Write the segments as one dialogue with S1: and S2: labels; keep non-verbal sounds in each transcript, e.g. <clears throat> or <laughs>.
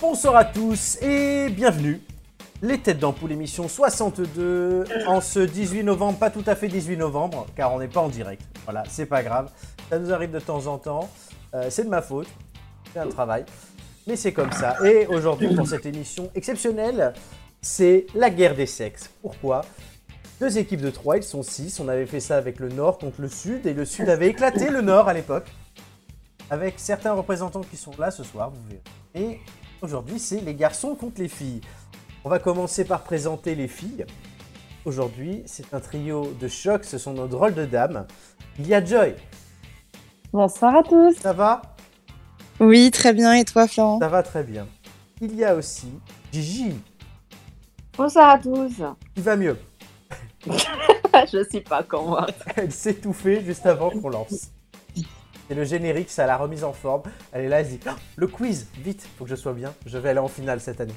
S1: Bonsoir à tous et bienvenue. Les têtes d'ampoule émission 62 en ce 18 novembre, pas tout à fait 18 novembre, car on n'est pas en direct. Voilà, c'est pas grave. Ça nous arrive de temps en temps. Euh, c'est de ma faute. C'est un travail. Mais c'est comme ça. Et aujourd'hui, pour cette émission exceptionnelle, c'est la guerre des sexes. Pourquoi Deux équipes de trois, ils sont six. On avait fait ça avec le Nord contre le Sud, et le Sud avait éclaté le Nord à l'époque. Avec certains représentants qui sont là ce soir, vous verrez. Et aujourd'hui, c'est les garçons contre les filles. On va commencer par présenter les filles. Aujourd'hui, c'est un trio de choc, ce sont nos drôles de dames. Il y a Joy,
S2: Bonsoir à tous.
S1: ça va
S3: Oui, très bien. Et toi, Florent
S1: Ça va très bien. Il y a aussi Gigi,
S2: Bonsoir à tous.
S1: qui va mieux.
S2: Je suis pas convaincue.
S1: <laughs> Elle s'est étouffée juste avant qu'on lance. C'est le générique, ça l'a remise en forme. Elle est là, elle se dit Ah, Le quiz, vite, faut que je sois bien. Je vais aller en finale cette année.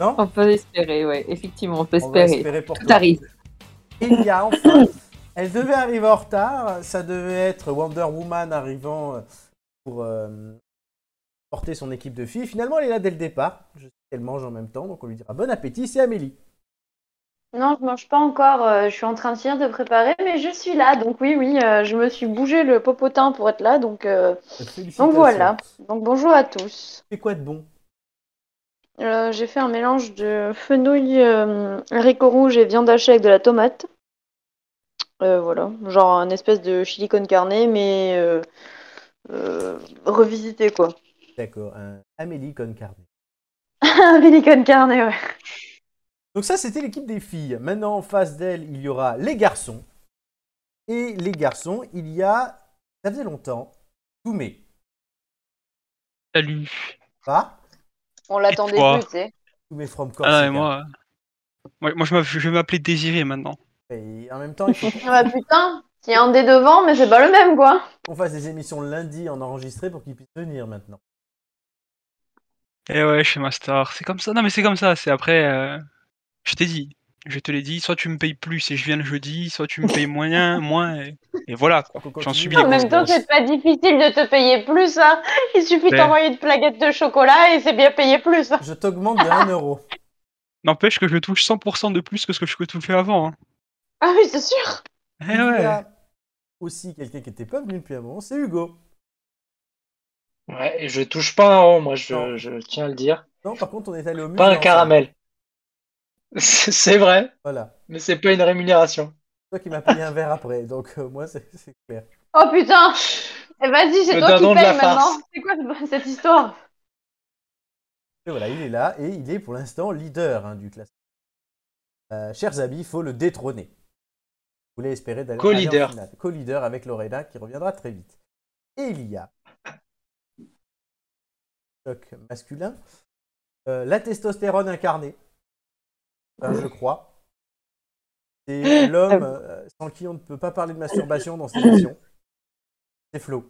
S1: Non
S2: On peut espérer, ouais. Effectivement, on peut
S1: On va
S2: espérer.
S1: espérer pour
S2: Tout
S1: toi.
S2: arrive.
S1: Il y a enfin. <coughs> Elle devait arriver en retard. Ça devait être Wonder Woman arrivant euh, pour euh, porter son équipe de filles. Finalement, elle est là dès le départ. Je sais qu'elle mange en même temps, donc on lui dira bon appétit, c'est Amélie.
S4: Non, je mange pas encore. euh, je suis en train de finir de préparer, mais je suis là. Donc oui, oui, euh, je me suis bougé le popotin pour être là. Donc, euh,
S1: Félicitations.
S4: donc voilà. Donc bonjour à tous.
S1: C'est quoi de bon
S4: Euh, J'ai fait un mélange de fenouil, euh, haricots rouges et viande hachée avec de la tomate. Euh, voilà, genre un espèce de chili con carne, mais euh, euh, revisité quoi.
S1: D'accord, euh, un Amélie Concarné.
S4: Un <laughs> chili con carne, ouais.
S1: Donc ça, c'était l'équipe des filles. Maintenant, en face d'elle, il y aura les garçons. Et les garçons, il y a, ça faisait longtemps, Doumé.
S5: Salut.
S1: Pas
S4: On l'attendait
S5: toi
S4: plus, tu sais.
S1: Doumé from Corsica.
S5: Ah, et moi, euh, moi, moi, je m'appelle- je vais m'appeler Désiré maintenant.
S1: Et en même temps, il faut
S4: Ah bah putain, il y a un des devant, mais c'est pas le même quoi.
S1: qu'on fasse des émissions lundi en enregistré pour qu'ils puissent venir maintenant.
S5: Eh ouais, je suis ma star. C'est comme ça. Non, mais c'est comme ça. C'est après. euh, Je t'ai dit. Je te l'ai dit. Soit tu me payes plus et je viens le jeudi, soit tu me payes moyen, <laughs> moins. Et, et voilà, quoi.
S1: Faut qu'on
S5: J'en
S1: continue.
S5: subis les
S4: En même temps,
S5: conséquences.
S4: c'est pas difficile de te payer plus, hein. Il suffit
S6: Ben.
S5: Ouais.
S4: d'envoyer une plaquette de chocolat et c'est bien payé plus. hein.
S1: Je t'augmente de 1 euro.
S5: N'empêche que je touche 100% de plus que ce que je touchais avant. hein.
S4: Ah oui, c'est sûr.
S5: Eh
S1: Il y
S5: ouais.
S1: a aussi quelqu'un qui n'était pas venu depuis un moment, c'est Hugo.
S6: Ouais, et Eh, je touche pas un rond, moi, je,
S1: Non.
S6: je tiens à le dire.
S1: Non, par contre, on est allé au musée.
S6: Pas un
S1: ensemble.
S6: caramel. <laughs> C'est c'est vrai,
S1: Voilà.
S6: mais c'est pas une rémunération.
S1: Toi qui m'as payé un verre après, donc euh, moi, c'est c'est clair.
S4: <laughs> Oh putain. Et vas-y, c'est
S6: Le
S4: toi qui
S6: dindon
S4: paye
S6: de la farce.
S4: maintenant. C'est quoi ce- cette histoire
S1: Et voilà, il est là et il est pour l'instant leader hein, du classement. Euh, chers amis, il faut le détrôner. Vous voulez espérer d'aller
S6: Co-leader.
S1: aller en finale. Co-leader avec Lorena qui reviendra très vite. Et il y a choc masculin, Euh, la testostérone incarnée, Enfin, je crois. C'est l'homme euh, sans qui on ne peut pas parler de masturbation dans cette émission. C'est Flo.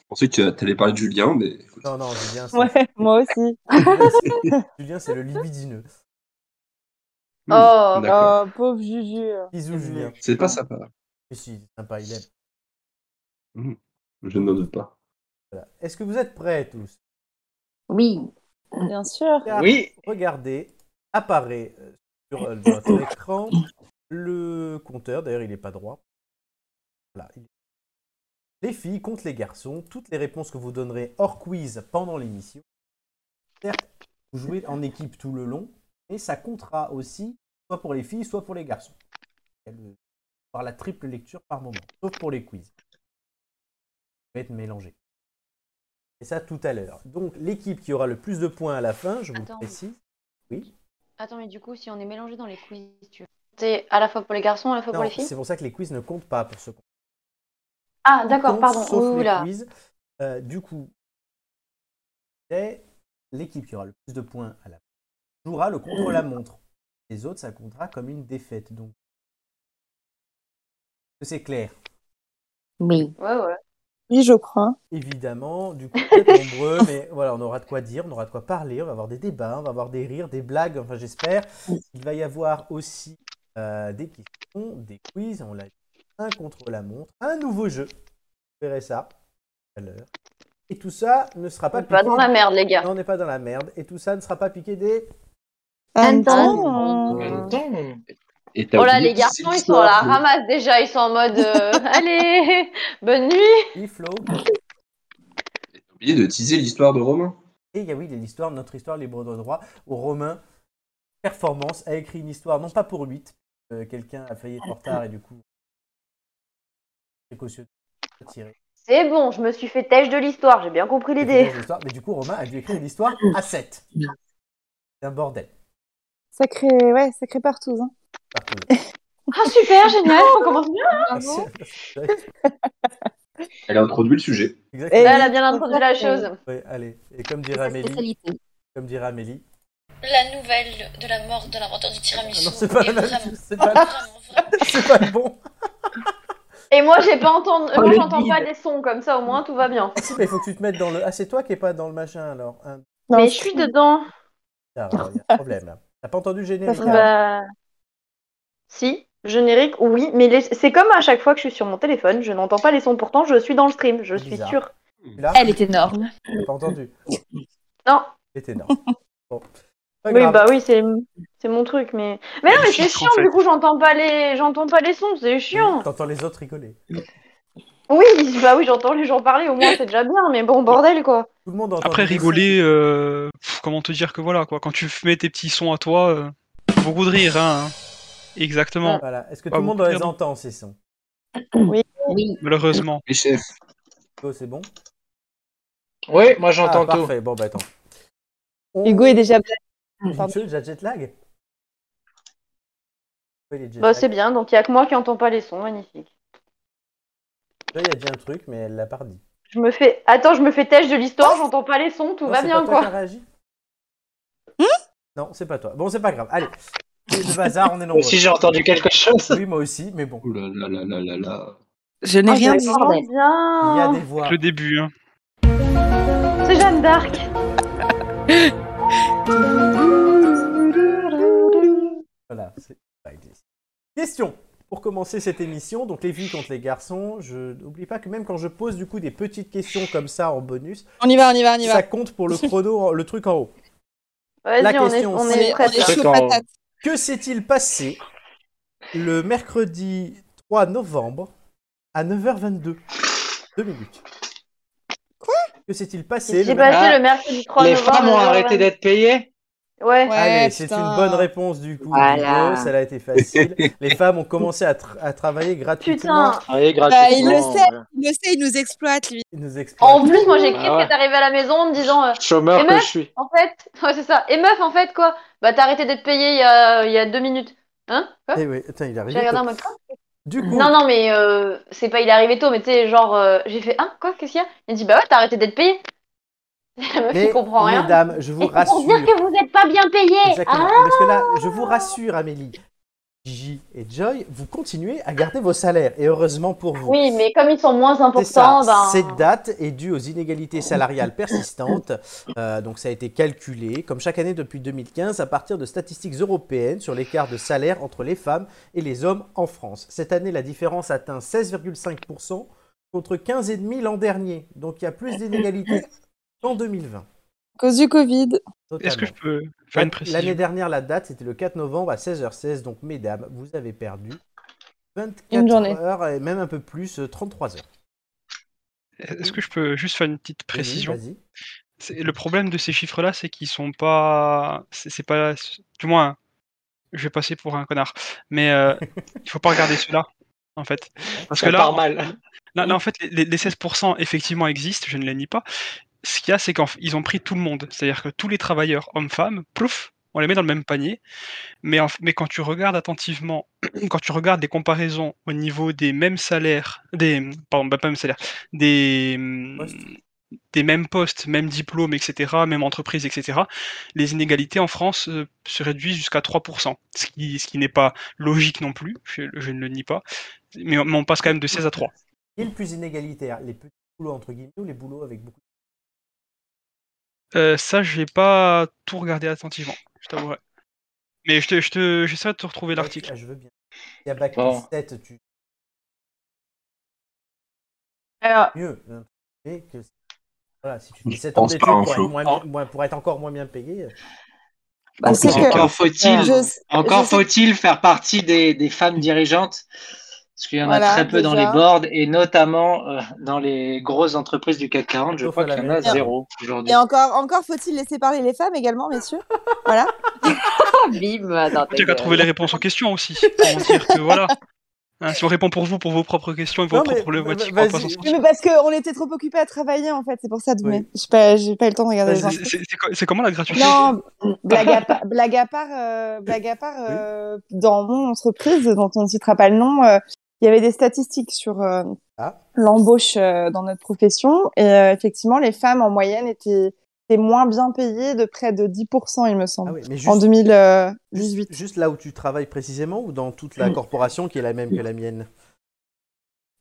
S7: Je pensais que tu allais parler de Julien, mais écoute.
S1: Non, non, Julien, Ah, c'est
S3: Ouais, moi aussi.
S1: Julien, c'est- Julien, c'est le libidineux.
S7: Hmm,
S4: Oh,
S7: d'accord.
S3: Oh, pauvre Juju.
S1: Bisous, Julien.
S7: C'est pas sympa.
S1: Mais si, c'est sympa, il aime.
S7: Je n'en doute pas.
S1: Voilà. Est-ce que vous êtes prêts tous
S2: Oui.
S3: Bien sûr.
S1: Car
S6: Oui,
S1: Regardez, apparaît euh, sur euh, votre écran le compteur. D'ailleurs, il n'est pas droit. Voilà. il est- Les filles contre les garçons. Toutes les réponses que vous donnerez hors quiz pendant l'émission. Certes, vous jouez en équipe tout le long, mais ça comptera aussi soit pour les filles, soit pour les garçons. Il y a le- Par la triple lecture par moment, sauf pour les quiz. Ça va être mélangé. Et ça tout à l'heure. Donc l'équipe qui aura le plus de points à la fin, je vous le
S4: Attends.
S1: précise.
S4: Attends, mais du coup, si on est mélangé dans les quiz, tu C'est à la fois pour les garçons, à la fois
S1: Non,
S4: pour les filles
S1: c'est pour ça que les quiz ne comptent pas pour ce compte.
S4: Ah, d'accord, pardon.
S1: Sauf les
S4: Oula.
S1: quiz. Euh, du coup, c'est l'équipe qui aura le plus de points à la fin jouera le contre-la-montre. Les autres, ça comptera comme une défaite. Donc, Est-ce que c'est clair.
S2: Oui.
S4: Ouais, ouais.
S3: Oui, je crois.
S1: Évidemment, du coup, peut-être nombreux,
S4: <laughs>
S1: mais voilà, on aura de quoi dire, on aura de quoi parler, on va avoir des débats, on va avoir des rires, des blagues, enfin j'espère. Il va y avoir aussi euh, des questions, des quiz, on l'a dit, un contre la montre, un nouveau jeu. Vous verrez ça tout à l'heure. Et tout ça ne sera pas
S4: On est pas dans la merde, les gars.
S1: Non, on n'est pas dans la merde. Et tout ça ne sera pas piqué des.
S3: Attends.
S6: En même temps,
S7: Et t'as
S4: Oh là,
S7: oublié
S4: les
S7: que c'est
S4: garçons, ils sont à la
S7: l'histoire de-
S4: ramasse déjà. Ils sont en mode
S1: <laughs>
S4: euh, Allez, bonne nuit.
S1: Il flow.
S7: et T'as oublié de teaser l'histoire de Romain.
S1: Et il y a oui, il y a l'histoire, notre histoire libre de droit, où Romain Performance a écrit une histoire, non pas pour 8, euh, quelqu'un a failli être en retard et du coup. précautionneux, tiré.
S4: C'est bon, je me suis fait têche de l'histoire. J'ai bien compris
S1: Et
S4: l'idée.
S1: finalement, l'histoire- Mais du coup, Romain a dû écrire une histoire à 7. C'est un bordel.
S3: Sacré, ouais, sacré partout. Hein.
S1: partout.
S4: Ah, super,
S8: <laughs>
S4: génial. On commence bien. hein.
S1: Ah, <laughs>
S7: Elle a introduit le sujet.
S1: Exactement.
S4: Là, Ah, elle a bien introduit la chose.
S1: Ouais, allez, et comme
S2: C'est
S1: dirait
S2: sa
S1: Amélie,
S2: spécialité.
S1: comme dirait Amélie.
S9: La nouvelle de la mort de l'inventeur du
S1: Ah
S9: tiramisu
S1: non, c'est pas,
S9: est
S1: la-
S9: vraiment,
S1: c'est pas,
S9: vraiment, vraiment...
S1: <laughs> c'est pas le bon.
S4: Et moi, j'ai pas entendu.
S2: Oh,
S4: moi,
S2: le
S4: j'entends
S2: guide.
S4: pas des sons comme ça. Au moins, tout va bien.
S1: Ah, Mais il faut que tu te mettes dans le. Ah, c'est toi qui est pas dans le machin alors. Hein,
S3: Non,
S4: Mais je suis dedans.
S1: putain, alors, il y a un problème là. T'as pas entendu le générique
S3: Ça
S1: là
S4: Bah. Si, générique, oui, mais les- c'est comme à chaque fois que je suis sur mon téléphone, je n'entends pas les sons, pourtant je suis dans le stream, je suis
S1: Bizarre. Ah.
S4: sûre.
S1: Tu l'as
S9: Elle est énorme.
S1: T'as pas
S4: <laughs>
S1: entendu
S4: Non,
S1: C'est énorme. Bon. Pas
S4: oui,
S1: grave.
S4: bah oui, c'est c'est mon truc, mais. Mais non, mais c'est
S5: Chiffre, en
S4: chiant, du
S5: fait.
S4: coup j'entends pas les j'entends pas les sons, c'est chiant.
S1: T'entends les autres rigoler.
S4: Oui, bah oui, j'entends les gens parler, au moins c'est déjà bien, mais bon, bordel quoi.
S1: Tout le monde entend.
S5: Après
S1: des-
S5: rigoler, euh, pff, comment te dire que voilà quoi, quand tu f- mets tes petits sons à toi, euh, beaucoup de rire, hein. hein. Exactement,
S1: Voilà. Est-ce que
S5: Ah,
S1: tout le
S5: vous
S1: monde les
S5: perdez.
S1: entend ces sons
S2: Oui.
S5: malheureusement.
S7: Les chefs.
S1: Hugo, Oh, c'est bon
S6: oui, moi j'entends
S1: ah,
S6: tout.
S1: Parfait. Bon, bah attends. On-
S3: Hugo est déjà.
S1: Tu veux déjà jet lag Oui, il est jet
S4: Bah
S1: lag.
S4: c'est bien, donc il y a que moi qui entends pas les sons, magnifique.
S1: Là, il y a déjà un truc, mais elle l'a pas redit.
S4: Je me fais Attends, je me fais têche de l'histoire, j'entends pas les sons, tout
S1: Non,
S4: va
S1: c'est
S4: bien
S1: pas toi
S4: quoi.
S1: qui as réagi Non, c'est pas toi. Bon, c'est pas grave. Allez. C'est le bazar, on est
S6: <laughs>
S1: nombreux.
S6: Si j'ai entendu quelque chose.
S1: Oui, moi aussi, mais bon.
S7: Oh là là là là là là.
S10: Je n'ai
S2: Ah,
S10: rien
S2: j'ai
S10: dit.
S2: pas-
S4: J'entends
S1: Il y a
S4: bien.
S1: des voix.
S5: Le début, hein.
S4: C'est Jeanne d'Arc.
S10: <laughs>
S1: Voilà, c'est pas réglé. Question pour commencer cette émission, donc les filles contre les garçons, je n'oublie pas que même quand je pose du coup des petites questions comme ça en bonus,
S10: On y va, on y va, on y va.
S1: ça compte pour le
S10: <laughs>
S1: chrono, le truc en haut. La
S4: Vas-y, on est,
S1: question,
S4: on
S10: On
S4: est
S10: est, on
S4: prêtes,
S10: est
S4: là.
S10: chaud
S6: Truc en-
S10: patate.
S1: Que s'est-il passé le mercredi 3 novembre à 9h22 Deux minutes.
S10: Quoi
S1: Que s'est-il
S4: C'est
S1: passé le
S4: s'est
S1: mercredi-
S4: passé le mercredi 3
S6: Les
S4: novembre.
S6: femmes ont arrêté
S4: 9h22.
S6: d'être payées.
S4: Ouais.
S10: Ouais,
S1: Allez, c'est
S10: putain.
S1: une bonne réponse du coup.
S2: Voilà.
S1: Hugo, Celle a été facile. les femmes ont commencé à, tra- à travailler gratuitement.
S4: Putain.
S6: Oui,
S10: Bah, il le
S6: Ah, gratuitement,
S10: sait.
S6: ouais.
S10: Il le sait, il nous exploite, lui.
S1: Ils nous expliquent.
S4: En plus, moi,
S6: Bah
S4: j'ai écrit ce
S6: ouais.
S4: qui est arrivé à la maison en me disant, euh,
S6: Chômeur
S4: Et
S6: que
S4: meuf.
S6: je suis.
S4: en fait, <laughs> ouais, c'est ça. Et meuf, en fait, quoi Bah, t'as arrêté d'être payé il y a, il y a deux minutes. Hein Quoi
S1: Eh oui, attends, il arrive.
S4: J'ai regardé en mode quoi
S1: Du coup,
S4: Non, non, mais euh, c'est pas il est arrivé tôt, mais tu sais, genre, euh, j'ai fait, ah, quoi, qu'est-ce qu'il y a Il dit, bah ouais, t'as arrêté d'être payé. <laughs> La <laughs> meuf,
S1: mais,
S4: il comprend rien.
S1: mesdames, je vous
S4: Et c'est pour
S1: rassure.
S4: dire que vous Ah. n'êtes pas bien hein? payé.
S1: Exactement. Parce que là, je vous rassure, Amélie, Gigi et Joy, vous continuez à garder vos salaires. Et heureusement pour vous.
S4: oui, mais comme ils sont moins
S1: C'est ça.
S4: importants, ben.
S1: Cette date est due aux inégalités salariales persistantes. Euh, donc, ça a été calculé, comme chaque année depuis 2015, à partir de statistiques européennes sur l'écart de salaire entre les femmes et les hommes en France. Cette année, la différence atteint 16,5% contre 15,5% l'an dernier. Donc, il y a plus d'inégalités qu'en 2020.
S3: À cause du Covid.
S5: Est-ce que
S1: totalement.
S5: je peux faire une
S1: L'année
S5: précision
S1: dernière, la date, c'était le 4 novembre à 16h16. Donc, mesdames, vous avez perdu 24
S3: Une journée.
S1: heures et même un peu plus, euh, 33 heures.
S6: Mmh.
S5: Est-ce que je peux juste faire une petite précision
S1: Vas-y.
S5: C'est- Le problème de ces chiffres-là, c'est qu'ils sont pas, c'est c'est pas, du moins, je vais passer pour un connard, mais
S6: <laughs>
S5: euh, il faut pas regarder ceux-là, en fait, parce que
S6: Ça
S5: là,
S6: part mal.
S5: Là, là, en fait, les, les 16% effectivement existent, je ne les nie pas. Ce qu'il y a, c'est qu'ils ont pris tout le monde. C'est-à-dire que tous les travailleurs, hommes-femmes, plouf, on les met dans le même panier. Mais, en- mais quand tu regardes attentivement, <clears throat> quand tu regardes les comparaisons au niveau des mêmes salaires, des, pardon, bah, pas mêmes salaires, des,
S1: Postes.
S5: des mêmes postes, mêmes diplômes, etc., mêmes entreprises, etc., les inégalités en France euh, se réduisent jusqu'à 3%. Ce qui, ce qui n'est pas logique non plus, je, je ne le nie pas. Mais on, mais on passe quand même de 16 à 3.
S1: Qui est le plus inégalitaire Les petits boulots entre guillemets ou les boulots avec beaucoup
S5: Euh, ça, j'ai pas tout regardé attentivement, je t'avouerai. Mais je te, je te, j'essaierai de te retrouver
S1: de
S5: l'article.
S1: Ah, Je veux bien. Il y a bac
S6: Bon.
S1: 7, tu
S4: Alors,
S1: mieux. hein, mais euh, que- Voilà, si tu fais
S11: Je
S1: 7 ans
S11: pense pas,
S1: d'études
S11: hein,
S1: pour, être
S11: Flo.
S1: moins-
S6: En-
S1: moins- pour être encore moins bien payé. euh,
S12: Bah, c'est que-
S6: Encore faut-il
S12: Je sais-
S6: Encore
S12: je sais-
S6: faut-il faire partie des, des femmes dirigeantes, parce qu'il y en
S12: Voilà,
S6: a très peu dans
S12: déjà.
S6: les boards, et notamment euh, dans les grosses entreprises du CAC 40. Je
S1: Sauf
S6: crois
S1: à la
S6: qu'il y en a
S1: mairie.
S6: zéro aujourd'hui.
S8: Et encore, encore faut-il laisser parler les femmes également,
S1: <laughs>
S8: messieurs Voilà.
S2: <laughs> Bim dans ta
S5: Tu qu'à
S2: gueule.
S5: trouver les réponses aux questions aussi. Comment dire que
S1: <laughs>
S5: voilà. Hein, si on répond pour vous, pour vos propres questions et vos
S1: Non, mais-
S5: propres
S1: mais-
S5: levoirs,
S1: vas-y.
S8: Oui, Mais parce qu'on était trop occupés à travailler en fait, c'est pour ça. Mais j'ai pas, j'ai pas eu le temps de regarder les
S1: Vas-y.
S8: infos.
S5: c'est c'est quoi- c'est comment la gratuité
S8: Non, blague
S1: <laughs>
S8: à, pa- blague à part, euh, blague à part euh, dans mon entreprise, dont on ne citera pas le nom, euh, il y avait des statistiques sur euh,
S1: Ah.
S8: l'embauche euh, dans notre profession. Et euh, effectivement, les femmes en moyenne étaient, étaient moins bien payées de près de 10%, il me semble,
S1: Ah oui, mais
S8: en euh,
S1: juste,
S8: 2018.
S1: juste là où tu travailles précisément ou dans toute
S8: Mm.
S1: la corporation qui est la même que la mienne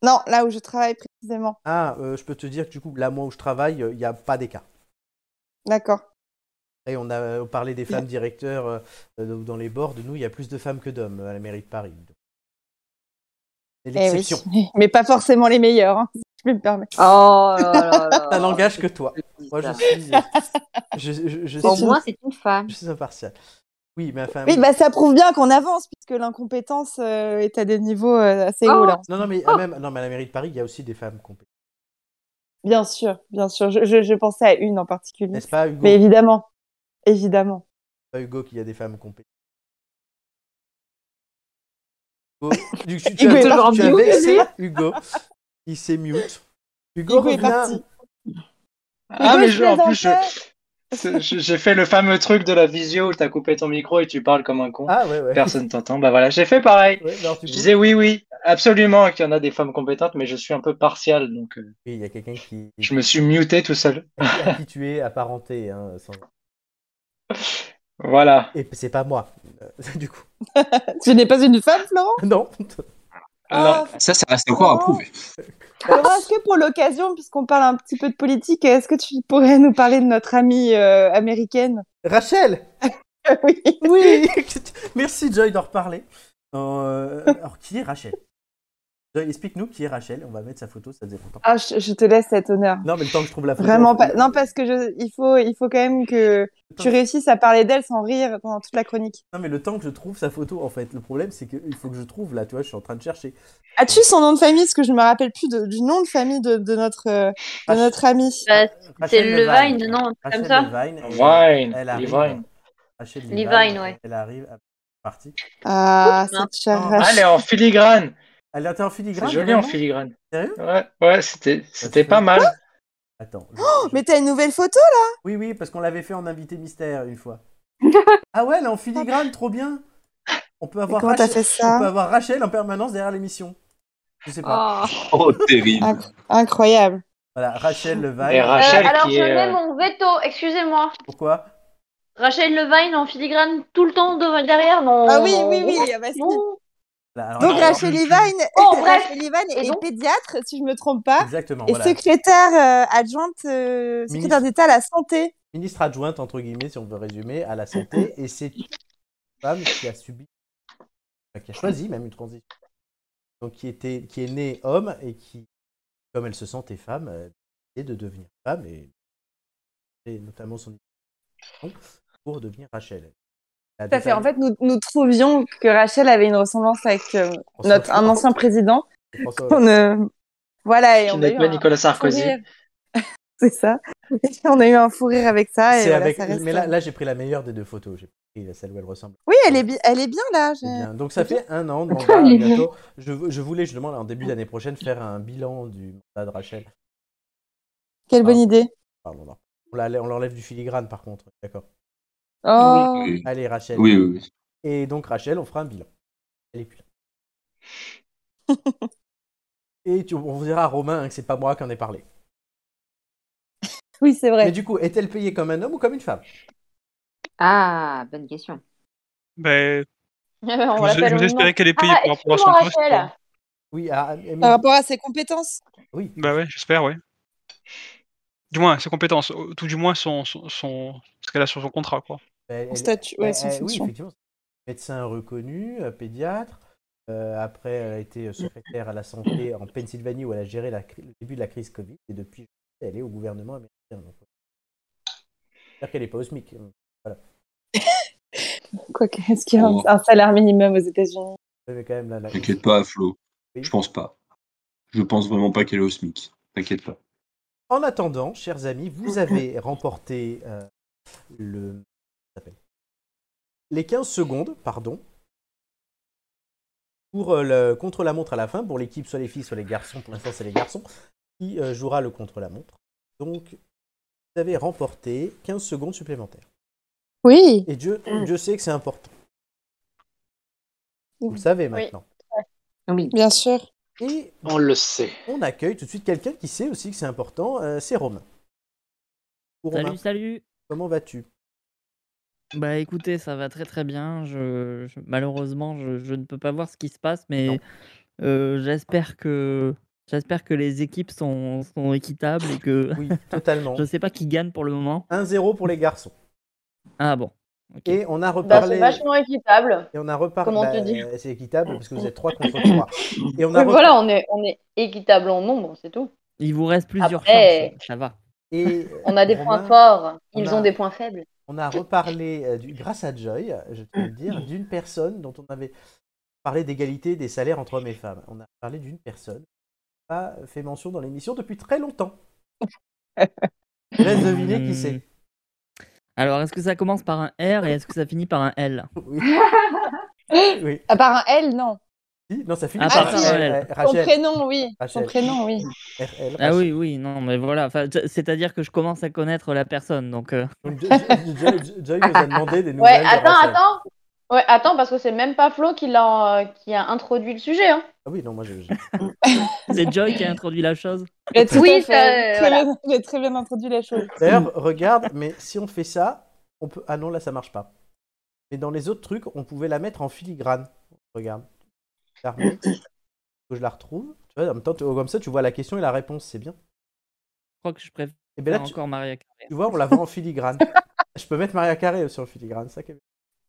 S8: Non, là où je travaille précisément.
S1: Ah, euh, je peux te dire que du coup, là, moi où je travaille, euh, il n'y a pas d'écart.
S8: D'accord.
S1: Et on a euh, parlé des femmes directeurs euh, euh, dans les bords. Nous, il y a plus de femmes que d'hommes euh, à la mairie de Paris. C'est
S8: Eh oui.
S1: l'exception.
S8: <laughs> Mais pas forcément les meilleurs, hein, si je peux me permettre.
S2: Oh là là
S1: <laughs>
S2: là.
S1: Ça n'engage que toi. Moi, je suis. Je,
S8: <laughs>
S1: je- je
S2: Au
S1: suis,
S2: moins, c'est une femme.
S1: je suis impartial. Oui, mais enfin.
S8: Oui, bah ça prouve bien qu'on avance, puisque l'incompétence euh, est à des niveaux euh, assez
S2: Oh.
S8: hauts là.
S1: Non, non, mais, ah, même, non, mais à la mairie de Paris, il y a aussi des femmes compétentes.
S8: Bien sûr, bien sûr. Je, je, je pensais à une en particulier.
S1: N'est-ce pas, Hugo
S8: Mais évidemment, évidemment.
S1: pas Hugo qui a des femmes compétentes. Hugo, tu, tu- tu
S2: <laughs>
S8: Hugo
S1: as-
S8: est
S1: tu as
S8: parti où,
S1: vexé Hugo. Il s'est mute. Hugo,
S8: Hugo est
S1: reviens.
S8: parti.
S6: Ah,
S8: Hugo,
S6: mais
S8: je
S6: je- en plus, je-
S8: plaisantais.
S6: c'est- je- j'ai fait le fameux truc de la visio où t'as coupé ton micro et tu parles comme un con.
S1: Ah ouais, ouais.
S6: Personne t'entend. Bah voilà, j'ai fait pareil.
S1: Ouais, alors, du
S6: Je
S1: coup,
S6: disais oui, oui, absolument qu'il y en a des femmes compétentes, mais je suis un peu partial, donc euh,
S1: oui, il y a quelqu'un qui,
S6: je me suis muté tout seul.
S1: à qui tu es apparenté. hein, sans-
S6: Voilà.
S1: Et c'est pas moi, euh, <laughs> du coup.
S8: Tu n'es pas une femme, Florent
S1: <laughs> Non.
S6: Alors,
S8: Oh,
S11: Ça, ça reste encore à prouver.
S8: Florent, est-ce que pour l'occasion, puisqu'on parle un petit peu de politique, est-ce que tu pourrais nous parler de notre amie euh, américaine
S1: Rachel
S8: <laughs> Oui.
S1: Oui <laughs> Merci Joy d'en reparler. Euh, alors, qui est Rachel Joy, explique-nous qui est Rachel. On va mettre sa photo, ça faisait longtemps.
S8: Ah, je, je te laisse cet honneur.
S1: Non, mais le temps que je trouve la photo.
S8: Vraiment pas. Non, parce que je... il, faut, il faut quand même que tu réussisses à parler d'elle sans rire pendant toute la chronique.
S1: Non, mais le temps que je trouve sa photo, en fait, le problème, c'est qu'il faut que je trouve là, tu vois, je suis en train de chercher.
S8: As-tu son nom de famille Parce que je me rappelle plus de- du nom de famille de, de notre, euh, de
S1: Rach-
S8: notre amie.
S4: Bah, C'est
S1: Rachel
S4: Levine, non un truc
S1: Rachel
S4: Comme ça
S1: Levine.
S6: Levine,
S1: Elle arrive.
S6: Levine.
S1: Rachel Levine,
S4: Levine, ouais.
S1: Elle arrive. Elle est partie.
S8: Ah,
S4: Non.
S8: cette chère
S1: Ah,
S8: Rach-
S6: Allez, en filigrane.
S1: Elle était en
S6: C'est
S1: filigrane.
S6: joli en
S1: vraiment
S6: filigrane.
S1: Sérieux Bah,
S6: Ouais, ouais, c'était, c'était
S1: fait-
S6: pas mal.
S1: Attends. je- je-
S8: Oh, Mais t'as une nouvelle photo
S1: Oui, oui, parce qu'on l'avait fait en invité mystère une fois. ah ouais, elle est en filigrane, trop bien. On peut
S8: là
S1: avoir
S8: Comment t'as
S1: Rachel.
S8: fait
S1: On peut
S8: ça
S1: avoir Rachel en permanence derrière l'émission. Je sais pas.
S4: Oh.
S11: Oh, terrible.
S8: Inc- Incroyable.
S1: Voilà, Rachel
S6: Et
S1: Levine.
S4: Euh,
S6: Rachel
S4: alors
S6: qui
S4: je
S6: est.
S4: mets
S6: euh,
S4: mon veto, excusez-moi.
S1: Pourquoi
S4: Rachel Levine en filigrane tout le temps devant derrière. Non.
S8: Ah oui, oui, oui. ah bah si.
S4: Non.
S1: Voilà, alors,
S8: Donc
S1: alors,
S8: Rachel Levine, <laughs>
S4: Oh, bref.
S8: Rachel Levine
S4: Et
S8: est
S4: donc
S8: pédiatre, si je me trompe pas,
S1: Exactement.
S8: et
S1: voilà.
S8: secrétaire euh, adjointe, euh, secrétaire
S1: Ministre.
S8: d'État à la santé.
S1: Ministre adjointe, entre guillemets, si on veut résumer, à la santé.
S8: Mm-hmm.
S1: Et c'est une femme qui a subi, enfin, qui a choisi même une transition. Donc qui, était, qui est née homme et qui, comme elle se sentait femme, a décidé de devenir femme et, et notamment son pour devenir Rachel. Elle a
S8: Tout à
S1: deux
S8: fait. En
S1: familles.
S8: fait, nous, nous trouvions que Rachel avait une ressemblance avec euh,
S1: François
S8: notre, un ancien président.
S1: François
S8: On, euh, voilà, et
S6: qui
S8: on a
S6: n'est
S8: eu
S6: pas
S8: un
S6: Nicolas
S8: fou
S6: Sarkozy.
S8: rire. <laughs> C'est ça. <laughs> Et on a eu un fou rire avec ça. Et
S1: C'est
S8: voilà,
S1: avec-
S8: ça reste-
S1: Mais là, là, j'ai pris la meilleure des deux photos. J'ai pris celle où elle ressemble.
S8: Oui, elle est, bi- elle est bien là.
S1: C'est
S8: j'ai-
S1: bien. Donc ça fait un
S8: <laughs>
S1: an de mandat, bientôt. Je, vou- je voulais, je demande, en début d'année prochaine, faire un bilan du mandat de Rachel.
S8: Quelle bonne
S1: Ah.
S8: idée.
S1: Pardon, non. On la- on l'enlève du filigrane, par contre. D'accord.
S8: Oh.
S11: Oui,
S1: Allez, Rachel.
S11: oui, oui.
S1: Et donc, Rachel, on fera un bilan. Elle est plus là.
S8: <laughs>
S1: Et tu- on vous dira à Romain hein, que c'est pas moi qui en ai parlé.
S8: Oui, c'est
S1: Mais
S8: vrai.
S1: du coup, est-elle payée comme un homme ou comme une femme
S2: Ah,
S9: <laughs>
S2: bonne question.
S5: Ben,
S13: On
S5: vous,
S13: l'appelle
S5: vous
S13: au
S5: espérez qu'elle est payée
S13: Ah,
S5: par rapport à son
S13: excuse-moi,
S5: poste.
S13: Rachel.
S5: quoi.
S1: Oui, ah, à, à- Emily.
S8: Par rapport à ses compétences.
S1: Oui.
S5: Bah ouais, j'espère, ouais. Du moins, ses compétences, euh, tout du moins son, son, son- ce qu'elle a sur son contrat, quoi.
S1: Ben, Elle-
S8: Son
S1: elle-
S8: statut, ouais, son
S1: Euh, euh, oui,
S8: fonction.
S1: effectivement. Médecin reconnu, euh, pédiatre. Euh, après, elle a été secrétaire à la santé en Pennsylvanie où elle a géré la cri- le début de la crise Covid. Et depuis, elle est au gouvernement américain. donc, ouais. J'espère qu'elle n'est pas au SMIC. euh, Voilà.
S10: Quoi que- Est-ce qu'il y a un,
S7: Oh.
S10: un salaire minimum aux États-Unis
S1: Vous avez quand même la- la-
S7: T'inquiète pas, Flo.
S1: Oui.
S7: Je pense pas. Je pense vraiment pas qu'elle est au SMIC. T'inquiète pas.
S1: En attendant, chers
S6: <clears throat>
S1: amis, vous avez remporté euh, le... comment ça s'appelle les 15 secondes pardon, pour euh, le contre-la-montre à la fin, pour l'équipe, soit les filles, soit les garçons. Pour l'instant, c'est les garçons qui euh, jouera le contre-la-montre. Donc, vous avez remporté 15 secondes supplémentaires.
S10: Oui.
S6: <clears throat>
S1: Et Dieu, Dieu sait que c'est important. Vous le savez maintenant.
S2: Oui.
S10: Bien sûr.
S1: Et
S6: On le sait.
S1: on accueille tout de suite quelqu'un qui sait aussi que c'est important, euh, c'est Romain. Ou Romain,
S14: Salut, salut.
S1: comment vas-tu
S14: Bah écoutez, ça va très très bien. Je, je- malheureusement, je, je ne peux pas voir ce qui se passe,
S1: Non.
S14: mais euh, j'espère que j'espère que les équipes sont, sont équitables et que <laughs>
S1: Oui, totalement.
S14: je sais pas qui gagne pour le moment.
S1: 1-0 pour les garçons.
S14: Ah bon. ok.
S1: Et on a
S4: Bah, c'est
S1: reparlé.
S4: vachement équitable.
S1: et on a reparlé.
S4: Comment
S1: bah,
S4: te dis
S1: euh, c'est équitable parce que vous êtes 3 contre
S4: <laughs>
S1: 3. Et on a
S4: Oui,
S1: re-
S4: Voilà, on est, on est équitable en nombre, c'est tout.
S14: Il vous reste plusieurs
S4: Après-
S14: chances. Ça va.
S1: et,
S4: <laughs> On a des
S1: Romain,
S4: points forts,
S1: on
S4: ils
S1: a-
S4: ont des points faibles.
S1: On a reparlé, euh, du, grâce à Joy, je peux le
S4: <laughs>
S1: dire, d'une personne dont on avait parlé d'égalité des salaires entre hommes et femmes. On a parlé d'une personne qui n'a pas fait mention dans l'émission depuis très
S4: <laughs>
S1: longtemps. Je laisse deviner qui c'est.
S14: Hmm. Alors, est-ce que ça commence par un R et est-ce que ça finit par un L
S1: <laughs> Oui.
S4: <laughs>
S1: oui.
S10: À part un L, non.
S1: Si, Non, ça finit
S14: Ah,
S1: par
S10: pardon,
S1: Rachel.
S14: elle.
S1: euh,
S10: Son
S1: Rachel.
S10: prénom, oui. Son
S1: Rachel.
S10: prénom,
S1: <laughs>
S10: oui.
S1: RL,
S14: Ah
S1: Rachel.
S14: oui, oui, non, mais voilà. Enfin, t- C'est-à-dire que je commence à connaître la personne, donc. euh,
S1: Donc, Joy, Joy-
S14: <laughs>
S1: Joy nous a demandé des
S4: Ouais,
S1: nouvelles. de
S4: attends,
S1: Rachel.
S4: attends. Ouais, attends, parce que c'est même pas Flo qui, l'a, euh, qui a introduit le sujet. Hein.
S1: Ah oui, non, moi j'ai. j'ai-
S14: <laughs> C'est Joy qui a introduit la chose.
S10: Mais tout
S9: Oui,
S10: à fait.
S9: ça, euh,
S10: Très
S9: voilà.
S10: bien- Vous avez très bien introduit la chose.
S1: D'ailleurs, regarde, mais si on fait ça, on peut. Ah non, là ça marche pas. Mais dans les autres trucs, on pouvait la mettre en filigrane. Regarde. Faut que je la retrouve. Tu vois, en même temps, tu- comme ça, tu vois la question et la réponse, c'est bien.
S14: Je crois que je préfère
S1: Et bien là, tu,
S14: encore Maria Carré.
S1: tu vois, on la voit en filigrane.
S14: <laughs>
S1: je peux mettre Maria Carré aussi en filigrane, ça qui est bien.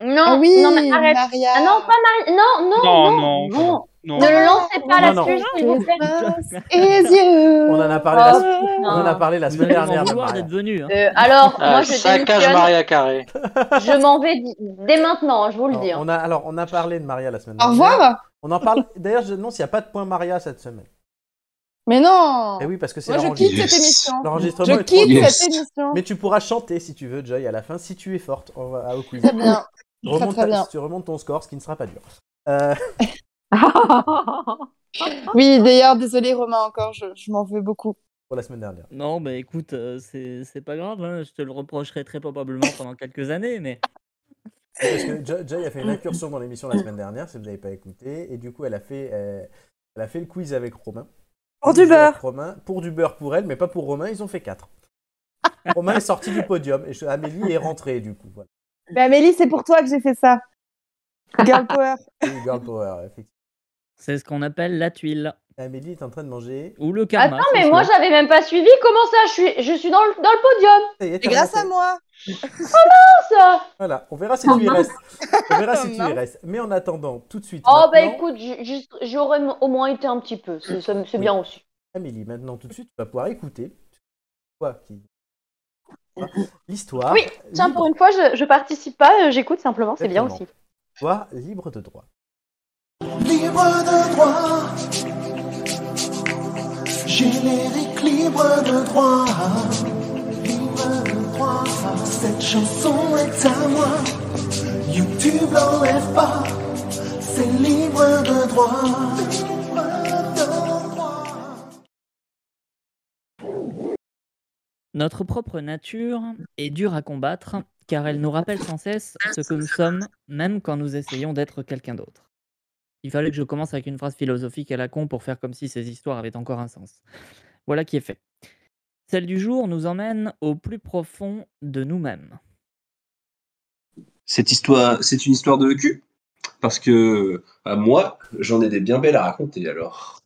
S4: Non,
S10: Ah oui,
S4: non, mais arrête.
S10: Maria.
S9: Ah non, pas Marie. Non, non,
S5: Non,
S9: non.
S5: non,
S9: non.
S5: non.
S9: Ne le lancez pas
S1: Non,
S9: là-dessus, s'il vous plaît. <laughs>
S10: Et yeux.
S1: On en
S2: Oh.
S1: a parlé la, on en a
S4: Non.
S1: parlé la
S14: Vous
S1: semaine
S14: allez m'en
S1: dernière de
S14: vouloir
S1: Maria.
S14: d'être venu. hein.
S4: Euh, alors, moi
S6: Ah,
S4: je
S6: saccage
S4: démissionne.
S6: Maria Carré.
S4: Je m'en vais d- dès maintenant, hein, je vous le dis.
S1: Alors, on a, alors, on a parlé de Maria la semaine
S10: Au
S1: dernière.
S10: revoir.
S1: On en parle. D'ailleurs, je annonce, il n'y a pas de point Maria cette semaine.
S10: Mais non.
S1: Eh oui, parce que c'est
S10: Oh. Moi, je
S1: l'enregistre-
S10: quitte cette
S7: Yes.
S10: émission.
S1: l'enregistrement.
S10: Je
S1: est trop
S10: quitte
S1: dur.
S7: Yes.
S10: cette émission.
S1: Mais tu pourras chanter si tu veux, Joy, à la fin, si tu es forte on va- au quiz.
S10: Très bien.
S1: Remonte
S10: très
S1: ta-
S10: bien.
S1: Tu remontes ton score, ce qui ne sera pas dur. Euh, <laughs>
S10: <laughs> Oui, d'ailleurs, désolé Romain encore, je, je m'en veux beaucoup.
S1: pour la semaine dernière.
S14: Non, bah écoute, euh, c'est c'est pas grave, hein, je te le reprocherai très probablement pendant quelques années, mais
S1: Parce que Jo- Joy a fait
S4: Mm.
S1: une incursion dans l'émission la semaine dernière, si vous n'avez pas écouté. Et du coup, elle a fait, euh, elle a fait le quiz avec Romain.
S10: Pour
S1: Le
S10: du
S1: quiz avec
S10: beurre.
S1: Romain, pour du beurre pour elle, mais pas pour Romain, ils ont fait
S4: <laughs>
S1: 4. Romain est sorti du podium et je- Amélie est rentrée, du coup. Voilà.
S10: Mais Amélie, c'est pour toi que j'ai fait ça. <laughs> Girl power.
S1: <laughs> Oui, Girl power, effectivement.
S14: c'est ce qu'on appelle la tuile
S1: Amélie est en train de manger.
S14: ou le karma.
S4: Attends,
S14: c'est
S4: mais moi
S14: sûr.
S4: j'avais même pas suivi. Comment ça Je suis, je suis dans, le, dans le podium, Oh,
S1: Ça y est,
S10: Et
S1: t'as
S10: grâce à
S1: remonté.
S10: moi.
S4: ça
S1: Voilà, on verra si tu y
S2: Oh,
S1: restes. On verra
S4: <laughs>
S1: si tu y
S10: Mince.
S1: restes. Mais en attendant, tout de suite.
S4: Oh bah
S1: maintenant-
S4: écoute, ju- juste- j'aurais m- au moins été un petit peu. C'est ça ben, me- c'est bien aussi.
S1: Amélie, maintenant tout de suite, tu vas pouvoir écouter toi
S4: <laughs>
S1: qui l'histoire.
S4: Oui, Tiens,
S1: libre-
S4: pour une fois, je, je participe pas, euh, j'écoute simplement, c'est bien aussi.
S1: Exactement. Histoire libre de droit.
S15: libre de droit. Générique libre de droit. Libre de droit. Cette chanson est à moi. YouTube l'enlève pas. C'est libre de droit. Libre de droit.
S14: Notre propre nature est dure à combattre car elle nous rappelle sans cesse ce que nous sommes, même quand nous essayons d'être quelqu'un d'autre. Il fallait que je commence avec une phrase philosophique à la con pour faire comme si ces histoires avaient encore un sens. Voilà qui est fait. Celle du jour nous emmène au plus profond de nous-mêmes.
S7: Cette histoire, c'est une histoire de cul Parce que à moi, j'en ai des bien belles à raconter alors.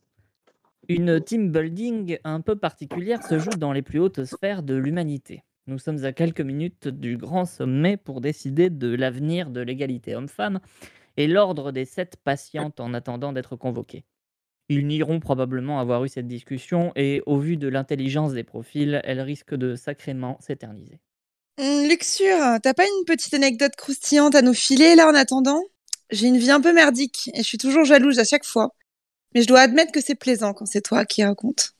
S14: Une team building un peu particulière se joue dans les plus hautes sphères de l'humanité. Nous sommes à quelques minutes du grand sommet pour décider de l'avenir de l'égalité homme-femme et l'ordre des sept patientes en attendant d'être convoquées. Ils nieront probablement avoir eu cette discussion et au vu de l'intelligence des profils, elle risque de sacrément s'éterniser.
S10: Hum, Luxure, t'as pas une petite anecdote croustillante à nous filer là en attendant J'ai une vie un peu merdique et je suis toujours jalouse à chaque fois. Mais je dois admettre que c'est plaisant quand c'est toi qui raconte.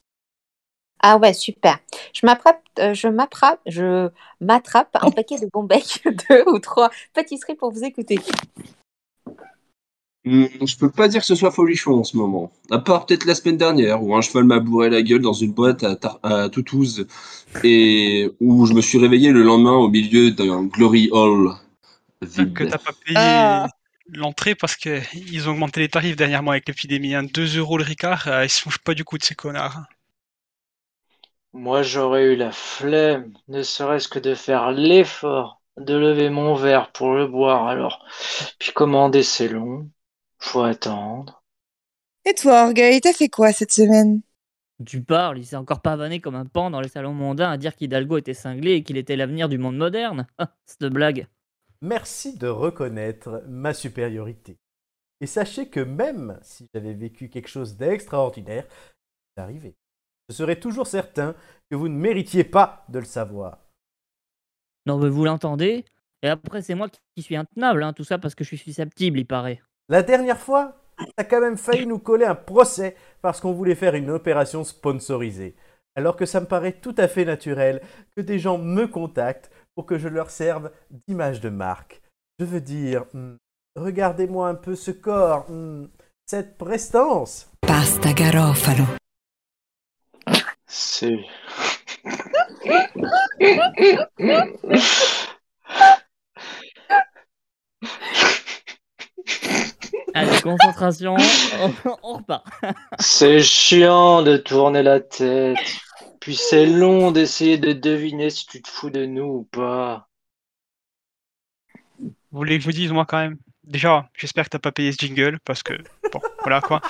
S2: Ah ouais, super. Je m'attrape, euh, je m'attrape, je m'attrape
S9: <laughs>
S2: un paquet de bons becs, <laughs> deux ou trois pâtisseries pour vous écouter.
S7: Hmm, je peux pas dire que ce soit folichon en ce moment. À part peut-être la semaine dernière où un cheval m'a bourré la gueule dans une boîte à, Tar- à Toutouse et où je me suis réveillé le lendemain au milieu d'un Glory Hall. vide.
S5: que t'as pas payé l'entrée parce que ils ont augmenté les tarifs dernièrement avec l'épidémie. Hein. 2 euros le Ricard, euh, ils se foutent pas du coup de ces connards. hein.
S6: Moi, j'aurais eu la flemme, ne serait-ce que de faire l'effort de lever mon verre pour le boire. Alors, puis commander, c'est long. Faut attendre.
S10: Et toi, Orgueil, t'as fait quoi cette semaine
S14: Tu parles, il s'est encore pavané comme un pan dans les salons mondains à dire qu'Hidalgo était cinglé et qu'il était l'avenir du monde moderne. Ah, Cette blague.
S1: Merci de reconnaître ma supériorité. Et sachez que même si j'avais vécu quelque chose d'extraordinaire, c'est arrivé. Je serais toujours certain que vous ne méritiez pas de le savoir.
S14: Non mais vous l'entendez Et après c'est moi qui- qui suis intenable, hein, tout ça parce que je suis susceptible, il paraît.
S1: La dernière fois, t'as quand même failli nous coller un procès parce qu'on voulait faire une opération sponsorisée. Alors que ça me paraît tout à fait naturel que des gens me contactent pour que je leur serve d'image de marque. Je veux dire, hmm, regardez-moi un peu ce corps, hmm, cette prestance.
S8: Pasta Garofalo.
S6: C'est.
S14: Allez, concentration, on, on repart.
S6: C'est chiant de tourner la tête. Puis c'est long d'essayer de deviner si tu te fous de nous ou pas.
S5: Vous voulez que je vous dise, moi, quand même Déjà, j'espère que t'as pas payé ce jingle, parce que, bon, <laughs> voilà quoi.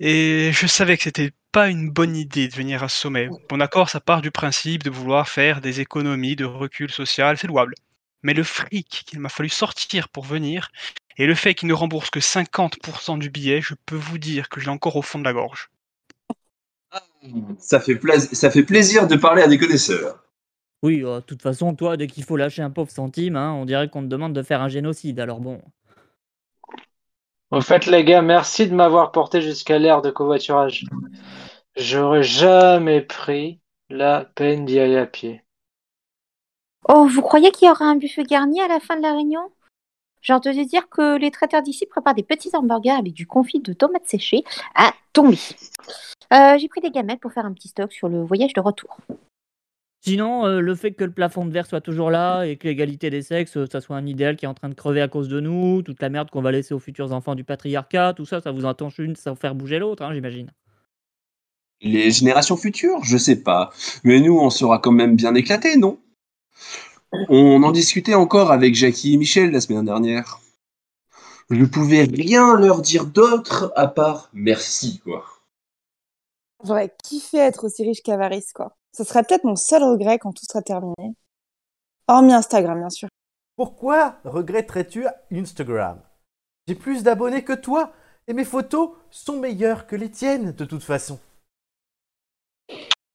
S5: Et je savais que c'était pas une bonne idée de venir à ce sommet. Bon, d'accord, ça part du principe de vouloir faire des économies, de recul social, c'est louable. Mais le fric qu'il m'a fallu sortir pour venir, et le fait qu'il ne rembourse que 50% du billet, je peux vous dire que je l'ai encore au fond de la gorge.
S7: Ça fait, plais- ça fait plaisir de parler à des connaisseurs.
S14: Oui, euh, de toute façon, toi, dès qu'il faut lâcher un pauvre centime, hein, on dirait qu'on te demande de faire un génocide, alors bon.
S6: Au fait, les gars, merci de m'avoir porté jusqu'à l'ère de covoiturage. J'aurais jamais pris la peine d'y aller à pied.
S2: Oh, vous croyez qu'il y aura un buffet garni à la fin de la réunion J'ai entendu dire que les traiteurs d'ici préparent des petits hamburgers avec du confit de tomates séchées à tomber. Euh, J'ai pris des gamelles pour faire un petit stock sur le voyage de retour.
S14: Sinon, euh, le fait que le plafond de verre soit toujours là et que l'égalité des sexes, euh, ça soit un idéal qui est en train de crever à cause de nous, toute la merde qu'on va laisser aux futurs enfants du patriarcat, tout ça, ça vous intenche une sans faire bouger l'autre, hein, j'imagine.
S7: Les générations futures, je sais pas. Mais nous, on sera quand même bien éclatés, non On en discutait encore avec Jackie et Michel la semaine dernière. Je ne pouvais rien leur dire d'autre à part merci, quoi.
S10: J'aurais kiffé être aussi riche qu'Avarice, quoi. Ce sera peut-être mon seul regret quand tout sera terminé. Hormis Instagram, bien sûr.
S1: Pourquoi regretterais-tu Instagram J'ai plus d'abonnés que toi et mes photos sont meilleures que les tiennes de toute façon.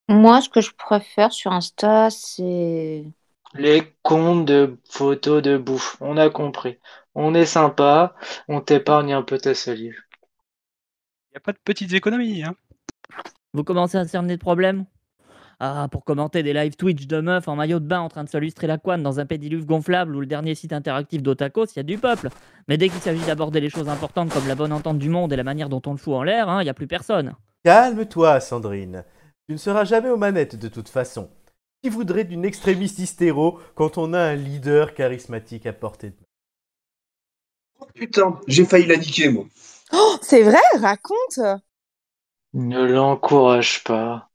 S2: Moi, ce que je préfère sur Insta, c'est.
S6: Les comptes de photos de bouffe, on a compris. On est sympa, on t'épargne un peu ta salive.
S5: Y a pas de petites économies, hein
S14: Vous commencez à cerner le problème Ah, pour commenter des live Twitch de meufs en maillot de bain en train de se lustrer la couenne dans un pédiluve gonflable ou le dernier site interactif d'Otakos, il y a du peuple. Mais dès qu'il s'agit d'aborder les choses importantes comme la bonne entente du monde et la manière dont on le fout en l'air, hein, il n'y a plus personne.
S1: Calme-toi, Sandrine. Tu ne seras jamais aux manettes de toute façon. Qui voudrait d'une extrémiste hystéro quand on a un leader charismatique à portée de main
S7: Putain, j'ai failli la niquer, moi.
S10: Oh, c'est vrai, raconte
S6: Ne l'encourage pas.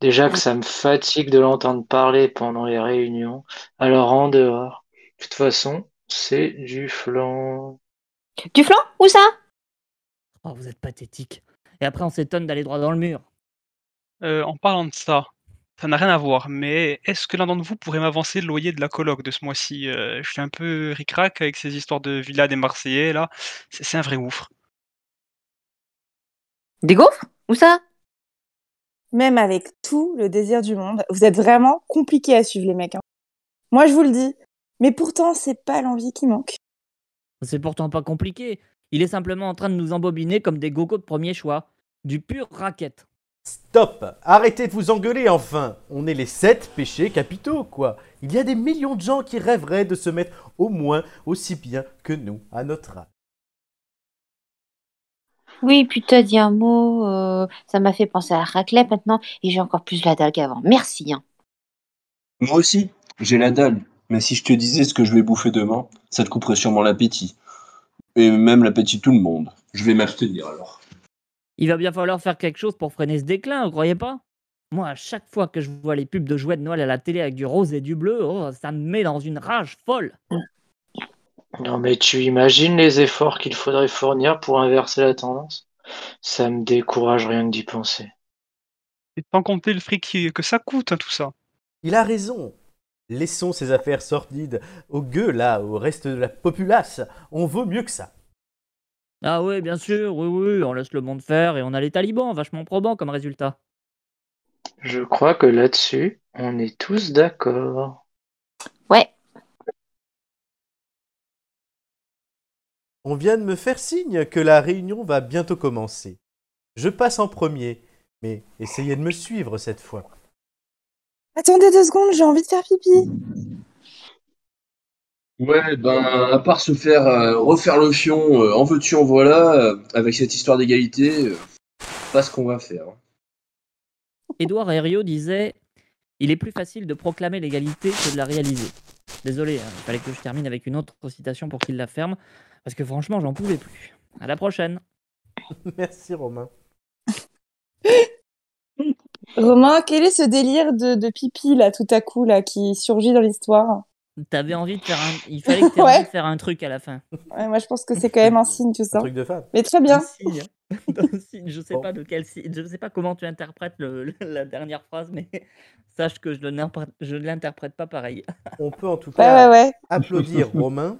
S6: Déjà que ça me fatigue de l'entendre parler pendant les réunions, alors en dehors. De toute façon, c'est du flan.
S2: Du flan Où ça
S14: Oh, vous êtes pathétique. Et après, on s'étonne d'aller droit dans le mur.
S5: Euh, en parlant de ça, ça n'a rien à voir, mais est-ce que l'un d'entre vous pourrait m'avancer le loyer de la coloc de ce mois-ci Euh, Je suis un peu ric-rac avec ces histoires de villa des Marseillais, là. C'est c'est un vrai gouffre.
S2: Des gaufres Où ça
S8: Même avec tout le désir du monde, vous êtes vraiment compliqué à suivre, les mecs. hein. Moi, je vous le dis. Mais pourtant, c'est pas l'envie qui manque.
S14: C'est pourtant pas compliqué. Il est simplement en train de nous embobiner comme des gogos de premier choix. Du pur racket.
S1: Stop Arrêtez de vous engueuler enfin On est les sept péchés capitaux, quoi Il y a des millions de gens qui rêveraient de se mettre au moins aussi bien que nous à notre âge.
S2: Oui, puis t'as dit un mot, euh, ça m'a fait penser à raclette maintenant, et j'ai encore plus la dalle qu'avant. Merci. hein.
S7: Moi aussi, j'ai la dalle. Mais si je te disais ce que je vais bouffer demain, ça te couperait sûrement l'appétit. Et même l'appétit de tout le monde. Je vais m'abstenir alors.
S14: Il va bien falloir faire quelque chose pour freiner ce déclin, vous croyez pas Moi, à chaque fois que je vois les pubs de jouets de Noël à la télé avec du rose et du bleu, oh, ça me met dans une rage folle.
S6: Non, mais tu imagines les efforts qu'il faudrait fournir pour inverser la tendance Ça me décourage rien que d'y penser.
S5: Et sans compter le fric qui- que ça coûte, hein, tout ça.
S1: Il a raison. Laissons ces affaires sordides aux gueux, là, au reste de la populace. On vaut mieux que ça.
S14: Ah oui, bien sûr, oui, oui, on laisse le monde faire et on a les talibans, vachement probants comme résultat.
S6: Je crois que <laughs> là-dessus, on est tous d'accord.
S1: On vient de me faire signe que la réunion va bientôt commencer. Je passe en premier, mais essayez de me suivre cette fois.
S8: Attendez deux secondes, j'ai envie de faire pipi.
S7: Ouais, ben, à part se faire euh, refaire le fion, euh, en veux-tu, en voilà, euh, avec cette histoire d'égalité, euh, pas ce qu'on va faire. hein.
S14: Édouard Herriot disait Il est plus facile de proclamer l'égalité que de la réaliser. Désolé, hein, il fallait que je termine avec une autre citation pour qu'il la ferme, parce que franchement, j'en pouvais plus. À la prochaine
S1: <laughs> Merci Romain.
S8: Romain, quel est ce délire de, de pipi, là, tout à coup, là, qui surgit dans l'histoire
S14: T'avais envie de faire un. Il fallait que t'aies
S8: Ouais.
S14: envie de faire un truc à la fin.
S8: Ouais, Moi, je pense que c'est quand même un signe, tout ça.
S1: truc de femme.
S8: Mais très bien.
S14: <laughs> Dans le signe, je sais pas de quel si- je sais pas comment tu interprètes le- le- la dernière phrase, mais <laughs> sache que je ne l'interprète- je ne l'interprète pas pareil. <laughs>
S1: On peut en tout
S14: Ouais,
S1: cas
S14: ouais, ouais.
S1: <laughs> applaudir Romain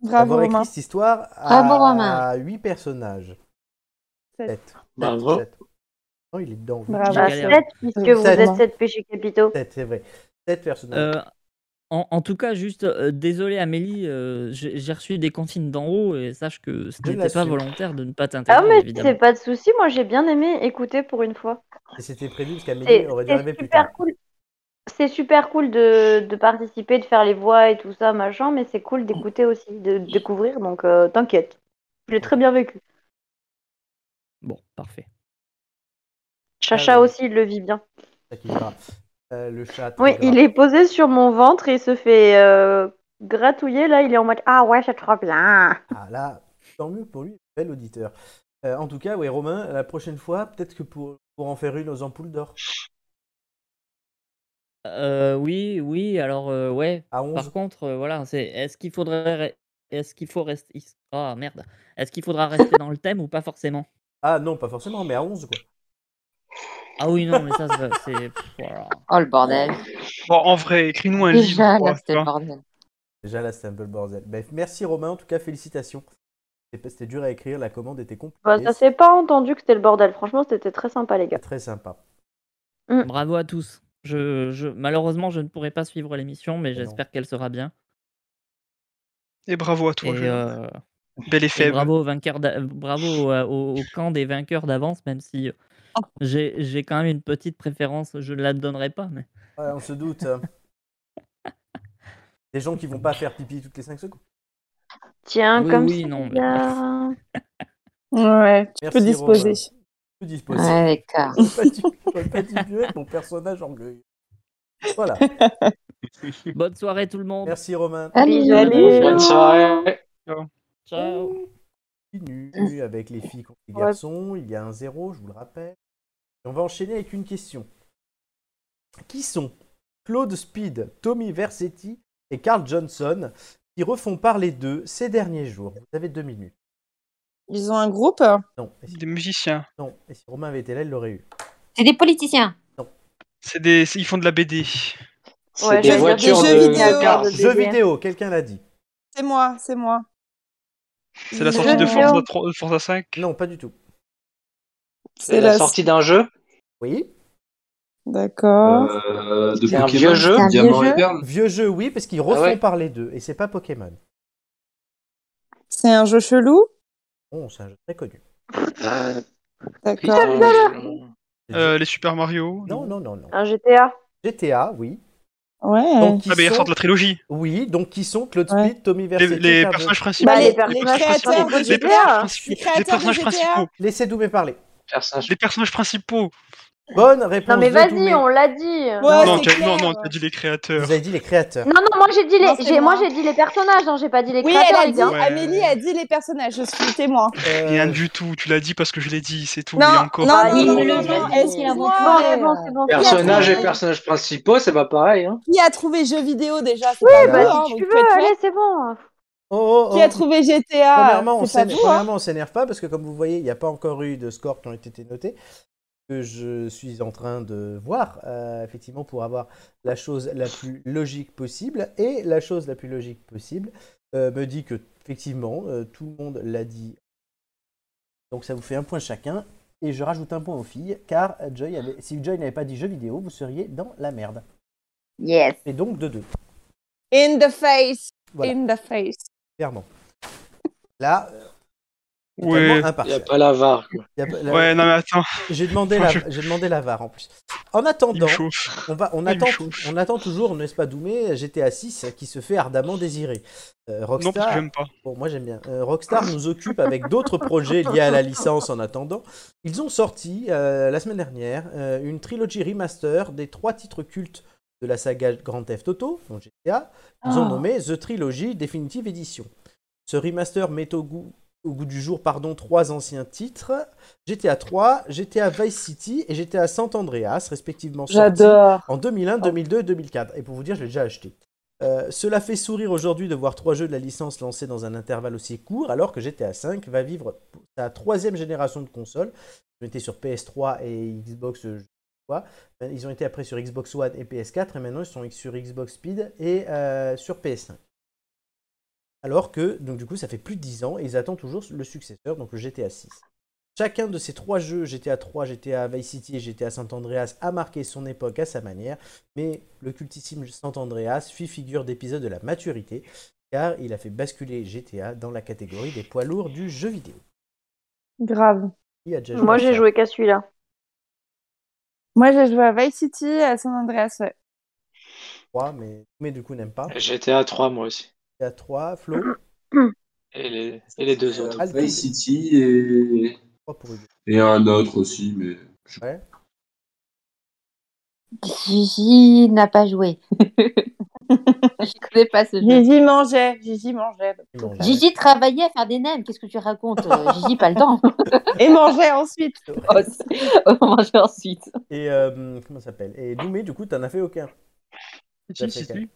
S14: Bravo,
S1: d'avoir écrit
S14: Romain.
S1: cette histoire
S14: Bravo,
S1: à
S14: Romain.
S1: huit personnages.
S4: Sept.
S1: Sept.
S6: Bravo.
S1: Sept. Non, il est dedans.
S14: Bravo.
S4: Bah,
S14: Bah, J'ai galéré.
S4: sept, puisque vous
S1: Sept.
S4: êtes sept péchés capitaux.
S1: Sept, c'est vrai. Sept personnages.
S14: Euh, en, en tout cas, juste euh, désolé Amélie, euh, j'ai j'ai reçu des consignes d'en haut et sache que ce
S1: Je
S14: n'était pas
S1: l'assume.
S14: volontaire de ne pas
S4: Ah
S14: t'interrompre.
S4: mais c'est
S14: évidemment.
S4: pas de souci, moi j'ai bien aimé écouter pour une fois.
S1: Et C'était prévu parce qu'Amélie
S4: C'est
S1: aurait dû
S4: c'est
S1: arriver plus tard.
S4: super cool. C'est super cool de, de participer, de faire les voix et tout ça, machin, mais c'est cool d'écouter aussi, de découvrir, donc euh, t'inquiète. Je l'ai très bien vécu.
S14: Bon, parfait.
S1: Ah
S4: Chacha aussi, il le vit bien.
S1: Ça qui va. Euh, le chat.
S4: Oui, il est posé sur mon ventre et il se fait euh, gratouiller, là, il est en mode Ah ouais, c'est trop bien.
S1: Ah là, tant mieux pour lui, bel auditeur. Euh, en tout cas, ouais, Romain, la prochaine fois, peut-être que pour, pour en faire une aux ampoules d'or.
S14: Euh, oui, oui, alors euh, ouais.
S1: À 11.
S14: Par contre, euh, voilà, c'est est-ce qu'il faudrait re- est-ce qu'il faut rester is- Ah merde. Est-ce qu'il faudra rester dans le thème ou pas forcément
S1: Ah non, pas forcément, mais à 11 quoi.
S14: Ah oui, non, mais ça ça, c'est pff, voilà.
S2: Oh le bordel.
S5: Bon, en vrai, écris-nous un livre.
S2: Déjà,
S5: quoi,
S2: là,
S5: tu
S2: c'était le
S5: vois.
S2: bordel.
S1: Déjà là, c'était un peu le bordel. Ben, merci Romain, en tout cas, félicitations. C'était pas- C'était dur à écrire, la commande était compliquée.
S4: Bah, ça s'est pas entendu que c'était le bordel, franchement, c'était très sympa, les gars.
S1: Très sympa.
S4: Mm.
S14: Bravo à tous. Je, je- malheureusement, je ne pourrai pas suivre l'émission, mais j'espère qu'elle sera bien.
S5: Et bravo à toi.
S14: Et,
S5: Jules.
S14: euh,
S5: Belle et
S14: et
S5: faible.
S14: bravo aux vainqueurs d'a- bravo euh, au, au camp des vainqueurs d'avance, même si euh,
S4: Oh.
S14: j'ai j'ai quand même une petite préférence, je ne la donnerai pas. Mais...
S1: Ouais, on se doute.
S4: <laughs>
S1: hein. Des gens qui vont pas faire pipi toutes les 5 secondes.
S4: Tiens,
S14: Oui,
S4: Hein, comme
S14: oui,
S4: ça,
S14: non, mais-
S4: là.
S8: Ouais, tu
S1: Merci,
S8: peux disposer.
S1: Romain. Tu peux disposer.
S2: Ouais, d'accord.
S1: J'aurais pas dû- j'aurais pas dû mieux être mon personnage orgueilleux. Voilà.
S14: <laughs> Bonne soirée tout le monde.
S1: Merci Romain.
S2: Allez, allez.
S6: Bonne soirée.
S14: Ciao.
S1: continue avec les filles contre les
S14: Ouais.
S1: garçons. Il y a un zéro, je vous le rappelle. Et on va enchaîner avec une question. Qui sont Claude Speed, Tommy Versetti et Carl Johnson qui refont parler d'eux ces derniers jours Vous avez deux minutes.
S8: Ils ont un groupe
S1: Non. Et si-
S5: Des musiciens.
S1: Non. Et si Romain avait été là, il l'aurait eu.
S2: C'est des politiciens.
S5: C'est des... c'est- Ils font de la BD.
S1: C'est Ouais, des j'allais dire voitures des jeux de- vidéo. de cartes. Jeux vidéo, quelqu'un l'a dit.
S8: C'est moi, c'est moi.
S5: C'est la
S8: Jeux
S5: sortie de euh,
S8: vidéo.
S5: Forza, 3 Forza 5
S1: Non, pas du tout.
S6: C'est la sortie d'un jeu
S1: Oui.
S8: D'accord.
S7: Euh, de
S1: C'est un
S7: Pokémon,
S1: vieux jeu
S7: Diamant Ah et Perle.
S1: Vieux jeu, oui, parce qu'ils refont
S8: ouais.
S1: parler d'eux, et c'est pas Pokémon.
S8: C'est un jeu chelou
S1: Bon, Oh, c'est un jeu très connu.
S8: D'accord.
S5: Euh, les Super Mario
S1: Non, non, non. non.
S4: Un GTA
S1: GTA, oui.
S8: Ouais.
S1: Donc, ils
S5: Ah, bah, ils
S1: sont-
S5: ressortent la trilogie.
S1: Oui, donc qui sont Claude Speed, Tommy
S5: Les,
S1: Versetti.
S5: les
S1: Cardo-
S5: personnages principaux. les
S1: Les
S5: personnages principaux. Les personnages principaux.
S1: Laissez Doumé parler.
S5: Les personnages principaux.
S1: Bonne réponse.
S9: Non mais
S1: de
S9: vas-y,
S1: Doumé.
S9: on l'a dit.
S5: non, tu as- non, non, t'as dit les créateurs.
S1: Vous avez dit les créateurs.
S5: Euh,
S9: Non, non, moi j'ai dit
S8: Non,
S9: les,
S8: c'est
S9: j'ai-
S8: moi.
S9: moi j'ai dit les personnages, non, j'ai pas dit les
S8: Oui, elle
S9: créateurs,
S8: a
S9: les
S8: dit,
S9: gars.
S8: Amélie a dit les personnages, je suis témoin.
S1: Euh,
S5: Rien du tout. Tu l'as dit parce que je l'ai dit, c'est tout.
S8: Non,
S5: et encore.
S8: non, non, non,
S9: Mais
S8: non,
S9: vas-y,
S8: non, excuse-moi.
S9: c'est bon, c'est bon, c'est bon.
S6: Personnages et personnages principaux, c'est pas pareil. Hein.
S8: Qui a trouvé jeux vidéo déjà
S9: Oui,
S8: C'est pas
S9: bah,
S8: vous,
S9: si
S8: hein,
S9: tu
S8: donc
S9: veux,
S8: faites-le.
S9: allez, c'est bon.
S1: Oh, oh, oh.
S8: Qui a trouvé GTA
S1: Premièrement, on
S8: C'est pas
S1: s'énerve,
S8: vous, hein.
S1: premièrement, on s'énerve pas parce que comme vous voyez, il n'y a pas encore eu de scores qui ont été notés que je suis en train de voir euh, effectivement pour avoir la chose la plus logique possible et la chose la plus logique possible euh, me dit que effectivement euh, tout le monde l'a dit. Donc ça vous fait un point chacun et je rajoute un point aux filles car Joy avait- si Joy n'avait pas dit jeu vidéo, vous seriez dans la merde.
S9: Yes.
S1: Et donc de deux.
S8: In the face.
S1: Voilà.
S8: In the face.
S1: clairement. Là,
S5: Ouais.
S1: Il n'y a
S6: pas la VAR.
S5: Ouais, non, mais attends.
S1: J'ai demandé,
S5: Moi,
S1: la...
S5: je-
S1: j'ai demandé la VAR en plus. En attendant, on, va, on, attend, on attend toujours, n'est-ce pas, Doumé, GTA 6 qui se fait ardemment désirer. Euh, Rockstar...
S5: parce que j'aime pas.
S1: Bon, moi j'aime bien. Euh, Rockstar nous occupe avec d'autres projets liés à la licence en attendant. Ils ont sorti euh, la semaine dernière euh, une trilogie remaster des trois titres cultes de la saga Grand Theft Auto, donc GTA. Ils ont
S15: Ah.
S1: nommé The Trilogy Definitive Edition. Ce remaster met au goût, au goût du jour pardon, trois anciens titres, GTA 3, GTA Vice City et GTA San Andreas, respectivement sortis
S8: J'adore.
S1: en 2001, 2002 et 2004. Et pour vous dire, je l'ai déjà acheté. Euh, cela fait sourire aujourd'hui de voir trois jeux de la licence lancés dans un intervalle aussi court, alors que GTA V va vivre sa troisième génération de consoles. Ils ont été sur PS3 et Xbox, euh, je sais pas. Euh, Ils ont été après sur Xbox One et PS4, et maintenant ils sont sur Xbox Speed et euh, sur PS5. Alors que, donc du coup, ça fait plus de 10 ans et ils attendent toujours le successeur, donc le GTA 6. Chacun de ces trois jeux, GTA 3, GTA Vice City et GTA San Andreas, a marqué son époque à sa manière, mais le cultissime San Andreas fit figure d'épisode de la maturité, car il a fait basculer GTA dans la catégorie des poids lourds du jeu vidéo.
S8: Grave.
S1: Qui a déjà
S4: Moi
S1: à
S4: j'ai
S1: ça
S4: joué qu'à celui-là.
S8: Moi, j'ai joué à Vice City, à San Andreas.
S9: <laughs>
S8: ouais.
S1: 3, mais, mais du coup n'aime pas.
S6: GTA 3, moi aussi.
S1: GTA 3, Flo,
S6: Et les, et les deux autres.
S1: Alton,
S7: Vice City et... et un autre aussi, mais.
S1: Ouais.
S2: Gigi n'a pas joué. Je connais pas ce jeu.
S8: Gigi mangeait. Gigi mangeait.
S2: Gigi travaillait à faire des nems. Qu'est-ce que tu
S1: <laughs>
S2: racontes euh, Gigi, pas le temps.
S8: Et mangeait ensuite.
S2: On mangeait ensuite.
S1: et euh, comment ça s'appelle Et Doumé, du coup, t'en as fait aucun. T'as
S5: Si,
S1: fait
S5: si,
S1: quel
S5: si.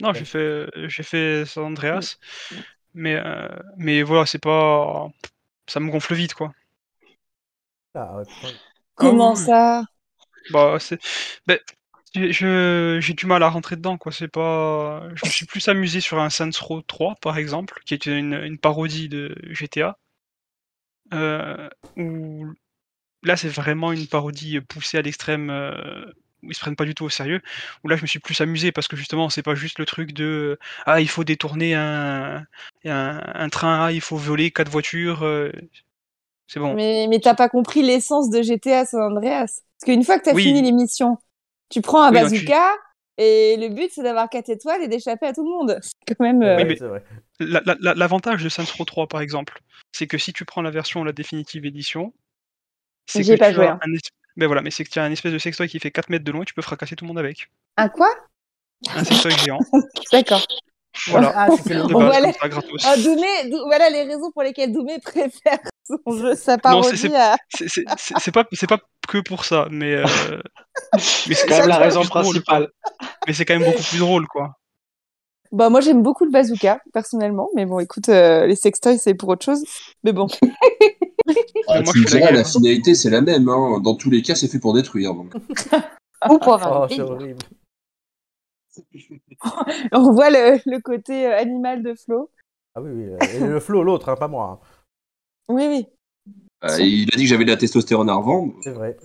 S5: Non, j'ai fait, euh, j'ai fait San Andreas, mais, euh, mais voilà, c'est pas, ça me gonfle vite, quoi.
S1: Ah, ouais, putain.
S8: Comment ça
S5: Bah, c'est, ben, j'ai- je, j'ai du mal à rentrer dedans, quoi. C'est pas, je me suis plus amusé sur un Saints Row 3, par exemple, qui est une, une parodie de GTA, euh, où là, c'est vraiment une parodie poussée à l'extrême. euh, où ils se prennent pas du tout au sérieux, où là je me suis plus amusé parce que justement c'est pas juste le truc de euh, ah il faut détourner un, un, un train, ah il faut voler quatre voitures, euh, c'est bon.
S8: Mais, mais t'as pas compris l'essence de GTA San Andreas. Parce qu'une fois que t'as
S5: Oui.
S8: fini l'émission, tu prends un
S5: Oui, non, tu-
S8: bazooka et le but c'est d'avoir quatre étoiles et d'échapper à tout le monde. C'est quand même. euh,
S5: Oui, mais la- la- la- l'avantage de Saints Row 3, par exemple, c'est que si tu prends la version, la définitive édition, c'est
S8: J'y ai
S5: que
S8: pas
S5: tu
S8: joué,
S5: as
S8: hein.
S5: un es- ben voilà, mais c'est que tu as un espèce de sextoy qui fait 4 mètres de long et tu peux fracasser tout le monde
S8: <laughs>
S5: avec.
S8: Un quoi
S5: Un sextoy géant.
S8: D'accord.
S5: Voilà.
S8: Ah, c'est
S5: De
S8: le-
S5: base,
S8: On voit
S5: comme
S8: les-
S5: ça, gratos.
S8: Ah, Doumé, Dou- voilà les raisons pour lesquelles Doumé préfère son jeu, sa
S5: Non,
S8: parodie
S5: c'est- c'est
S8: à.
S5: c'est- c'est- c'est- c'est pas, c'est pas que pour ça, mais,
S8: <laughs>
S5: euh, mais c'est
S6: quand même la
S5: beaucoup
S6: raison
S5: plus drôle,
S6: principale.
S5: quoi. mais c'est quand même beaucoup plus drôle, quoi.
S8: Bah moi j'aime beaucoup le bazooka personnellement, mais bon écoute euh, les sextoys c'est pour autre chose, mais bon.
S7: Ah,
S5: moi,
S7: tu me
S5: je fais la
S7: diras, la
S5: guerre.
S7: finalité c'est la même. Hein. Dans tous les cas, c'est fait pour détruire. Donc.
S2: <laughs> Ou pour
S1: Oh,
S2: avoir
S1: c'est horrible.
S8: <laughs> On voit le, le côté euh, animal de Flo.
S1: Ah oui, oui. euh, et le Flo, l'autre, hein, pas moi. hein.
S8: Oui oui.
S7: Euh, il a dit que j'avais de la testostérone à revendre.
S1: C'est vrai.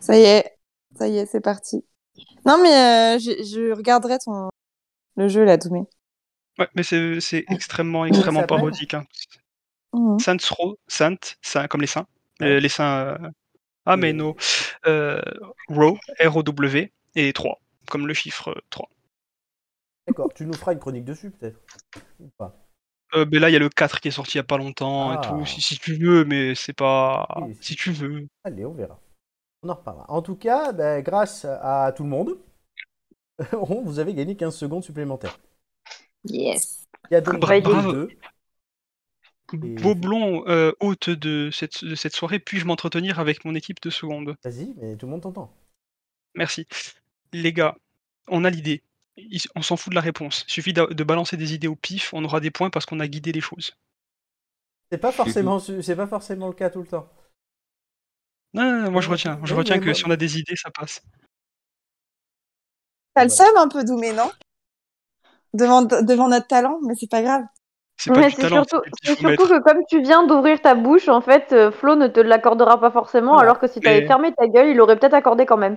S8: Ça y est, ça y est, c'est parti. Non, mais euh, je, je regarderai ton... le jeu là, Doumé.
S5: Ouais, mais c'est c'est extrêmement, extrêmement
S8: s'appelle
S5: parodique. Hein.
S8: Mhm.
S5: Saints Row, Saint, Saint, comme les saints. Euh, les saints. euh, Ah, mais non. Euh, Row, R-O-W, et 3, comme le chiffre euh, 3.
S1: D'accord, tu nous feras une chronique dessus peut-être. Ou pas.
S5: Euh, mais là, il y a le 4 qui est sorti il n'y a pas longtemps
S1: Ah.
S5: et tout, si, si tu veux, mais c'est pas. Si tu veux.
S1: Allez, on verra. On en reparlera. En tout cas, ben, grâce à tout le monde, <laughs> on- vous avez gagné 15 secondes supplémentaires.
S2: Yes.
S1: Il y a donc
S5: Bra- Ah, bravo.
S1: 2
S5: Beau blond, euh, hôte de cette, de cette soirée, puis-je m'entretenir avec mon équipe de secondes
S1: Vas-y, mais tout le monde t'entend.
S5: Merci. Les gars, on a l'idée. Il- On s'en fout de la réponse. Il suffit d'a- de balancer des idées au pif, on aura des points parce qu'on a guidé les choses.
S1: C'est pas forcément, c'est pas forcément le cas tout le temps.
S5: Non, non, non, moi je retiens. Je
S1: Oui,
S5: retiens
S1: mais
S5: que
S1: moi-
S5: si on a des idées, ça
S1: <laughs>
S5: passe.
S8: Ça le somme un peu, Doumé, non devant, devant notre talent, mais c'est pas grave.
S5: C'est pas
S4: Ouais,
S5: du
S4: c'est
S5: talent,
S4: surtout,
S5: c'est
S4: c'est
S5: des petits
S4: surtout que comme tu viens d'ouvrir ta bouche, en fait, euh, Flo ne te l'accordera pas forcément, alors que si tu avais
S5: mais-
S4: fermé ta gueule, il aurait peut-être accordé quand même.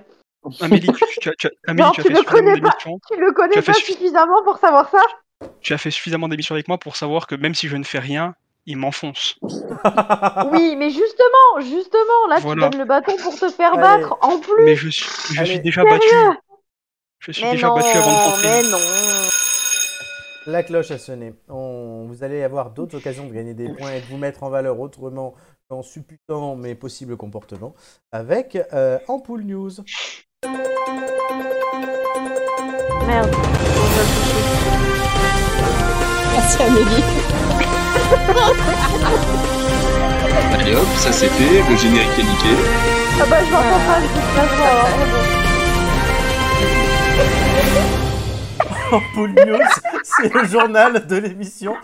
S5: Amélie, tu, tu as, tu as- Amélie,
S4: Non,
S5: tu as fait
S4: tu le
S5: suffisamment
S4: connais pas.
S5: d'émissions.
S4: Tu le
S5: Tu
S4: connais
S5: as fait
S4: pas
S5: suffi-
S4: suffisamment pour
S5: <laughs>
S4: savoir ça
S5: Tu as fait suffisamment d'émissions avec moi pour savoir que même si je ne fais rien, il m'enfonce.
S4: Oui, mais justement, justement, là,
S5: Voilà.
S4: tu donnes le bâton pour te faire
S5: Allez.
S4: battre en plus.
S5: Mais je suis, je suis déjà
S4: Sérieux
S5: battu. Je suis
S4: mais
S5: déjà
S4: non,
S5: battu avant de tenter.
S4: mais non.
S1: La cloche a sonné. On- Vous allez avoir d'autres occasions de gagner des points et de vous mettre en valeur autrement qu'en supputant mes possibles comportements avec euh, Ampoule News.
S4: Merde.
S8: Merci Amélie.
S7: Allez hop, ça c'est fait, le générique est niqué.
S4: Ah bah, je m'entends pas, je suis pas bon, alors,
S1: Ampoule News, c'est le journal de l'émission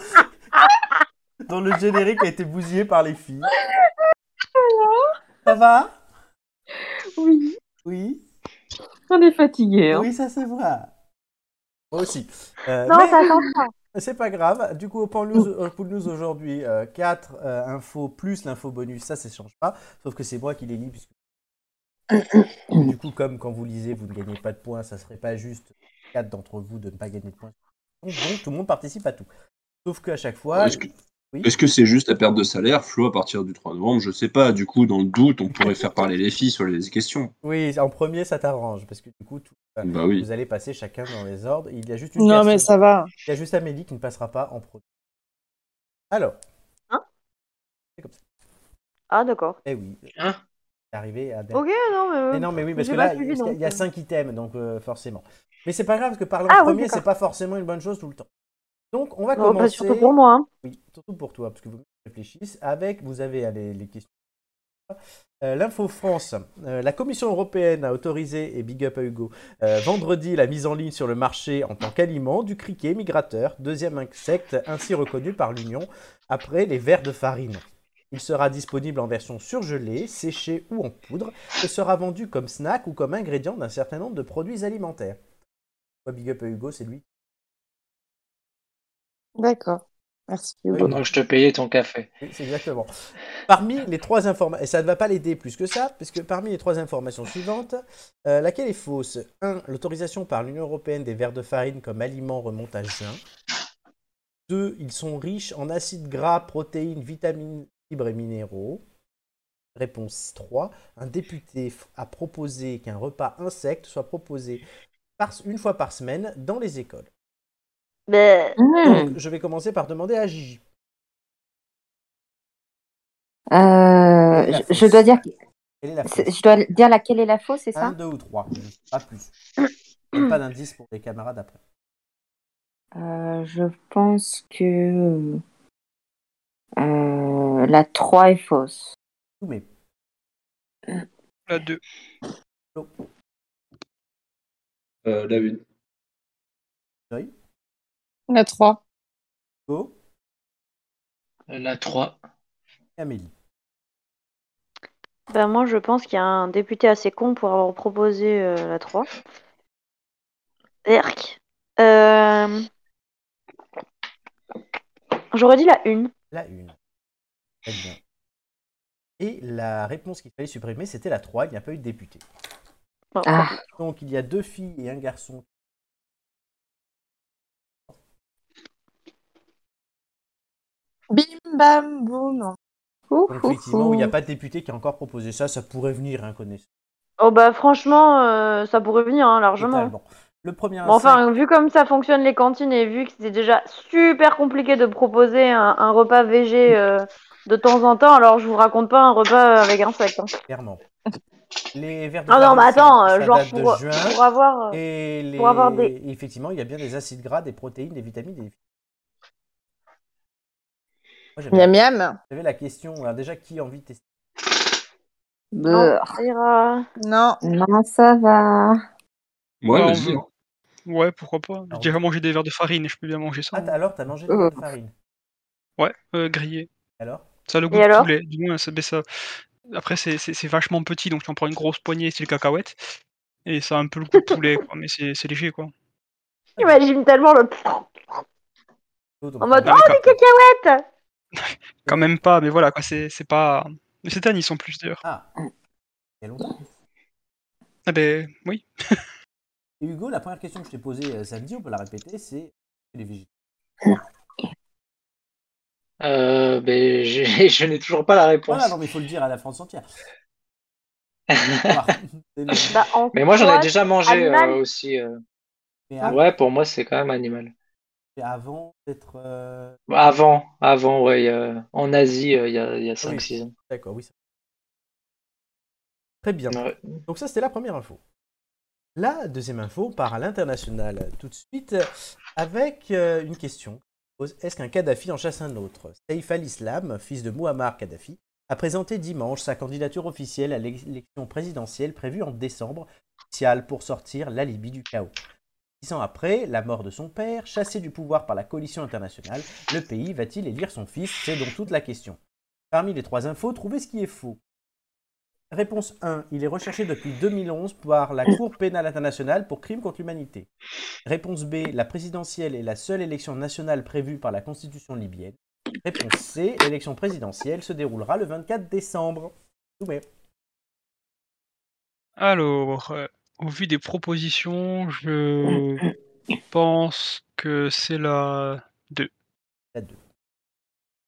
S1: dont le générique a été bousillé par les filles. Ça va
S16: Oui.
S1: Oui.
S16: On est fatigué. hein.
S1: Oui, ça se voit. Moi aussi. Euh,
S16: Non,
S1: mais-
S16: ça attend
S1: C'est pas grave. Du coup, au Pan News, au Pool News aujourd'hui, 4 infos plus l'info bonus, ça, ça change pas. Sauf que c'est moi qui les lis. Puisque... du coup, comme quand vous lisez, vous ne gagnez pas de points, ça serait pas juste 4 d'entre vous de ne pas gagner de points. Donc, tout le monde participe à tout. Sauf qu'à chaque fois.
S7: Est-ce que est-ce que c'est juste la perte de salaire, Flo, à partir du 3 novembre Je sais pas, du coup, dans le doute, on pourrait faire parler les filles sur les questions.
S1: Oui, en premier, ça t'arrange. Parce que du coup, tout- euh,
S7: Bah oui.
S1: vous allez passer chacun dans les ordres. Il y a juste une
S8: Non,
S1: personne-
S8: mais ça va.
S1: Il y a juste Amélie qui ne passera pas en premier. Alors.
S4: Ah, d'accord.
S1: Eh oui.
S7: Hein
S1: C'est arrivé à
S4: <laughs> Ok, non, mais. euh,
S1: Mais non, mais oui, parce
S4: j'ai
S1: que
S4: pas
S1: là,
S4: suivi,
S1: parce qu'il
S4: donc,
S1: y a
S4: euh.
S1: 5 items, donc euh, forcément. Mais c'est pas grave, parce que parler en
S4: Ah oui,
S1: premier,
S4: d'accord.
S1: c'est pas forcément une bonne chose tout le temps. Donc, on va
S4: Non, bah,
S1: commencer.
S4: surtout pour moi, hein.
S1: Oui, surtout pour toi, parce que vous réfléchissez. Avec, vous avez euh, les, les questions. Euh, L'info France. Euh, la Commission européenne a autorisé, et big up à Hugo, euh, vendredi la mise en ligne sur le marché en tant qu'aliment du criquet migrateur, deuxième insecte ainsi reconnu par l'Union après les vers de farine. Il sera disponible en version surgelée, séchée ou en poudre et sera vendu comme snack ou comme ingrédient d'un certain nombre de produits alimentaires. Ouais, Big up à Hugo, c'est lui.
S8: D'accord. Merci Hugo.
S1: bah.
S6: Pendant que je te payais ton café.
S1: Oui, c'est exactement. Parmi les trois informations, et ça ne va pas l'aider plus que ça, parce que parmi les trois informations suivantes, euh, laquelle est fausse 1. L'autorisation par l'Union européenne des vers de farine comme aliment remonte à juin. 2. Ils sont riches en acides gras, protéines, vitamines, fibres et minéraux. Réponse 3. Un député f- a proposé qu'un repas insecte soit proposé par- une fois par semaine dans les écoles.
S4: Mais...
S1: Donc, je vais commencer par demander à Gigi.
S2: Euh, je- je dois dire,
S1: Quelle est la
S2: c'est- je dois dire laquelle est la fausse, c'est ça
S1: 1, 2 ou 3, pas plus. Il n'y a pas d'indice pour les camarades après.
S2: Euh, je pense que euh, la 3 est fausse.
S1: Mais
S5: La 2.
S7: Euh, la une.
S8: La 3.
S1: Hugo
S6: La 3.
S1: Amélie.
S4: Ben, moi, je pense qu'il y a un député assez con pour avoir proposé euh, la 3. Erk. Euh, J'aurais dit la 1.
S1: La une. Très bien. Et la réponse qu'il fallait supprimer, c'était la 3. Il n'y a pas eu de député.
S2: Ah.
S1: Donc il y a deux filles et un garçon.
S8: Bim bam boum.
S1: Donc, effectivement, où il n'y a pas de député qui a encore proposé ça. Ça pourrait venir, hein, connaissez.
S4: Oh bah franchement, euh, ça pourrait venir hein, largement.
S1: Totalement. Le premier
S4: Bon, enfin,
S1: insecte-
S4: vu comme ça fonctionne les cantines et vu que c'est déjà super compliqué de proposer un, un repas végé euh, de temps en temps, alors je vous raconte pas un repas avec insectes. hein.
S1: Clairement. Les verres de
S4: Ah
S1: Paris,
S4: non, mais attends,
S1: ça-
S4: euh,
S1: ça
S4: genre
S1: date de
S4: pour,
S1: juin.
S4: pour avoir. euh,
S1: Et les-
S4: pour avoir des-
S1: Effectivement, il y a bien des acides gras, des protéines, des vitamines. Des... Moi, j'aime
S8: Miam
S1: bien.
S8: miam.
S1: Vous savez, la question, alors déjà, qui a envie de tester
S8: Non,
S4: ça ira.
S8: Non.
S2: Non, ça va.
S7: Ouais,
S5: Bah,
S7: vas-y. hein.
S5: on- Ouais, pourquoi pas. J'ai déjà mangé des verres de farine, je peux bien manger ça.
S1: alors, Ah, t'as mangé
S5: des
S4: Euh.
S5: verres de
S1: farine
S5: Ouais, euh, grillé.
S1: Alors
S5: Ça a le goût
S4: Et
S5: de
S4: alors
S5: poulet, du moins, ça, mais ça... Après, c'est- c'est c'est vachement petit, donc tu en prends une grosse poignée, c'est le cacahuète. Et ça a un peu le goût de poulet, quoi, mais c'est c'est léger, quoi.
S4: Imagine tellement le. En mode
S5: Ah,
S4: Oh,
S5: mais
S4: des cacahuètes
S5: Quand même pas, mais voilà, quoi, c'est c'est pas... Mais cette année, ils sont plus, d'ailleurs.
S1: Ah, il y a longtemps.
S5: Ah ben, oui.
S1: Et Hugo, la première question que je t'ai posée euh, samedi, on peut la répéter, c'est les végétariens.
S6: Euh, ben, j'ai- <laughs> je n'ai toujours pas la réponse.
S1: Voilà, non, mais il faut le dire à la France
S6: <laughs>
S1: entière.
S6: mais moi, j'en ai
S1: soi,
S6: déjà mangé
S1: animal.
S6: euh, aussi. euh.
S1: Mais avant-
S6: Ouais, pour moi, c'est quand même animal.
S1: mais avant d'être. euh,
S6: Avant, avant, ouais, il y a- en Asie, euh, il y a, il y a
S1: oui,
S6: 5-6 ans.
S1: D'accord, oui. ça- Très bien. Donc, ça, c'était la première info. La deuxième info part à l'international tout de suite avec euh, une question. Est-ce qu'un Kadhafi en chasse un autre Saif al-Islam, fils de Muammar Kadhafi, a présenté dimanche sa candidature officielle à l'élection présidentielle prévue en décembre, spéciale pour sortir la Libye du chaos. Six ans après la mort de son père, chassé du pouvoir par la coalition internationale, le pays va-t-il élire son fils C'est donc toute la question. Parmi les trois infos, trouvez ce qui est faux. Réponse 1. Il est recherché depuis 2011 par la Cour pénale internationale pour crimes contre l'humanité. Réponse B. La présidentielle est la seule élection nationale prévue par la Constitution libyenne. Réponse C. L'élection présidentielle se déroulera le 24 décembre. Zoomé.
S5: Alors, euh, au vu des propositions, je
S4: <coughs>
S5: pense que c'est la 2.
S1: La 2.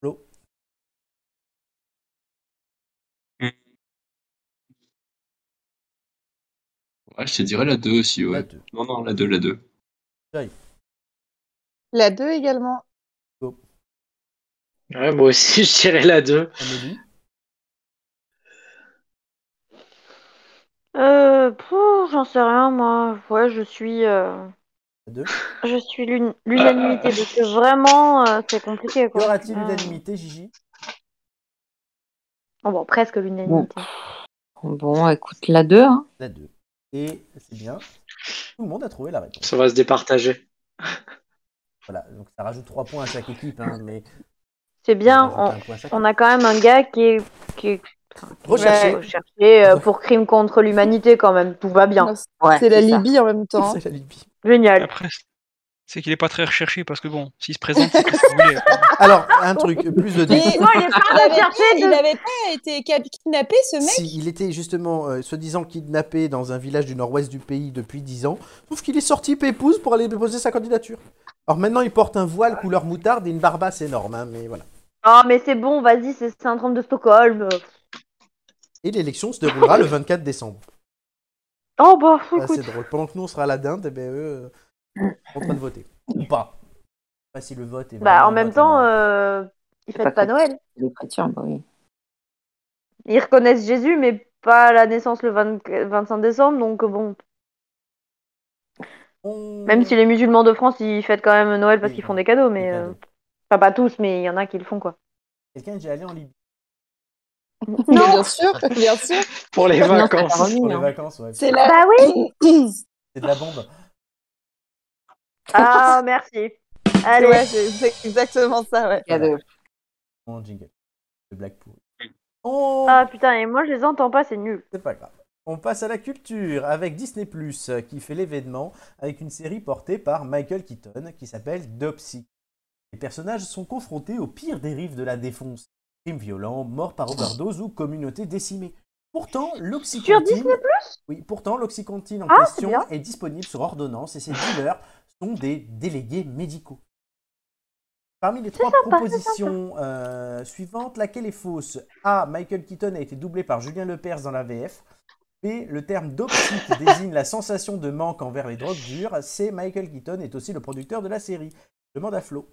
S7: Mmh. Ouais, je te dirais la 2 aussi, ouais.
S1: La deux.
S7: Non, non, la 2, la 2.
S8: La 2 également.
S6: Ouais, moi aussi, <laughs> je dirais la 2.
S4: Euh, pouf, j'en sais rien, moi. Ouais, je suis. euh,
S1: Deux.
S4: Je suis l'un- l'unanimité, parce que vraiment, euh, c'est compliqué, quoi.
S1: Euh, Y aura-t-il
S4: Euh,
S1: unanimité, Gigi
S4: oh, bon, presque l'unanimité.
S2: Bon, écoute, la 2. Hein.
S1: La 2. Et c'est bien. Tout le monde a trouvé la réponse.
S6: Ça va se départager.
S1: Voilà, donc ça rajoute 3 points à chaque équipe, hein, mais
S4: C'est bien,
S1: rajoute
S4: on,
S1: un point à chaque
S4: on a quand même un gars qui est. Qui est-
S1: Recherché.
S4: Ouais, recherché, euh, pour crime contre l'humanité, quand même. Tout va bien.
S8: c'est la Libye en même
S1: <laughs>
S8: temps.
S1: C'est la Libye.
S4: Génial.
S5: Après, c'est- c'est qu'il est pas très recherché parce que bon, s'il se présente, c'est parce qu'il voulait. quoi.
S1: <laughs> Alors, un truc, plus de
S8: Mais
S1: Moi,
S4: il est pas
S8: avait
S4: recherché
S8: pas-
S4: de-
S8: il avait pas été cap- kidnappé ce mec.
S1: Si, il était justement, euh, soi-disant, kidnappé dans un village du nord-ouest du pays depuis 10 ans, sauf qu'il est sorti pépouse pour aller déposer sa candidature. Alors maintenant, il porte un voile couleur moutarde et une barbasse énorme, hein, mais voilà.
S4: Ah, mais c'est bon, vas-y, c'est le syndrome de Stockholm.
S1: Et l'élection se déroulera le 24 décembre.
S4: Oh, bah,
S1: Ah,
S4: écoute.
S1: c'est drôle. Pendant que nous, on sera à la dinde, et ben eux, euh, en train de voter. Ou pas. Je sais pas si le vote est
S4: Bah,
S1: vraiment
S4: en
S1: un
S4: même
S1: vote.
S4: temps, euh, ils fêtent pas Noël.
S2: L'écriture, bah oui.
S4: Ils reconnaissent Jésus, mais pas la naissance le 20 25 décembre, donc euh, bon. Même si les musulmans de France, ils fêtent quand même Noël parce qu'ils font des cadeaux, mais. euh, Enfin, pas tous, mais il y en a qui le font, <laughs> quoi.
S1: Quelqu'un est déjà allé en Libye.
S8: Mais bien sûr, bien sûr.
S6: Pour les
S8: Ah, Non,
S6: vacances.
S8: c'est pas remis,
S1: Pour les
S8: hein.
S1: vacances, ouais.
S8: C'est la...
S4: Bah
S8: oui. <coughs>
S1: C'est de la bombe.
S4: Ah, merci. Allez.
S8: Ouais, c'est c'est exactement ça, ouais.
S1: Mon jingle. Le blague pourri.
S4: Ah, putain, et moi, je les entends pas, c'est nul.
S1: C'est pas grave. On passe à la culture avec Disney Plus qui fait l'événement avec une série portée par Michael Keaton qui s'appelle Dopsy. Les personnages sont confrontés aux pires dérives de la défonce. Crime violent, mort par overdose ou communauté décimée. Pourtant,
S9: Sur
S1: l'oxycontine.
S9: Disney Plus
S1: Oui, pourtant, l'oxycontine en
S9: Ah, c'est
S1: question
S9: bien.
S1: est disponible sur ordonnance et ses dealers sont des délégués médicaux. Parmi les trois propositions euh, suivantes, laquelle est fausse A. Michael Keaton a été doublé par Julien Lepers dans la VF. B. Le terme d'optique désigne la sensation de manque envers les drogues dures. C. Michael Keaton est aussi le producteur de la série. Demande à Flo.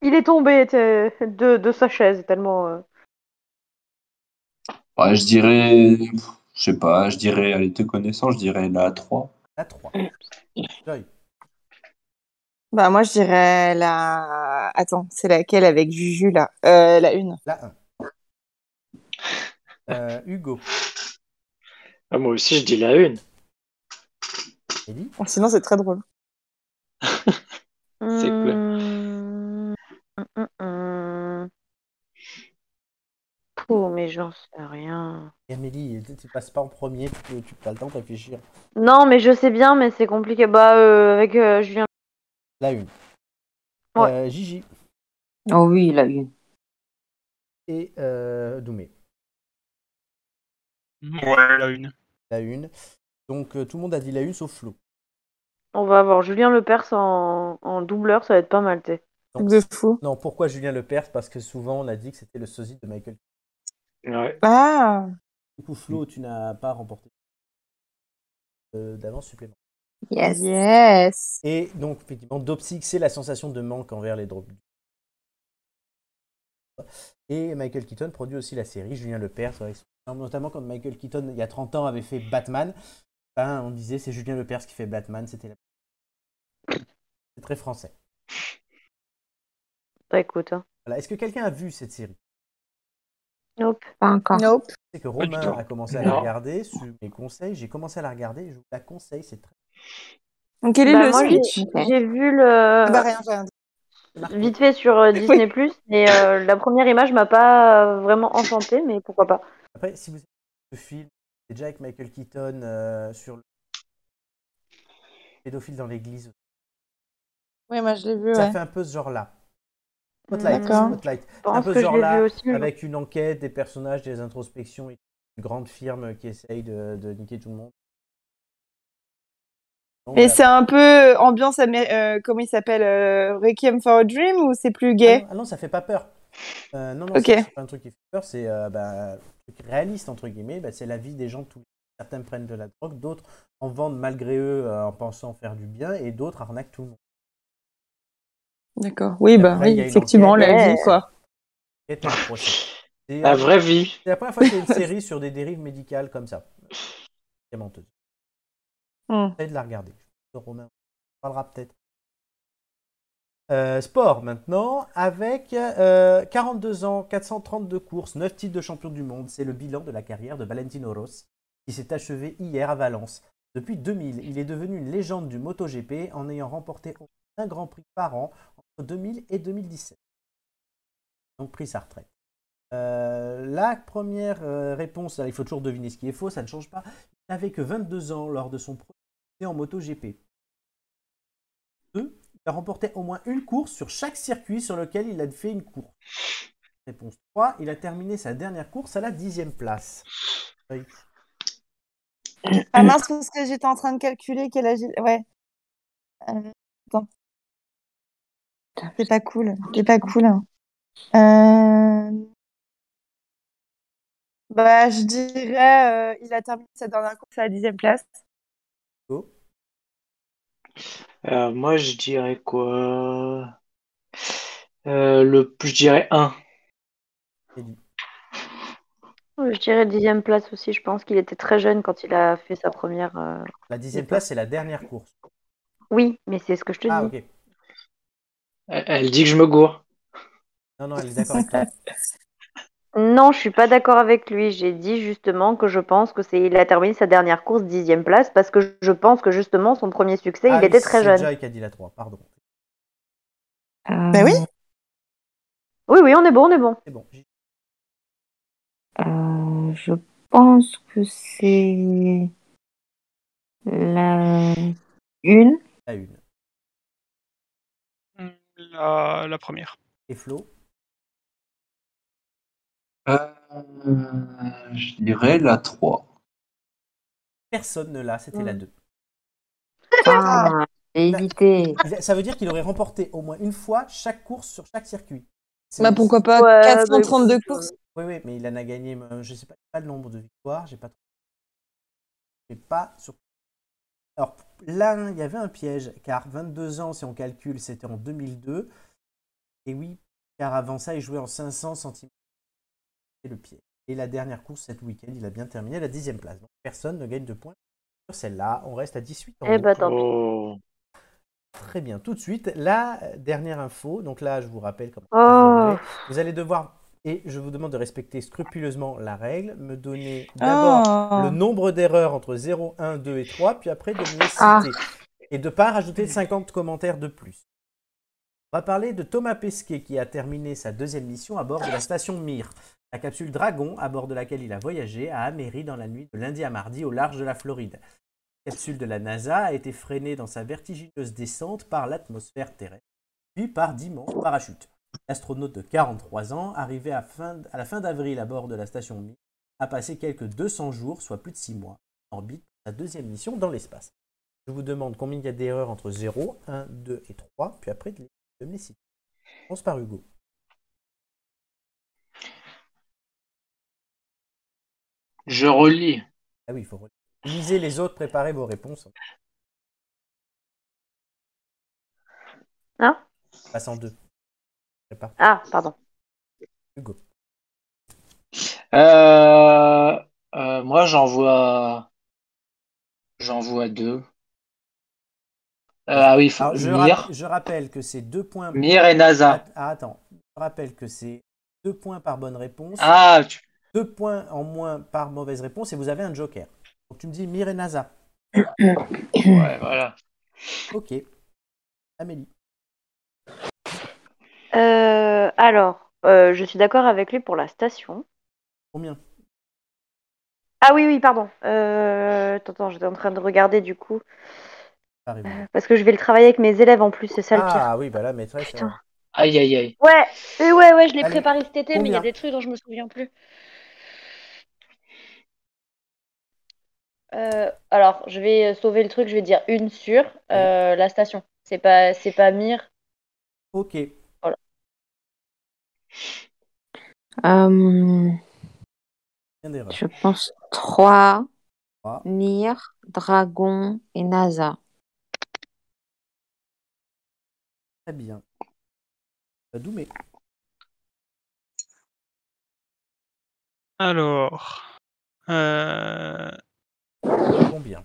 S4: Il est tombé t'es- de, de sa chaise tellement. euh,
S7: Ouais, je dirais. pff, Je sais pas, je dirais, allez, te connaissant, je dirais la 3.
S1: La 3. Joy.
S8: Bah moi je dirais la. Attends, c'est laquelle avec Juju là euh, La une.
S1: La un. Euh, Hugo.
S6: Ah, moi aussi, je dis la une.
S1: Oh,
S8: sinon c'est très drôle.
S6: C'est quoi
S4: hum, hum, hum. Pouh, mais j'en sais rien.
S1: Et Amélie, tu- tu passes pas en premier, tu peux, tu as le temps de réfléchir.
S4: Non, mais je sais bien, mais c'est compliqué. Bah, euh, avec euh, Julien.
S1: La une. Euh, Gigi
S17: Oh oui, la une.
S1: et euh, Doumé.
S5: Ouais, la une.
S1: La une. Donc euh, tout le monde a dit la une sauf Flo.
S4: On va avoir Julien Lepers en, en doubleur, ça va être pas mal, t'es.
S8: De fou.
S1: Non, pourquoi Julien Lepers Parce que souvent on a dit que c'était le sosie de Michael.
S6: Ouais.
S17: Bah
S8: Ah
S1: Du coup, Flo, tu n'as pas remporté euh, d'avance supplémentaire.
S8: Yes. Yes.
S1: Et donc, effectivement, Dopsic, c'est la sensation de manque envers les drogues. Et Michael Keaton produit aussi la série, Julien Lepers. ouais, ils sont- Notamment quand Michael Keaton, il y a 30 ans, avait fait Batman, ben, on disait c'est Julien Lepers qui fait Batman, c'était la... C'est très français.
S4: Bah, écoute. hein.
S1: Voilà. Est-ce que quelqu'un a vu cette série
S4: Nope.
S17: Pas encore.
S8: Nope.
S1: C'est que
S17: Pas du
S1: Romain
S17: tout.
S1: a commencé à la
S17: Non.
S1: regarder, sur mes conseils, j'ai commencé à la regarder, et je vous la conseille, c'est très...
S8: Donc, quel est
S4: Bah,
S8: le
S4: moi, j'ai-
S8: speech
S4: J'ai vu le.
S8: Ah bah, rien, j'ai rien Bah.
S4: Vite fait sur euh, Disney, mais euh, la première image m'a pas euh, vraiment enchantée, mais pourquoi pas.
S1: Après, si vous avez vu ce film, c'est déjà avec Michael Keaton euh, sur le pédophile dans l'église.
S8: Oui, moi je l'ai vu.
S1: Ça
S8: ouais.
S1: fait un peu ce genre-là. Spotlight,
S8: D'accord.
S1: Spotlight.
S8: Je
S1: C'est un
S8: pense
S1: peu ce
S8: que je l'ai
S1: genre-là,
S8: vu aussi, mais-
S1: avec une enquête, des personnages, des introspections, et une grande firme qui essaye de, de niquer tout le monde. Bon,
S8: Mais
S1: bah,
S8: c'est un peu ambiance, amé- euh, comment il s'appelle euh, Requiem for a Dream ou c'est plus gay
S1: Ah non, ça fait pas peur. Euh, non, non,
S8: Ok.
S1: c'est c'est pas un truc qui fait peur, c'est euh, bah, un truc réaliste, entre guillemets. Bah, c'est la vie des gens tous les jours. Certains prennent de la drogue, d'autres en vendent malgré eux euh, en pensant faire du bien, et d'autres arnaquent tout le monde.
S8: D'accord. Oui,
S1: Et
S8: bah
S1: après, il
S8: oui,
S1: y a une
S8: effectivement,
S1: enquête.
S8: la
S1: Ouais.
S8: vie, quoi.
S1: Et t'as un procès. C'est euh,
S6: La vraie vie.
S1: C'est la première fois qu'il
S6: <laughs>
S1: y a une série sur des dérives médicales comme ça. C'est menteuse.
S8: Hmm.
S1: J'essaie de la regarder. Je pense que Romain en parlera peut-être. Euh, sport maintenant, avec euh, 42 ans, 432 courses, 9 titres de champion du monde. C'est le bilan de la carrière de Valentino Rossi qui s'est achevé hier à Valence. Depuis 2000, il est devenu une légende du MotoGP en ayant remporté au moins un Grand Prix par an entre 2000 et 2017. Donc pris sa retraite. Euh, la première euh, réponse, alors, il faut toujours deviner ce qui est faux, ça ne change pas. Il n'avait que 22 ans lors de son premier essai en MotoGP. Deux, il a remporté au moins une course sur chaque circuit sur lequel il a fait une course. Réponse 3, il a terminé sa dernière course à la dixième place. Oui.
S8: Ah mince, parce que j'étais en train de calculer quel âge il... Ouais. Euh, attends. C'est pas cool. C'est pas cool. hein. Euh, Bah, je dirais, euh, il a terminé sa dernière course à la dixième place.
S6: Euh, moi, je dirais quoi? Euh, le, je dirais 1.
S4: Euh, Je dirais dixième place aussi, je pense qu'il était très jeune quand il a fait sa première. euh,
S1: La dixième
S4: départ.
S1: place, c'est la dernière course.
S4: Oui, mais c'est ce que je te
S1: Ah,
S4: dis.
S1: ok.
S6: Elle, elle dit que je me gourre.
S1: Non, non, elle est d'accord avec toi.
S8: <laughs>
S4: Non, je suis pas d'accord avec lui. J'ai dit justement que je pense que c'est il a terminé sa dernière course dixième place parce que je pense que justement son premier succès,
S1: Ah
S4: il
S1: oui,
S4: était très
S1: c'est
S4: jeune.
S1: Joy qui a dit la 3, pardon.
S17: Ben
S8: oui.
S4: Euh, Oui, oui, on est bon, on est bon.
S1: C'est bon.
S17: Euh, je pense que c'est la une.
S1: La une.
S5: la, la première.
S1: Et Flo
S7: Euh, je dirais la 3.
S1: Personne ne l'a,
S4: Mm.
S1: c'était la 2.
S17: Ah, j'ai hésité.
S1: Ça veut dire qu'il aurait remporté au moins une fois chaque course sur chaque circuit. C'est-
S10: Bah pourquoi pas
S1: Ouais,
S10: 432
S1: bah,
S10: courses
S1: Oui, oui, mais il en a gagné, euh, je sais pas, pas le nombre de victoires, j'ai pas. J'ai pas. sur- Alors là, il y avait un piège, car 22 ans, si on calcule, c'était en 2002. Et oui, car avant ça, il jouait en 500 cm. C'est le piège. Et la dernière course, cet week-end, il a bien terminé à la dixième place. Donc personne ne gagne de points sur celle-là. On reste à 18 en
S4: Eh
S1: haut.
S4: bah, tant pis.
S6: Oh.
S1: Très bien, tout de suite, la euh, dernière info. Donc là, je vous rappelle comment ça
S4: Oh.
S1: s'est joué. Vous allez devoir, et je vous demande de respecter scrupuleusement la règle, me donner d'abord
S8: Oh.
S1: le nombre d'erreurs entre 0, 1, 2 et 3, puis après de me les citer.
S8: Ah.
S1: Et de ne pas rajouter 50 commentaires de plus. On va parler de Thomas Pesquet qui a terminé sa deuxième mission à bord de la station Mir, la capsule Dragon à bord de laquelle il a voyagé à Améry dans la nuit de lundi à mardi au large de la Floride. La capsule de la NASA a été freinée dans sa vertigineuse descente par l'atmosphère terrestre, puis par d'immenses parachutes. L'astronaute de 43 ans, arrivé à, fin- à la fin d'avril à bord de la station Mir, a passé quelques 200 jours, soit plus de 6 mois, en orbite pour sa deuxième mission dans l'espace. Je vous demande combien il y a d'erreurs entre 0, 1, 2 et 3, puis après de les- de me les citer. Commence par Hugo.
S6: Je relis.
S1: Ah oui, il faut relire. Lisez les autres, préparez vos réponses.
S4: Hein
S1: Passe en deux. Prépare.
S4: Ah, pardon.
S1: Hugo.
S6: Euh, euh, moi, j'en <coughs> vois, j'en vois deux. Euh, ah oui, faut-
S1: Alors, je,
S6: Mir.
S1: rap- je rappelle que c'est deux points.
S6: Mir et NASA.
S1: Att- ah, attends. Je rappelle que c'est deux points par bonne réponse.
S6: Ah, tu-
S1: Deux points en moins par mauvaise réponse et vous avez un joker. Donc tu me dis Mir et NASA.
S6: ouais, voilà.
S1: Ok. Amélie.
S4: Euh, alors, euh, je suis d'accord avec lui pour la station.
S1: Combien
S4: Ah oui, oui, pardon. Euh, attends, attends, j'étais en train de regarder du coup.
S1: Arrive.
S4: Euh, Parce que je vais le travailler avec mes élèves en plus, c'est ça le pire.
S1: Ah oui, bah là, maîtresse.
S4: Putain.
S6: Aïe, aïe, aïe.
S4: Ouais, et ouais, ouais, je l'ai
S1: Allez,
S4: préparé cet été, mais il y
S1: combien
S4: a des trucs dont je me souviens plus. Euh, alors, je vais sauver le truc, je vais dire une sur euh, la station. C'est pas, c'est pas Mire.
S1: Ok.
S4: Voilà.
S17: Euh,
S1: Combien d'erreurs
S17: je pense 3,
S1: Trois.
S17: Mir, Dragon et NASA.
S1: Très bien. Euh, Doumé.
S5: Alors. euh,
S1: Combien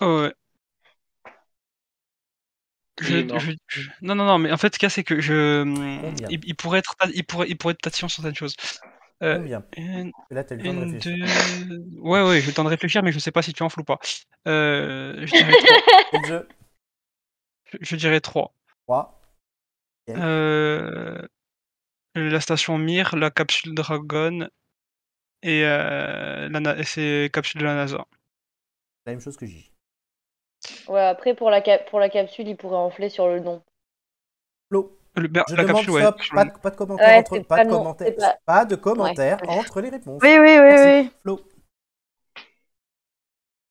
S5: oh, ouais. Je-
S6: Il est mort.
S5: je- je- Non, non, non, mais en fait, ce qu'il y a, c'est que je.
S1: Combien
S5: Il, il pourrait être, il, pourrait, il pourrait être patient sur certaines choses. Euh,
S1: Combien
S5: une-
S1: Parce que Là, t'as eu le temps de
S5: une,
S1: réfléchir.
S5: deux- Ouais, ouais, j'ai le temps de réfléchir, mais je sais pas si tu en fous ou pas. Euh, je dirais
S1: <laughs>
S5: 3.
S1: Quel jeu
S5: Je dirais 3.
S1: 3.
S5: Euh, la station Mir, la capsule Dragon et, euh, la na- et c'est capsule de la NASA.
S1: La même chose que J.
S4: Ouais, après, pour la, cap- pour la capsule, il pourrait enfler sur le nom.
S5: Le- ben,
S1: Je
S5: la
S1: demande
S5: capsule, ouais.
S1: stop,
S5: sur le-
S1: pas de, pas de commentaires,
S4: Ouais,
S1: entre,
S4: c'est
S1: pas
S4: pas
S1: de
S4: non,
S1: commentaires,
S4: c'est pas-
S1: pas de commentaires
S4: Ouais.
S1: entre les réponses.
S4: Oui, oui, oui,
S1: Merci.
S4: oui.
S1: Flo.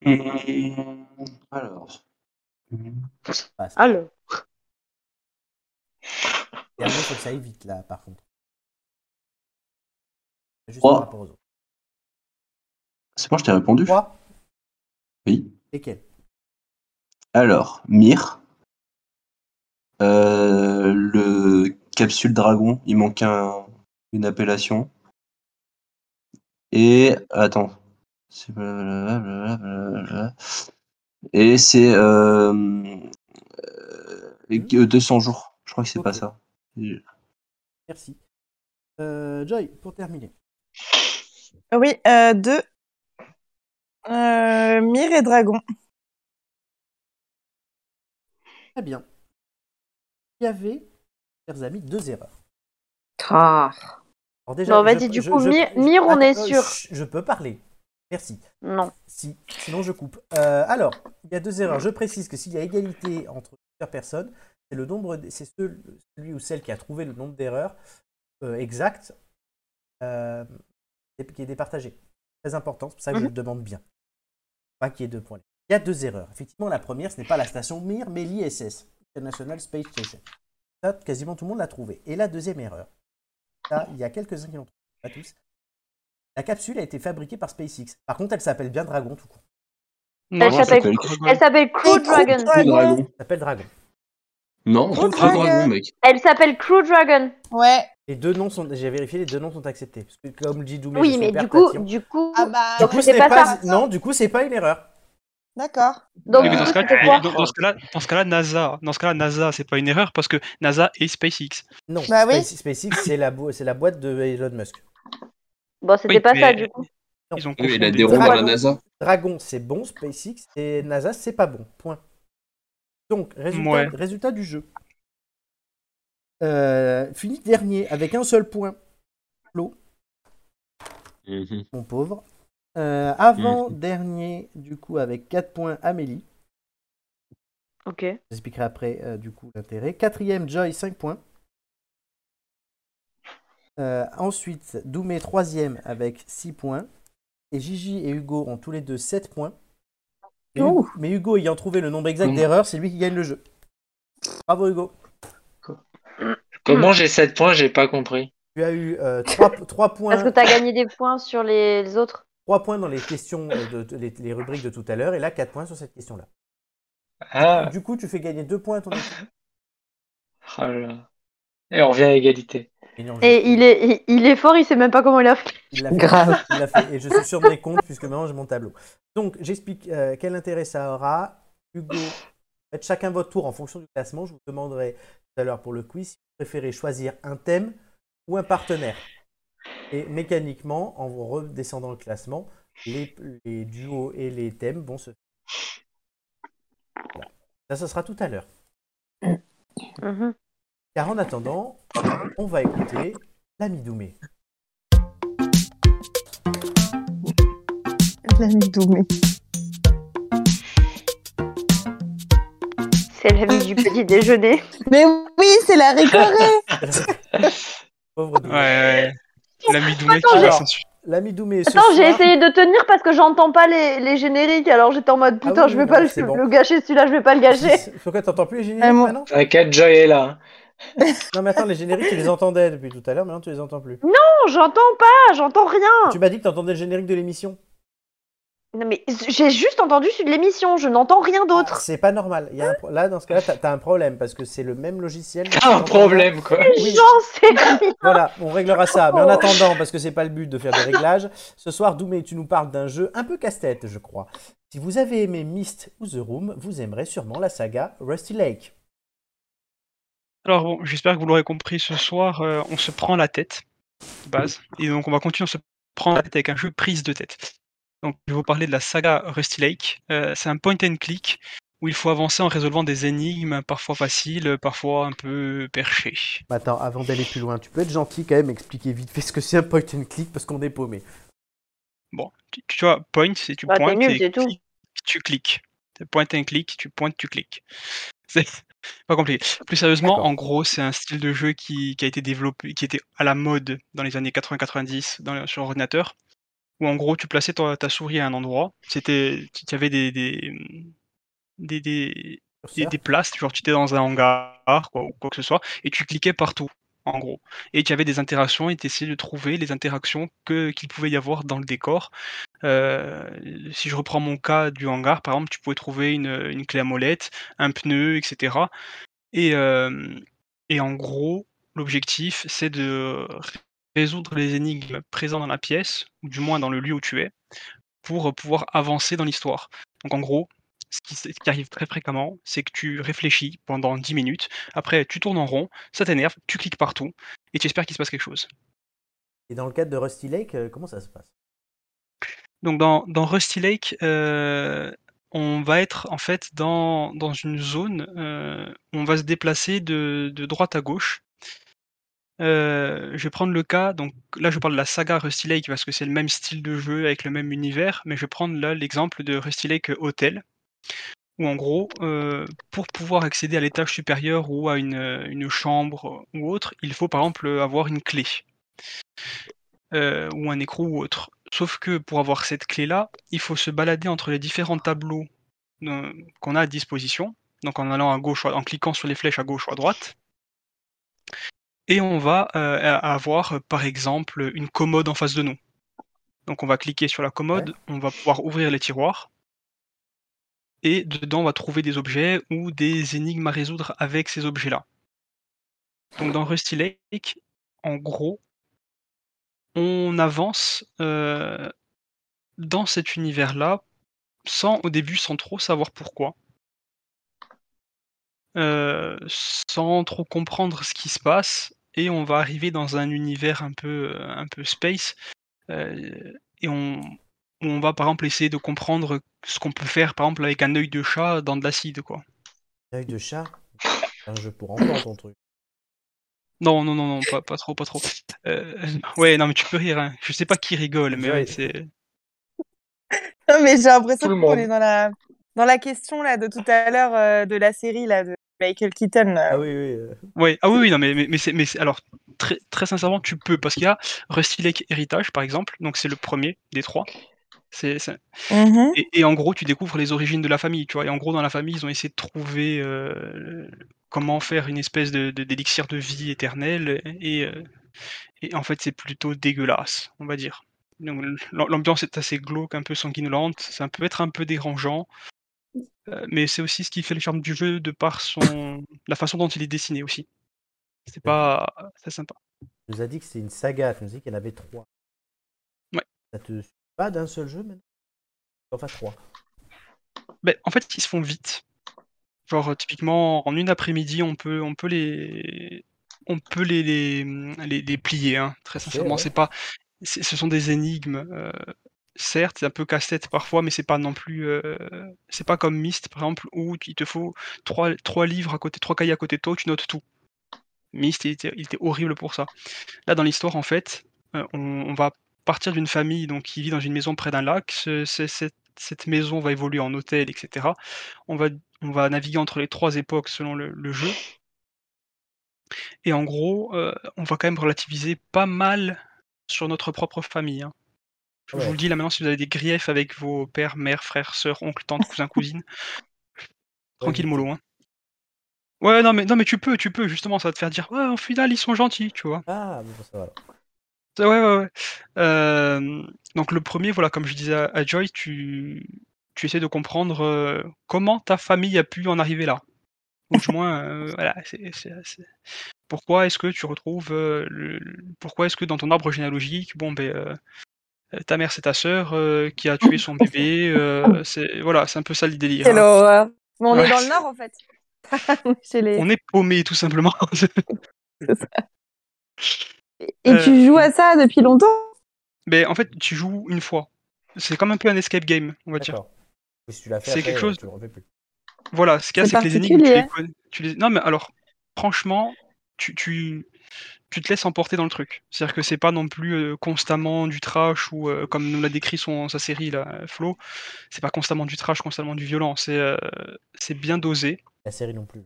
S7: Hum, Alors. Hum.
S1: Mmh. Passe.
S4: Allô
S1: Dernier, faut que ça aille vite là, par contre. Juste
S7: Trois.
S1: par rapport aux autres.
S7: C'est bon, je t'ai répondu.
S1: 3
S7: Oui.
S1: Lesquels
S7: Alors, Mir. Euh, le capsule dragon, il manque un- une appellation. Et attends. C'est blablabla, blablabla. Et c'est euh, euh, euh, 200 jours. Je crois que c'est pas ça. Et-
S1: Merci. Euh, Joy, pour terminer.
S8: Oui, euh, deux. Euh, Mire et Dragon.
S1: Très bien. Il y avait, chers amis, deux erreurs.
S17: Ah.
S1: Alors
S4: Non,
S1: je-
S4: vas-y, du
S1: je-
S4: coup,
S1: je-
S4: Mir-
S1: je-
S4: Mire, on est
S1: Attends, euh,
S4: sûr.
S1: chut, Je peux parler. Merci.
S4: Non.
S1: Si, sinon je coupe. Euh, alors, il y a deux erreurs. Je précise que s'il y a égalité entre personnes, c'est le nombre, d- c'est ce- celui ou celle qui a trouvé le nombre d'erreurs euh, exactes euh, et- qui est départagé. Très important, c'est pour ça
S4: Mhm.
S1: que je le demande bien. Pas qu'il y ait deux points. Il y a deux erreurs. Effectivement, la première, ce n'est pas la station Mir, mais l'ISS, International Space Station. Ça, quasiment tout le monde l'a trouvé. Et la deuxième erreur, ça, il y a quelques-uns qui l'ont trouvé, pas tous. La capsule a été fabriquée par SpaceX. Par contre, elle s'appelle bien Dragon, tout court.
S7: Non, Elle elle s'appelle- s'appelle Crew-
S9: elle s'appelle Crew
S1: Crew
S9: Dragon.
S7: Dragon.
S1: Elle s'appelle Dragon.
S7: Non,
S1: Crew
S7: c'est pas
S1: Dragon.
S7: Oh, dragon, mec.
S9: Elle s'appelle Crew Dragon.
S8: Ouais.
S1: Les deux noms sont, j'ai vérifié, les deux noms sont acceptés. Parce que comme dit Doumé,
S9: Oui,
S1: de son
S9: mais
S1: père,
S9: du coup,
S1: Tatillon,
S9: du coup,
S8: Ah bah,
S1: du coup, ce n'est pas,
S9: ça.
S1: non, du coup, c'est pas une erreur.
S8: D'accord.
S9: Donc,
S5: Oui, mais
S9: du
S5: dans ce
S9: coup,
S5: cas-là,
S9: c'était quoi
S5: dans- dans ce cas-là- dans ce cas-là, NASA, dans ce cas-là, NASA, c'est pas une erreur parce que NASA et SpaceX.
S1: Non,
S8: Bah oui.
S1: Space- SpaceX, c'est la, bo- c'est la boîte de Elon Musk.
S9: Bon, c'était
S5: Oui,
S9: pas ça
S5: mais-
S9: du coup.
S5: Ils ont
S7: Oui, il a
S5: confondu.
S7: des ronds à la
S1: Dragon.
S7: NASA.
S1: Dragon, c'est bon, SpaceX, et NASA, c'est pas bon. Point. Donc, résultat,
S5: Ouais.
S1: résultat du jeu. Euh, fini dernier, avec un seul point. Flo, mon pauvre. Euh, avant dernier, du coup, avec 4 points, Amélie.
S4: Ok.
S1: J'expliquerai après, euh, du coup, l'intérêt. Quatrième, Joy, 5 points. Euh, ensuite, Doumé, troisième, avec 6 points. Et Gigi et Hugo ont tous les deux 7 points. Et Hugo- mais Hugo ayant trouvé le nombre exact
S6: Mmh.
S1: d'erreurs, c'est lui qui gagne le jeu. Bravo Hugo.
S6: Comment j'ai 7 points, j'ai pas compris.
S1: Tu as eu euh, 3, points.
S9: Parce que t'as gagné des points sur les, les autres.
S1: 3 points dans les questions, euh, de, de- les, les rubriques de tout à l'heure, et là 4 points sur cette question-là.
S6: Ah,
S1: Du coup, tu fais gagner 2 points à ton équipe.
S6: oh là là. Et on revient à égalité.
S1: Et non, je-
S9: Et il est, il- il est fort, il sait même pas comment il a fait.
S1: il l'a fait.
S9: Grave.
S1: Il l'a fait. Et je suis sur mes comptes puisque maintenant j'ai mon tableau. Donc, j'explique euh, quel intérêt ça aura. Hugo, faites chacun votre tour en fonction du classement. Je vous demanderai tout à l'heure pour le quiz si vous préférez choisir un thème ou un partenaire. Et mécaniquement, en vous redescendant le classement, les, les duos et les thèmes vont se. Voilà. Ça, ça sera tout à l'heure.
S9: Mm-hmm.
S1: Car en attendant, on va écouter l'ami Doumé.
S8: <laughs> L'ami Doumé.
S9: C'est l'ami du petit déjeuner.
S8: <laughs> Mais oui, c'est la récorée
S1: <laughs> Pauvre
S5: Ouais, ouais. L'ami Doumé
S9: Attends,
S5: qui va
S9: j'ai-
S5: s'insu-
S1: L'ami Doumé, ce
S9: Attends, j'ai
S1: soir-
S9: essayé de tenir parce que j'entends pas les, les génériques, alors j'étais en mode putain,
S1: Ah oui,
S9: je
S1: oui,
S9: vais
S1: non,
S9: pas le,
S1: c'est bon.
S9: le gâcher, celui-là, je vais pas le
S1: <laughs>
S9: gâcher.
S1: Pourquoi t'entends plus les génériques
S8: Euh,
S9: Ah, moi-
S1: maintenant
S6: T'inquiète, Joy est là. hein.
S1: Non mais attends, les génériques tu les entendais depuis tout à l'heure, maintenant tu les entends plus.
S9: Non, j'entends pas, j'entends rien.
S1: Tu m'as dit que t'entendais le générique de l'émission.
S9: Non, mais j'ai juste entendu celui de l'émission, je n'entends rien d'autre.
S1: C'est pas normal. Il y a un pro- Là, dans ce cas-là, t'as- t'as un problème parce que c'est le même logiciel.
S6: T'as un problème, quoi.
S1: Oui.
S9: J'en sais rien.
S1: Voilà, on réglera ça. Mais en
S9: Oh.
S1: attendant, parce que c'est pas le but de faire des réglages, ce soir, Doumé, tu nous parles d'un jeu un peu casse-tête, je crois. Si vous avez aimé Myst ou The Room, vous aimerez sûrement la saga Rusty Lake.
S5: Alors bon, j'espère que vous l'aurez compris ce soir, euh, on se prend la tête, de base, et donc on va continuer à se prendre la tête avec un jeu prise de tête. Donc je vais vous parler de la saga Rusty Lake. Euh, c'est un point and click où il faut avancer en résolvant des énigmes, parfois faciles, parfois un peu perchées.
S1: Mais Attends, avant d'aller plus loin, tu peux être gentil quand même, expliquer vite fait ce que c'est un point and click parce qu'on est paumé.
S5: Bon, tu, tu vois, point, c'est tu
S1: Bah, t'es
S5: pointes
S1: nul,
S5: et
S1: c'est tout.
S5: clic, tu cliques. C'est Point and click, tu pointes, tu cliques. <laughs> C'est pas compliqué. Plus sérieusement, en gros, c'est un style de jeu qui, qui a été développé, qui était à la mode dans les années 80-90 dans le- sur ordinateur, où en gros, tu plaçais ton- ta souris à un endroit. C'était, tu avais des, des, des, des, des, des places, genre tu étais dans un hangar, quoi, ou quoi que ce soit, et tu cliquais partout, en gros. Et tu avais des interactions, et tu essayais de trouver les interactions que, qu'il pouvait y avoir dans le décor. Euh, si je reprends mon cas du hangar, par exemple, tu pouvais trouver une, une clé à molette, un pneu, etc. Et, euh, et en gros, l'objectif, c'est de résoudre les énigmes présentes dans la pièce, ou du moins dans le lieu où tu es, pour pouvoir avancer dans l'histoire. Donc en gros, ce qui, ce qui arrive très fréquemment, c'est que tu réfléchis pendant 10 minutes, après tu tournes en rond, ça t'énerve, tu cliques partout, et tu espères qu'il se passe quelque chose.
S1: Et dans le cadre de Rusty Lake, euh, comment ça se passe
S5: Donc dans, dans Rusty Lake, euh, on va être en fait dans, dans une zone euh, où on va se déplacer de, de droite à gauche. Euh, je vais prendre le cas, donc là je parle de la saga Rusty Lake parce que c'est le même style de jeu avec le même univers, mais je vais prendre là l'exemple de Rusty Lake Hotel, où en gros, euh, pour pouvoir accéder à l'étage supérieur ou à une, euh, une chambre ou autre, il faut par exemple avoir une clé euh, ou un écrou ou autre. Sauf que pour avoir cette clé-là, il faut se balader entre les différents tableaux euh, qu'on a à disposition, donc en allant à gauche, en cliquant sur les flèches à gauche ou à droite. Et on va euh, a- avoir, euh, par exemple, une commode en face de nous. Donc on va cliquer sur la commode, on va pouvoir ouvrir les tiroirs. Et dedans, on va trouver des objets ou des énigmes à résoudre avec ces objets-là. Donc dans Rusty Lake, en gros, on avance euh, dans cet univers-là, sans au début, sans trop savoir pourquoi, Euh, sans trop comprendre ce qui se passe, et on va arriver dans un univers un peu, euh, un peu space, euh, et on, on va par exemple essayer de comprendre ce qu'on peut faire, par exemple avec un œil de chat dans de l'acide, quoi.
S1: L'œil de chat C'est un jeu pour enfants, ton truc.
S5: Non, non, non, non, pas, pas trop, pas trop. Euh, <laughs> ouais, non, mais tu peux rire, hein. Je sais pas qui rigole, mais ouais, c'est.
S10: Non, mais j'ai l'impression
S5: Tout le
S10: qu'on
S5: monde.
S10: est dans la dans la question là de tout à l'heure euh, de la série là de Michael Keaton. là.
S5: Ouais, ah oui, oui, non, mais, mais, mais c'est, mais c'est- alors, très, très sincèrement, tu peux, parce qu'il y a Rusty Lake Heritage, par exemple, donc c'est le premier des trois. C'est, c'est-
S10: Mhm.
S5: Et, et en gros, tu découvres les origines de la famille, tu vois. Et en gros, dans la famille, ils ont essayé de trouver euh, comment faire une espèce de, de- d'élixir de vie éternelle, et, euh, et en fait, c'est plutôt dégueulasse, on va dire. Donc, l'am- l'ambiance est assez glauque, un peu sanguinolente, ça peut être un peu dérangeant. Euh, mais c'est aussi ce qui fait le charme du jeu de par son la façon dont il est dessiné aussi. C'est pas c'est sympa.
S1: Tu nous as dit que c'est une saga, tu nous as dit qu'il y en avait trois.
S5: Ouais.
S1: Ça te suffit pas d'un seul jeu maintenant Enfin, trois.
S5: Ben, en fait, ils se font vite. Genre euh, typiquement en une après-midi, on peut on peut les on peut les les, les- les plier hein. Très sincèrement,
S1: ouais.
S5: c'est pas c'est- ce sont des énigmes euh, certes, c'est un peu casse-tête parfois mais c'est pas non plus euh, c'est pas comme Myst par exemple où il te faut trois, trois livres à côté trois cahiers à côté de toi, où tu notes tout. Myst, il était, il était horrible pour ça. Là, dans l'histoire, en fait, euh, on, on va partir d'une famille donc, qui vit dans une maison près d'un lac. Ce- ce- cette, cette maison va évoluer en hôtel, etc. On va, on va naviguer entre les trois époques selon le, le jeu. Et en gros, euh, on va quand même relativiser pas mal sur notre propre famille. hein. Je vous
S1: Ouais.
S5: le dis là maintenant, si vous avez des griefs avec vos pères, mères, frères, sœurs, oncles, tantes, cousins, cousines, tranquille mollo. Hein. Ouais, non mais, non, mais tu peux, tu peux, justement, ça va te faire dire, ouais, au final, ils sont gentils, tu vois.
S1: Ah, bon, ça va. alors.
S5: Ouais, ouais, ouais. Euh, donc le premier, voilà, comme je disais à, à Joy, tu, tu essaies de comprendre euh, comment ta famille a pu en arriver là. Ou du moins, <laughs> euh, voilà, c'est- c'est- c'est- pourquoi est-ce que tu retrouves, euh, le- le- pourquoi est-ce que dans ton arbre généalogique, bon, ben, euh, euh, ta mère c'est ta sœur euh, qui a tué son bébé, euh, c'est, voilà, c'est un peu ça le délire.
S10: Quelle
S5: hein.
S10: horreur. Mais on est
S5: Ouais,
S10: dans le nord en fait. Chez les-
S5: on est paumé tout simplement. <laughs>
S8: Et tu
S5: Euh,
S8: joues à ça depuis longtemps
S5: mais en fait, tu joues une fois. C'est comme un peu un escape game, on va dire.
S1: D'accord. Oui, si tu l'as fait,
S5: C'est
S1: après,
S5: quelque
S1: euh,
S5: chose.
S1: tu le refais plus.
S5: Voilà, ce qu'il y a,
S1: C'est
S5: c'est que les énigmes, tu
S1: particulier,
S5: les
S1: hein.
S5: connais. tu les- Non, mais alors, franchement, tu, tu, tu te laisses emporter dans le truc. C'est-à-dire que c'est pas non plus euh, constamment du trash ou euh, comme nous l'a décrit son, sa série, là, euh, Flo, c'est pas constamment du trash, constamment du violent. C'est euh, c'est bien dosé
S1: La série non plus.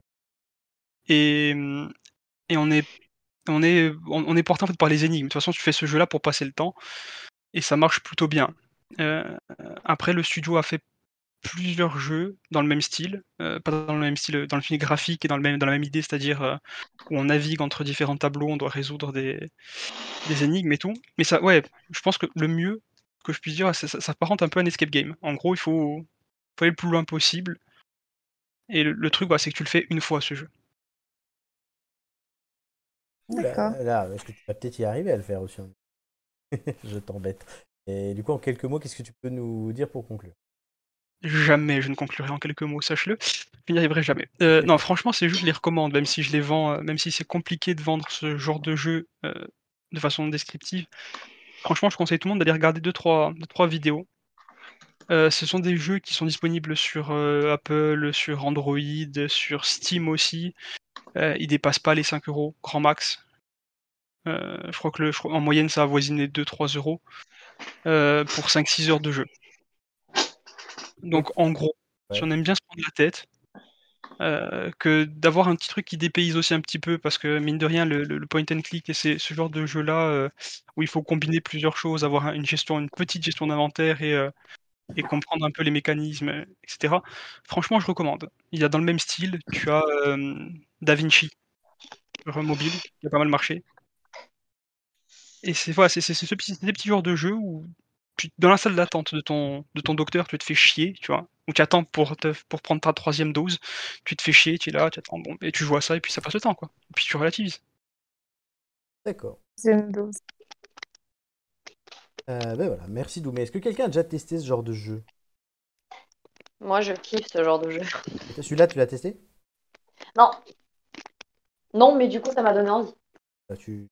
S5: et, euh, et on est. On est, on on est porté en fait par les énigmes. De toute façon, tu fais ce jeu-là pour passer le temps et ça marche plutôt bien. Euh, après, le studio a fait plusieurs jeux dans le même style, euh, pas dans le même style, dans le style graphique et dans, le même, dans la même idée, c'est-à-dire euh, où on navigue entre différents tableaux, on doit résoudre des, des énigmes et tout. Mais ça, ouais, je pense que le mieux que je puisse dire, c'est- ça, ça apparente un peu à un escape game. En gros, il faut, faut aller le plus loin possible. Et le, le truc, ouais, c'est que tu le fais une fois ce jeu.
S1: Là, là est-ce que tu vas peut-être y arriver à le faire aussi hein <laughs> Je t'embête. Et du coup, en quelques mots, qu'est-ce que tu peux nous dire pour conclure
S5: Jamais, je ne conclurai en quelques mots, sache-le. Je n'y arriverai jamais. Euh, non, franchement, ces jeux, je les recommande, même si je les vends, euh, même si c'est compliqué de vendre ce genre de jeu euh, de façon descriptive. Franchement, je conseille tout le monde d'aller regarder 2 trois, deux, trois vidéos. Euh, ce sont des jeux qui sont disponibles sur euh, Apple, sur Android, sur Steam aussi. Euh, ils dépassent pas les 5 euros, grand max. Euh, je crois que le, je crois- en moyenne, ça avoisine les 2-3 euros euh, pour 5-6 heures de jeu. Donc, en gros. Si on aime bien se prendre la tête, euh, que d'avoir un petit truc qui dépayse aussi un petit peu, parce que mine de rien, le, le- le point and click et c'est ce genre de jeu-là euh, où il faut combiner plusieurs choses, avoir un- une gestion, une petite gestion d'inventaire et, euh, et comprendre un peu les mécanismes, euh, etc. Franchement, je recommande. Il y a dans le même style, tu as euh, Da Vinci, sur mobile, qui a pas mal marché. Et c'est voilà, c'est c'est- c'est ce petit- des petits genres de jeux où tu- dans la salle d'attente de ton, de ton docteur, tu te fais chier, tu vois, ou tu attends pour, te- pour prendre ta troisième dose, tu te fais chier, tu es là, tu attends, bon, et tu vois ça, et puis ça passe le temps, quoi. Et puis tu relativises.
S1: D'accord.
S8: dose.
S1: Euh, ben voilà, merci Doumé. Est-ce que quelqu'un a déjà testé ce genre de jeu
S4: Ah. Moi, je kiffe ce genre de jeu.
S1: Celui-là, tu l'as testé
S4: Non. Non, mais du coup, ça m'a donné envie.
S1: Bah, tu...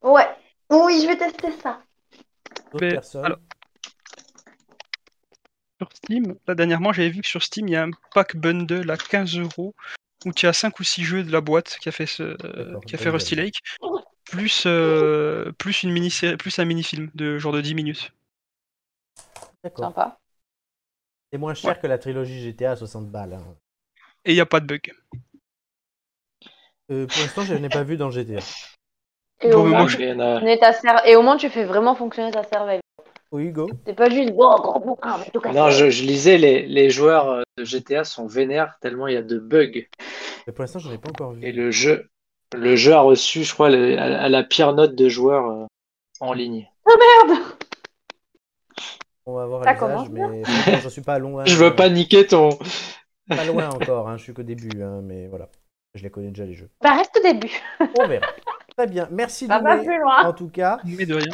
S4: Ouais. Oui, je vais tester ça.
S1: D'autres personnes
S5: alors, Sur Steam, là dernièrement, j'avais vu que sur Steam, il y a un pack bundle à 15 euros où tu as 5 ou 6 jeux de la boîte qui a fait, ce, qui a fait
S1: bundle.
S5: Rusty Lake, plus, euh, plus, une mini plus un mini-film de genre de 10 minutes.
S1: D'accord.
S4: Sympa.
S1: C'est moins cher que la trilogie GTA à 60 balles. hein.
S5: Et il n'y a pas de bug.
S1: Euh, pour l'instant, je n'ai pas vu dans le GTA.
S4: Et au moins, tu fais fonctionner ta cerve- et au moins, tu fais vraiment fonctionner ta cervelle.
S1: Oui, Hugo
S4: C'est pas juste, oh, gros bouquin, mais tout cassé.
S6: Non, je, je lisais, les, les joueurs euh, de GTA sont vénères tellement il y a de bugs.
S1: Mais pour l'instant, je n'ai pas encore vu.
S6: Et le jeu, le jeu a reçu, je crois, le- à, à la pire note de joueurs euh, en ligne.
S4: Oh merde
S1: On va voir
S4: Ça
S1: les âges,
S4: commence
S1: mais franchement, je suis pas loin. euh,
S6: Je veux pas niquer ton.
S1: Pas
S6: <laughs>
S1: loin encore, hein, je suis qu'au début, hein, mais voilà. Je les connais déjà, les jeux.
S4: Bah, reste au début.
S1: On verra. Très bien, merci
S4: Ça va
S1: Doumé,
S4: plus loin.
S1: en tout cas.
S5: Mais de rien.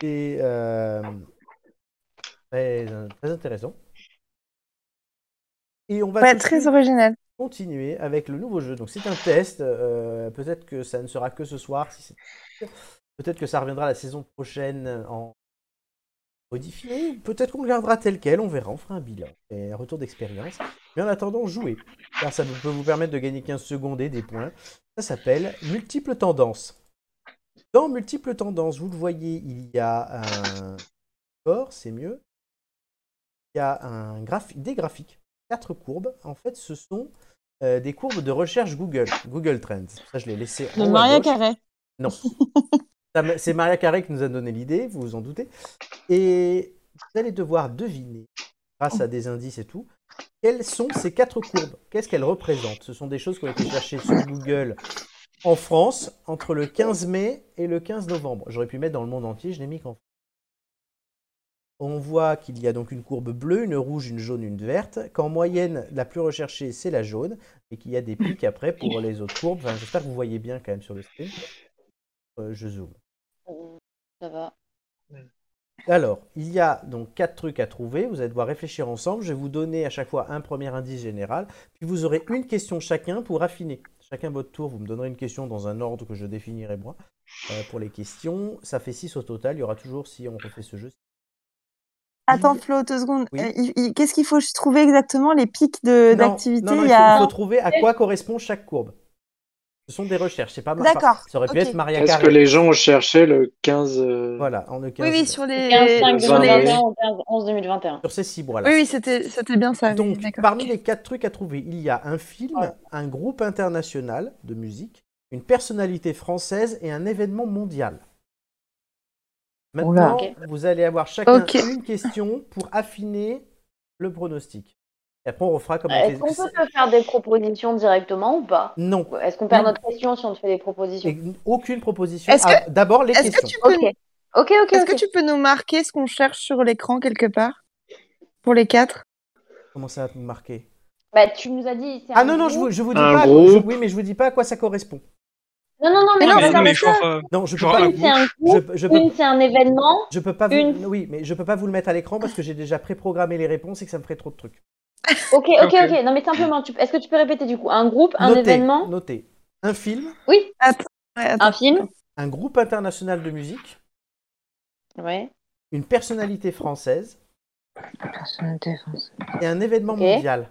S1: C'est euh, très, très intéressant. Et on va
S8: Ouais,
S1: tout de
S8: très
S1: suite
S8: original.
S1: continuer avec le nouveau jeu. Donc c'est un test. euh, Peut-être que ça ne sera que ce soir. Si c'est- Peut-être que ça reviendra la saison prochaine en modifié. ou Peut-être qu'on le gardera tel quel. On verra. On fera un bilan et un retour d'expérience. Mais en attendant, jouez. Car ça vous- peut vous permettre de gagner 15 secondes et des points. Ça s'appelle Multiples Tendances. Dans Multiples Tendances, vous le voyez, il y a un corps, c'est mieux. Il y a un graphi- des graphiques, quatre courbes. En fait, ce sont euh, des courbes de recherche Google, Google Trends. Ça, je l'ai laissé. en
S8: De
S1: haut à
S8: Maria
S1: gauche.
S8: Carré.
S1: Non. Ça me- C'est Maria Carré qui nous a donné l'idée, vous vous en doutez. Et vous allez devoir deviner, grâce à des indices et tout, quelles sont ces quatre courbes Qu'est-ce qu'elles représentent Ce sont des choses qui ont été cherchées sur Google en France entre le 15 mai et le 15 novembre. J'aurais pu mettre dans le monde entier, je n'ai mis qu'en France. On voit qu'il y a donc une courbe bleue, une rouge, une jaune, une verte, qu'en moyenne, la plus recherchée, c'est la jaune, et qu'il y a des pics après pour les autres courbes. Enfin, J'espère que vous voyez bien quand même sur le stream. Euh, je zoome.
S4: Ça va.
S1: Alors, il y a donc quatre trucs à trouver. Vous allez devoir réfléchir ensemble. Je vais vous donner à chaque fois un premier indice général. Puis vous aurez une question chacun pour affiner. Chacun votre tour. Vous me donnerez une question dans un ordre que je définirai moi euh, pour les questions. Ça fait 6 au total. Il y aura toujours, si on refait ce jeu,
S8: Attends, Flo, deux secondes.
S1: Oui.
S8: Euh, il- il- Qu'est-ce qu'il faut trouver exactement les pics de-
S1: Non,
S8: d'activité euh,
S1: non, non,
S8: il
S1: il,
S8: y
S1: faut,
S8: a-
S1: il faut trouver à quoi correspond chaque courbe. Ce sont des recherches, c'est pas ma-
S8: D'accord,
S1: enfin, Ça aurait pu
S8: ok.
S1: être Maria
S6: Est-ce que
S1: Carré.
S6: les gens ont cherché le 15. euh,
S1: Voilà, en le 15.
S8: Oui, oui, sur les.
S4: 15, 5,
S6: Le 20 mai.
S4: 2021 au 15, 11, 2021.
S1: Sur ces cibles, voilà.
S8: Oui, oui, c'était c'était bien ça. oui,
S1: Donc,
S8: d'accord.
S1: parmi les quatre trucs à trouver, il y a un film, un groupe international de musique, une personnalité française et un événement mondial.
S17: Oula.
S1: Maintenant, vous allez avoir chacun
S8: Ok.
S1: une question pour affiner le pronostic. Et après, on refera comme
S8: Bah,
S4: Est-ce
S1: les-
S4: qu'on peut te faire des propositions directement ou pas
S1: Non.
S4: Est-ce qu'on perd notre question si on te fait des propositions
S1: Aucune proposition.
S8: Est-ce que-
S1: Ah, D'abord, les
S8: Est-ce que
S1: questions.
S8: tu peux.
S4: Ok, ok,
S8: Est-ce que tu peux nous marquer ce qu'on cherche sur l'écran quelque part Pour les
S6: <laughs>
S8: quatre
S1: Comment ça va me marquer
S4: Bah, tu nous as dit. c'est
S1: Ah
S4: un
S1: non, non,
S4: groupe.
S1: je vous, je vous dis
S6: Un
S1: pas. à quoi- je-
S6: groupe.
S1: oui, mais je vous dis pas à quoi ça correspond.
S4: Non, non, non, mais, on va faire ça.
S1: Non, je peux
S4: genre
S1: pas.
S4: un Une, c'est un groupe,
S1: je, je peux,
S4: une, c'est un événement.
S1: je peux pas vous.
S4: une-
S1: Oui, mais je peux pas vous le mettre à l'écran parce que j'ai déjà préprogrammé les réponses et que ça me ferait trop de trucs.
S4: Ok, ok,
S1: Ok.
S4: ok. Non, mais simplement, tu- est-ce que tu peux répéter du coup Un groupe, un
S1: Notez,
S4: événement
S1: Notez. Un film,
S4: Oui.
S8: un
S4: film
S1: un groupe international de musique,
S4: Ouais.
S1: une personnalité française
S17: Personnalité française.
S1: et un événement
S4: Ok.
S1: mondial.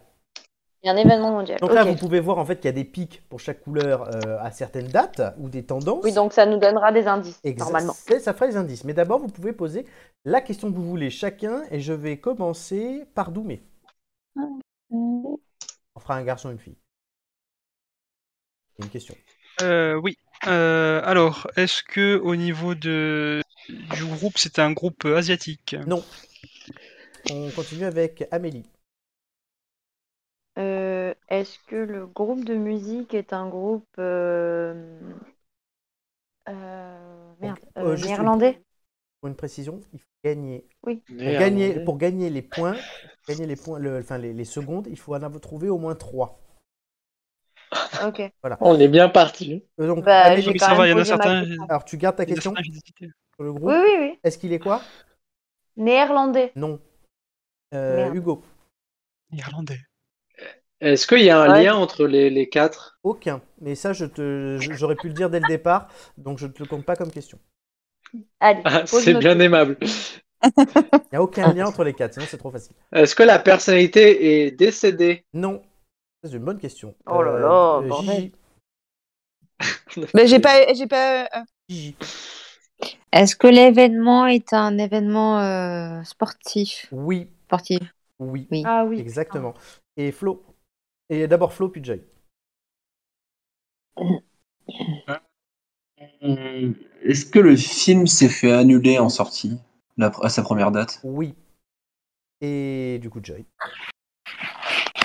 S4: Il y a un événement mondial.
S1: Donc
S4: ok.
S1: là, vous pouvez voir en fait qu'il y a des pics pour chaque couleur euh, à certaines dates ou des tendances.
S4: Oui, donc ça nous donnera des indices,
S1: Exact.
S4: normalement.
S1: C'est- Ça fera les indices. Mais d'abord, vous pouvez poser la question que vous voulez chacun et je vais commencer par Doumé. On fera un garçon et une fille. C'est une question.
S5: Euh, oui. Euh, alors, est-ce que au niveau de du groupe, c'était un groupe euh, asiatique
S1: Non. On continue avec Amélie.
S4: Euh, Est-ce que le groupe de musique est un groupe euh, euh, merde,
S1: Euh,
S4: euh,
S1: juste une-
S4: néerlandais
S1: Pour une précision, il faut gagner.
S4: Oui.
S1: Pour
S4: Néerlandais.
S1: gagner, pour gagner les points, pour gagner les points, le- enfin les, les secondes, il faut en avoir trouvé au moins 3.
S4: Ok.
S1: Voilà.
S6: On est bien parti.
S1: Euh, donc,
S4: Bah,
S1: Amélie-
S4: j'ai Oui, ça quand va, même il y en a posé ma certains- question.
S1: Alors tu gardes ta question sur le groupe.
S4: Oui, oui, oui.
S1: Est-ce qu'il est quoi
S4: Néerlandais.
S1: Non. Euh,
S4: Merde.
S1: Hugo.
S5: Irlandais.
S6: Est-ce qu'il y a un
S1: Ouais.
S6: lien entre les, les quatre
S1: Aucun. Mais ça, je te, je- j'aurais pu le dire dès le départ, donc je ne te le compte pas comme question.
S4: Allez,
S6: Ah,
S4: pose
S6: C'est
S4: notre
S6: bien
S4: question.
S6: aimable.
S1: Il n'y a aucun lien entre les quatre, sinon c'est trop facile.
S6: Est-ce que la personnalité est décédée
S1: Non. Ça, C'est une bonne question.
S6: Oh là
S1: Euh,
S6: là,
S1: euh,
S6: bordel.
S1: Gigi.
S8: Mais j'ai pas, j'ai pas. euh,
S2: Est-ce que l'événement est un événement euh, sportif
S1: Oui.
S2: Sportif.
S1: Oui.
S2: Oui.
S1: Ah oui. Exactement. Et Flo. Et d'abord Flo, puis Jay.
S7: Hum, Est-ce que le film s'est fait annuler en sortie la- à sa première date
S1: Oui. Et du coup, Jay.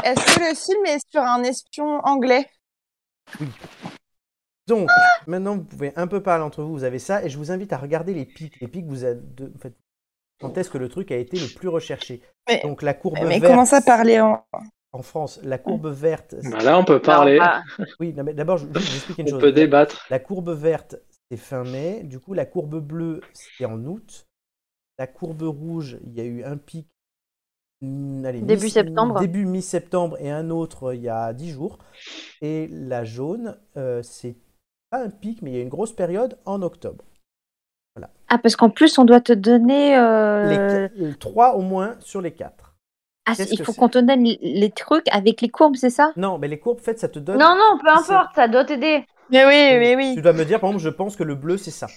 S8: Est-ce que le film est sur un espion anglais
S1: Donc, maintenant, vous pouvez un peu parler entre vous. Vous avez ça. Et je vous invite à regarder les pics. Les pics, vous avez. de- en fait, quand est-ce que le truc a été le plus recherché Donc, la courbe
S8: Mais
S1: verte.
S8: comment ça parler en.
S1: en France, la courbe verte.
S6: Bah là, on peut parler. Là,
S1: Oui, non, mais d'abord, je je vous explique une
S6: On
S1: chose.
S6: peut débattre.
S1: La courbe verte, c'est fin mai. Du coup, la courbe bleue, c'est en août. La courbe rouge, il y a eu un pic. mm, allez,
S4: Début septembre.
S1: Début mi-septembre et un autre euh, il y a 10 jours. Et la jaune, euh, c'est pas un pic, mais il y a une grosse période en octobre.
S2: Ah, parce qu'en plus, on doit te donner. euh,
S1: Les, 3 au moins sur les 4.
S2: Ah,
S1: Qu'est-ce
S2: il
S1: que
S2: faut
S1: c'est
S2: qu'on te donne les- les trucs avec les courbes, c'est ça
S1: Non, mais les courbes, en fait, ça te donne.
S9: Non, non, peu
S1: c'est-
S9: importe, ça doit t'aider.
S8: Mais oui,
S1: mais oui. Tu dois me dire, par exemple, je pense que le bleu, c'est ça.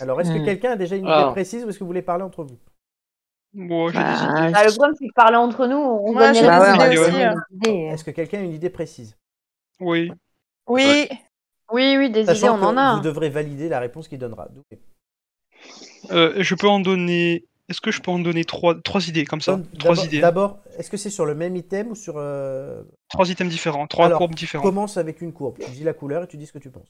S1: Alors, est-ce
S9: Hmm.
S1: que quelqu'un a déjà une idée
S5: Ah.
S1: précise ou est-ce que vous voulez parler entre vous
S9: Bah, le problème, c'est que parler entre nous, on
S1: Moi,
S9: donne les
S1: je pense
S9: réponses.
S1: que
S9: Bah on
S1: c'est
S9: donne
S1: aussi,
S9: les idées.
S1: Est-ce que quelqu'un a une idée précise
S5: Oui.
S8: Oui.
S4: Oui, oui, des
S1: Sachant
S4: idées, on
S1: que
S4: en a. hein.
S1: Vous devrez valider la réponse qu'il donnera. Donc,
S5: Euh, je peux en donner. Est-ce que je peux en donner trois, trois idées comme ça Trois
S1: d'abord-
S5: idées.
S1: D'abord, est-ce que c'est sur le même item ou sur. euh,
S5: Trois items différents, trois
S1: Alors,
S5: courbes différentes.
S1: Commence avec une courbe. Tu dis la couleur et tu dis ce que tu penses.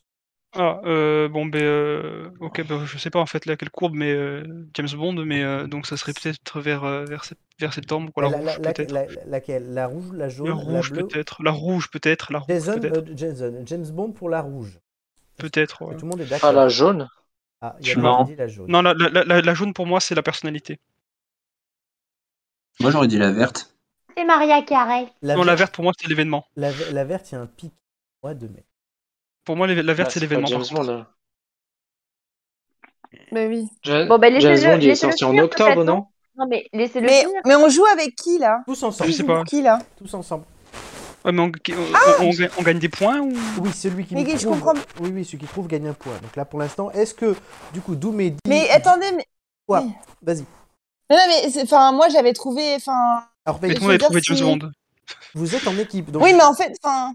S5: Ah, euh, bon, ben, euh, ok, ben, je sais pas en fait laquelle courbe, mais euh, James Bond, mais euh, donc ça serait peut-être vers, euh, vers, sept- vers septembre, quoi, la,
S1: La- la-
S5: rouge
S1: la-
S5: peut-être.
S1: la- laquelle La rouge, la jaune,
S5: La
S1: la
S5: rouge
S1: bleue
S5: peut-être, la rouge peut-être, la rouge
S1: Jason,
S5: peut-être,
S1: euh, Jason, James Bond pour la rouge.
S5: peut-être.
S1: Que
S5: ouais.
S1: Tout le monde est d'accord.
S6: Ah, la jaune
S1: Ah, il y en a qui
S5: Non,
S1: dit la jaune.
S5: non la, la- la- la- la jaune pour moi c'est la personnalité.
S7: Moi, j'aurais dit la verte.
S9: C'est Maria Carey.
S1: La
S5: non, la
S1: verte-
S5: verte pour moi c'est l'événement.
S1: La, la verte, il y a un pic au mois de mai.
S5: Pour moi, l'éve- la verte
S6: Ah,
S5: c'est
S6: c'est pas
S5: l'événement.
S6: James
S5: par contre.
S8: Mais oui.
S6: Ja-
S9: Bon, bah, laissez-le-
S6: James Bond, il est
S9: laissez-le
S6: sorti en
S9: finir,
S6: octobre,
S9: peut-être,
S6: non
S9: Non, mais laissez-le
S8: Mais,
S9: finir.
S8: mais on joue avec qui là
S1: Tous ensemble.
S5: Je sais pas.
S8: Qui là
S1: Tous ensemble.
S5: Ouais, mais euh, on, on-
S8: Ah,
S5: on- on gagne- on gagne des points ou
S1: Oui, celui qui
S8: Mais
S1: nous
S8: je
S1: trouve-
S8: comprends.
S1: Oui, oui, celui qui trouve gagne un point. Donc là, pour l'instant, est-ce que du coup, Doumé dit.
S8: Mais attendez, mais.
S1: Quoi Vas-y.
S8: Mais non, mais c'est- enfin, moi j'avais trouvé. Enfin,
S1: Alors,
S5: Mais
S1: ben,
S5: tout le
S8: je
S5: monde
S8: veux
S5: a
S8: dire
S5: trouvé
S8: si-
S5: James Bond.
S1: Vous êtes en équipe. Donc...
S8: Oui, mais en fait, enfin.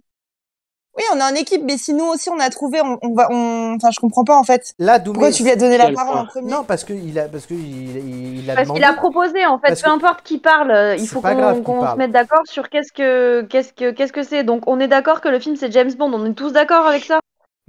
S8: Oui, on est en équipe, mais si nous aussi on a trouvé, on, on va. on- Enfin, je comprends pas en fait.
S1: Là, Doumé.
S8: Pourquoi tu lui as donné la parole en premier
S1: Non, parce qu'il a, parce que il, il- il a
S4: Parce
S1: demandé.
S4: qu'il a proposé en fait,
S1: Parce
S4: peu
S1: que-
S4: importe qui parle, euh, il
S1: C'est
S4: faut
S1: pas grave
S4: qu'on
S1: qui
S4: qu'on se
S1: parle.
S4: mette d'accord sur qu'est-ce que qu'est-ce que qu'est-ce que c'est. Donc on est d'accord que le film c'est James Bond, on est tous d'accord avec ça.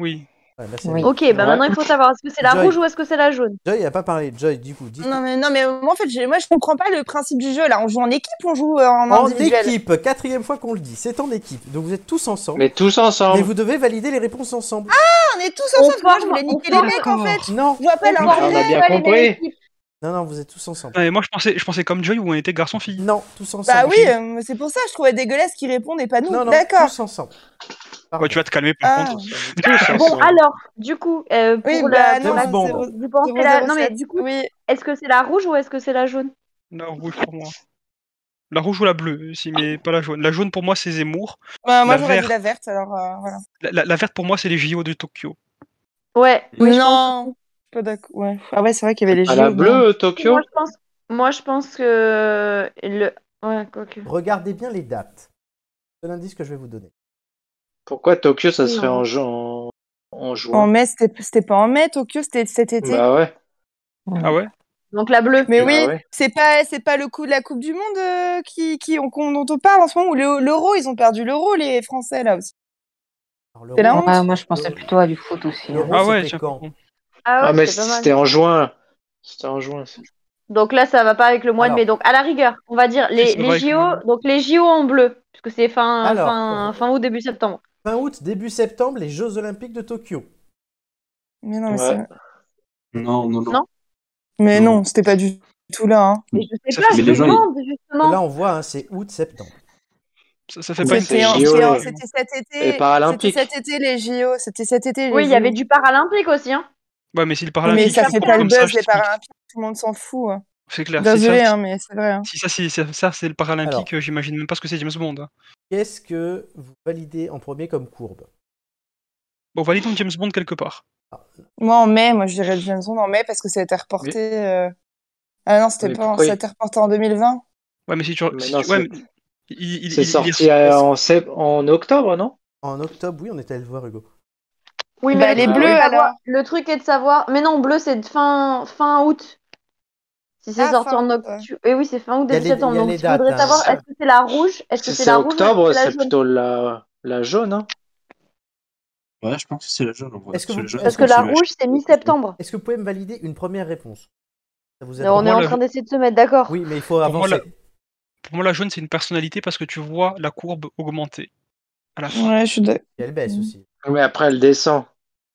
S5: Oui.
S1: Ouais, bah, c'est bon.
S4: Ok, bah maintenant il faut savoir est-ce que c'est la
S1: Joy.
S4: rouge ou est-ce que c'est la jaune.
S1: Joy, il a pas parlé. Joy, du coup, dis.
S8: Non, mais, non, mais moi en fait, j'ai- moi je comprends pas le principe du jeu là. On joue en équipe, on joue euh, en
S1: En
S8: individuel.
S1: équipe, quatrième fois qu'on le dit, c'est en équipe. Donc vous êtes tous ensemble.
S6: Mais tous ensemble.
S1: Mais vous devez valider les réponses ensemble.
S8: Ah, on est tous ensemble. parce que Moi je voulais niquer les
S1: forme-
S8: mecs en fait.
S1: Non.
S8: Je vois pas
S1: On
S6: Ah,
S8: l'intérêt.
S1: forme- On a bien
S8: Ouais, les mecs.
S1: compris. Non, non, vous êtes tous ensemble.
S5: Ouais, moi je pensais, je pensais comme Joy où on était garçon-fille.
S1: Non, tous ensemble.
S8: Bah oui, euh, c'est pour ça je trouvais dégueulasse qu'ils répondent et pas nous.
S1: Non, non,
S8: D'accord.
S1: tous ensemble.
S5: Ouais, tu vas te calmer par
S8: Ah.
S5: contre.
S4: Bon alors, du coup, euh, pour
S8: Oui,
S4: la,
S8: bah
S4: pour
S8: non,
S4: la
S8: c'est
S4: courbe,
S8: zéro-
S4: vous pensez
S8: zéro
S4: la-
S8: zéro
S4: non mais
S8: sept.
S4: du coup,
S8: Oui.
S4: est-ce que c'est la rouge ou est-ce que c'est la jaune
S5: La rouge pour moi. La rouge ou la bleue, si, mais pas la jaune. La jaune pour moi c'est Zemmour.
S8: Bah, moi
S5: la,
S8: j'aurais dit
S5: verte,
S8: la verte alors euh, voilà.
S5: la, la- la verte pour moi c'est les JO de Tokyo.
S4: Ouais. oui, je
S8: non. Je suis Pas d'accord. Ouais. Ah ouais, c'est vrai qu'il y avait les
S6: Ah, la
S8: JO, non.
S6: bleue, Tokyo
S4: Moi je pense, moi je pense que le Ouais, quoique.
S1: Regardez bien les dates. C'est l'indice que je vais vous donner.
S6: Pourquoi Tokyo, ça serait
S8: Non.
S6: en, ju- en, en juin
S8: En mai, c'était c'était pas en mai, Tokyo, c'était cet été.
S6: Bah ouais. Ah ouais
S8: Donc la bleue. Mais
S6: Ah
S8: oui,
S6: ouais.
S8: c'est pas c'est pas le coup de la Coupe du Monde euh, qui, qui on, qu'on- dont on parle en ce moment ou le- l'euro, ils ont perdu l'euro les Français là aussi. C'est la honte.
S2: Ah,
S17: Ouais, moi je pensais plutôt à du foot
S2: hein.
S17: aussi.
S1: L'euro,
S6: Ah ouais,
S1: c'était
S6: tiens.
S1: quand
S6: Ah,
S9: ouais,
S6: mais
S9: c'était pas mal.
S6: c'était en juin. C'était en juin. ça.
S9: Donc là, ça va pas avec le mois
S1: Alors.
S9: de mai. Donc à la rigueur, on va dire les,
S6: c'est
S9: les
S6: vrai,
S9: JO, donc les JO en bleu, puisque c'est fin,
S1: Alors.
S9: fin, fin août, début septembre.
S1: Fin août, début septembre, les Jeux Olympiques de Tokyo.
S8: Mais non, mais
S1: Ouais.
S8: c'est-
S7: Non, non, non.
S9: Non
S8: mais non, c'était pas du tout là. hein.
S9: Mais je sais
S1: Ça
S9: pas,
S1: fait-
S9: je
S1: mais les gens, ils-
S9: demande justement.
S1: Là, on voit, hein, c'est août-septembre.
S5: Ça, ça
S1: fait
S8: pas une C'était en-
S9: c'était en-
S8: C'était cet été.
S5: euh, Les Paralympiques.
S8: C'était cet été les JO, c'était cet été les
S9: Oui, il y avait
S8: JO.
S9: du paralympique aussi. Hein.
S5: Ouais, mais si le
S8: Mais
S5: Paralympique.
S8: ça
S5: il
S8: fait
S5: prend
S8: pas le
S5: comme ça,
S8: buzz
S5: je
S8: les
S5: t'explique.
S8: Paralympiques, tout le monde s'en fout. hein.
S5: C'est clair. si
S8: Désolé,
S5: ça,
S8: hein, mais c'est vrai. hein.
S5: Si ça, si ça, ça, c'est le Paralympique, euh, j'imagine même pas ce que c'est James Bond. hein.
S1: Qu'est-ce que vous validez en premier comme courbe
S5: Bon, validons James Bond quelque part.
S8: Moi en mai, moi je dirais le Jameson en mai parce que ça a été reporté. euh, Ah non, c'était
S5: Mais
S8: pas en-
S5: pourquoi
S8: ça a
S5: il-
S8: été reporté en 2020.
S5: Ouais, mais si tu.
S6: Mais
S5: si
S6: non,
S5: tu- ouais,
S6: c'est-
S5: mais il- il-
S6: C'est
S5: il-
S6: sorti
S5: il-
S6: euh, en, sept- en octobre, non
S1: En octobre, oui, on est allé le voir, Hugo.
S9: Oui,
S8: Bah,
S9: mais le truc
S8: les
S9: est de
S8: bleus,
S9: savoir-
S8: alors.
S9: Le truc est de savoir. Mais non, bleu, c'est de fin, fin août. Si c'est
S8: Ah,
S9: sorti
S8: fin
S9: en
S8: août,
S9: octobre. Et oui, c'est fin août,
S6: Il y a
S9: début
S6: les-
S9: septembre.
S6: il y a
S9: Donc,
S6: les
S9: je voudrais
S6: dates, hein.
S9: savoir
S6: C'est
S9: est-ce que c'est la rouge Est-ce que
S6: Si
S9: c'est
S6: c'est
S9: la rouge ou est-ce
S6: octobre,
S9: que c'est la
S6: c'est
S9: jaune
S6: plutôt la, la jaune, hein
S7: Ouais, je pense que c'est la jeune. en vrai.
S1: Est-ce que
S7: C'est
S1: vous-
S7: la jaune,
S9: Parce
S7: je
S9: que
S7: me
S9: la
S7: suis
S9: rouge, c'est mi-septembre.
S1: Est-ce que vous pouvez me valider une première réponse Ça vous aide
S9: Non, On est
S1: pas
S9: en train d'essayer de se mettre d'accord.
S1: Oui, mais il
S5: Pour
S1: faut
S5: moi,
S1: avancer.
S5: la, pour moi, la jaune, c'est une personnalité parce que tu vois la courbe augmenter à la fin.
S8: Ouais, je suis d'accord.
S1: Et elle baisse aussi.
S6: Mais après, elle descend.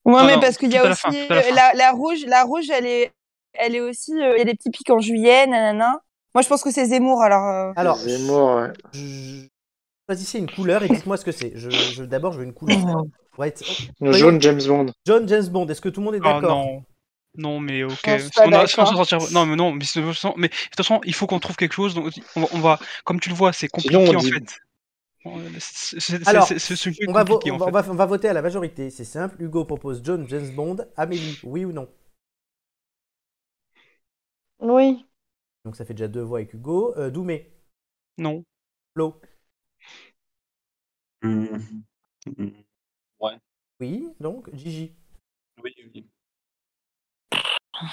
S8: Ouais,
S5: Non,
S8: mais
S5: non,
S8: parce qu'il y
S5: tout
S8: a
S5: à la
S8: aussi
S5: fin, tout à la
S8: euh,
S5: fin.
S8: la, la rouge, la rouge, elle est, elle est aussi, euh, il y a des petits pics en juillet, nanana. Moi, je pense que c'est Zemmour, alors. euh.
S1: Alors,
S6: Zemmour, ouais.
S1: je- choisissez une couleur et dites-moi ce que c'est. Je, je- D'abord, je veux une
S9: <laughs>
S1: couleur. Ouais, t-
S6: Le
S1: Voyons.
S6: jaune, James Bond.
S1: Jaune James Bond, est-ce que tout le
S7: Oh
S1: monde est
S5: Ah
S1: d'accord
S5: non. Non, mais ok.
S1: Non, je suis
S5: Si
S1: pas
S5: on a- si on s'en
S1: d'accord.
S5: sortira- Non, mais non, mais, si on s'en- mais de toute façon, il faut qu'on trouve quelque chose. Donc, on va, on va- comme tu le vois, c'est compliqué
S6: Sinon, on
S5: en
S6: dit-
S5: fait. C'est- c'est-
S1: Alors,
S5: c'est- c'est- Ce sujet est
S1: on va, vo-
S5: compliqué
S1: on
S5: en
S1: va- on
S5: fait.
S1: va- on va voter à la majorité, c'est simple. Hugo propose John James Bond, Amélie, oui ou non
S9: Oui.
S1: Donc ça fait déjà deux voix avec Hugo. Euh, Doumé
S5: Non.
S1: Flo
S7: Hum, hum, Ouais.
S1: Oui, donc Gigi
S7: Oui, oui.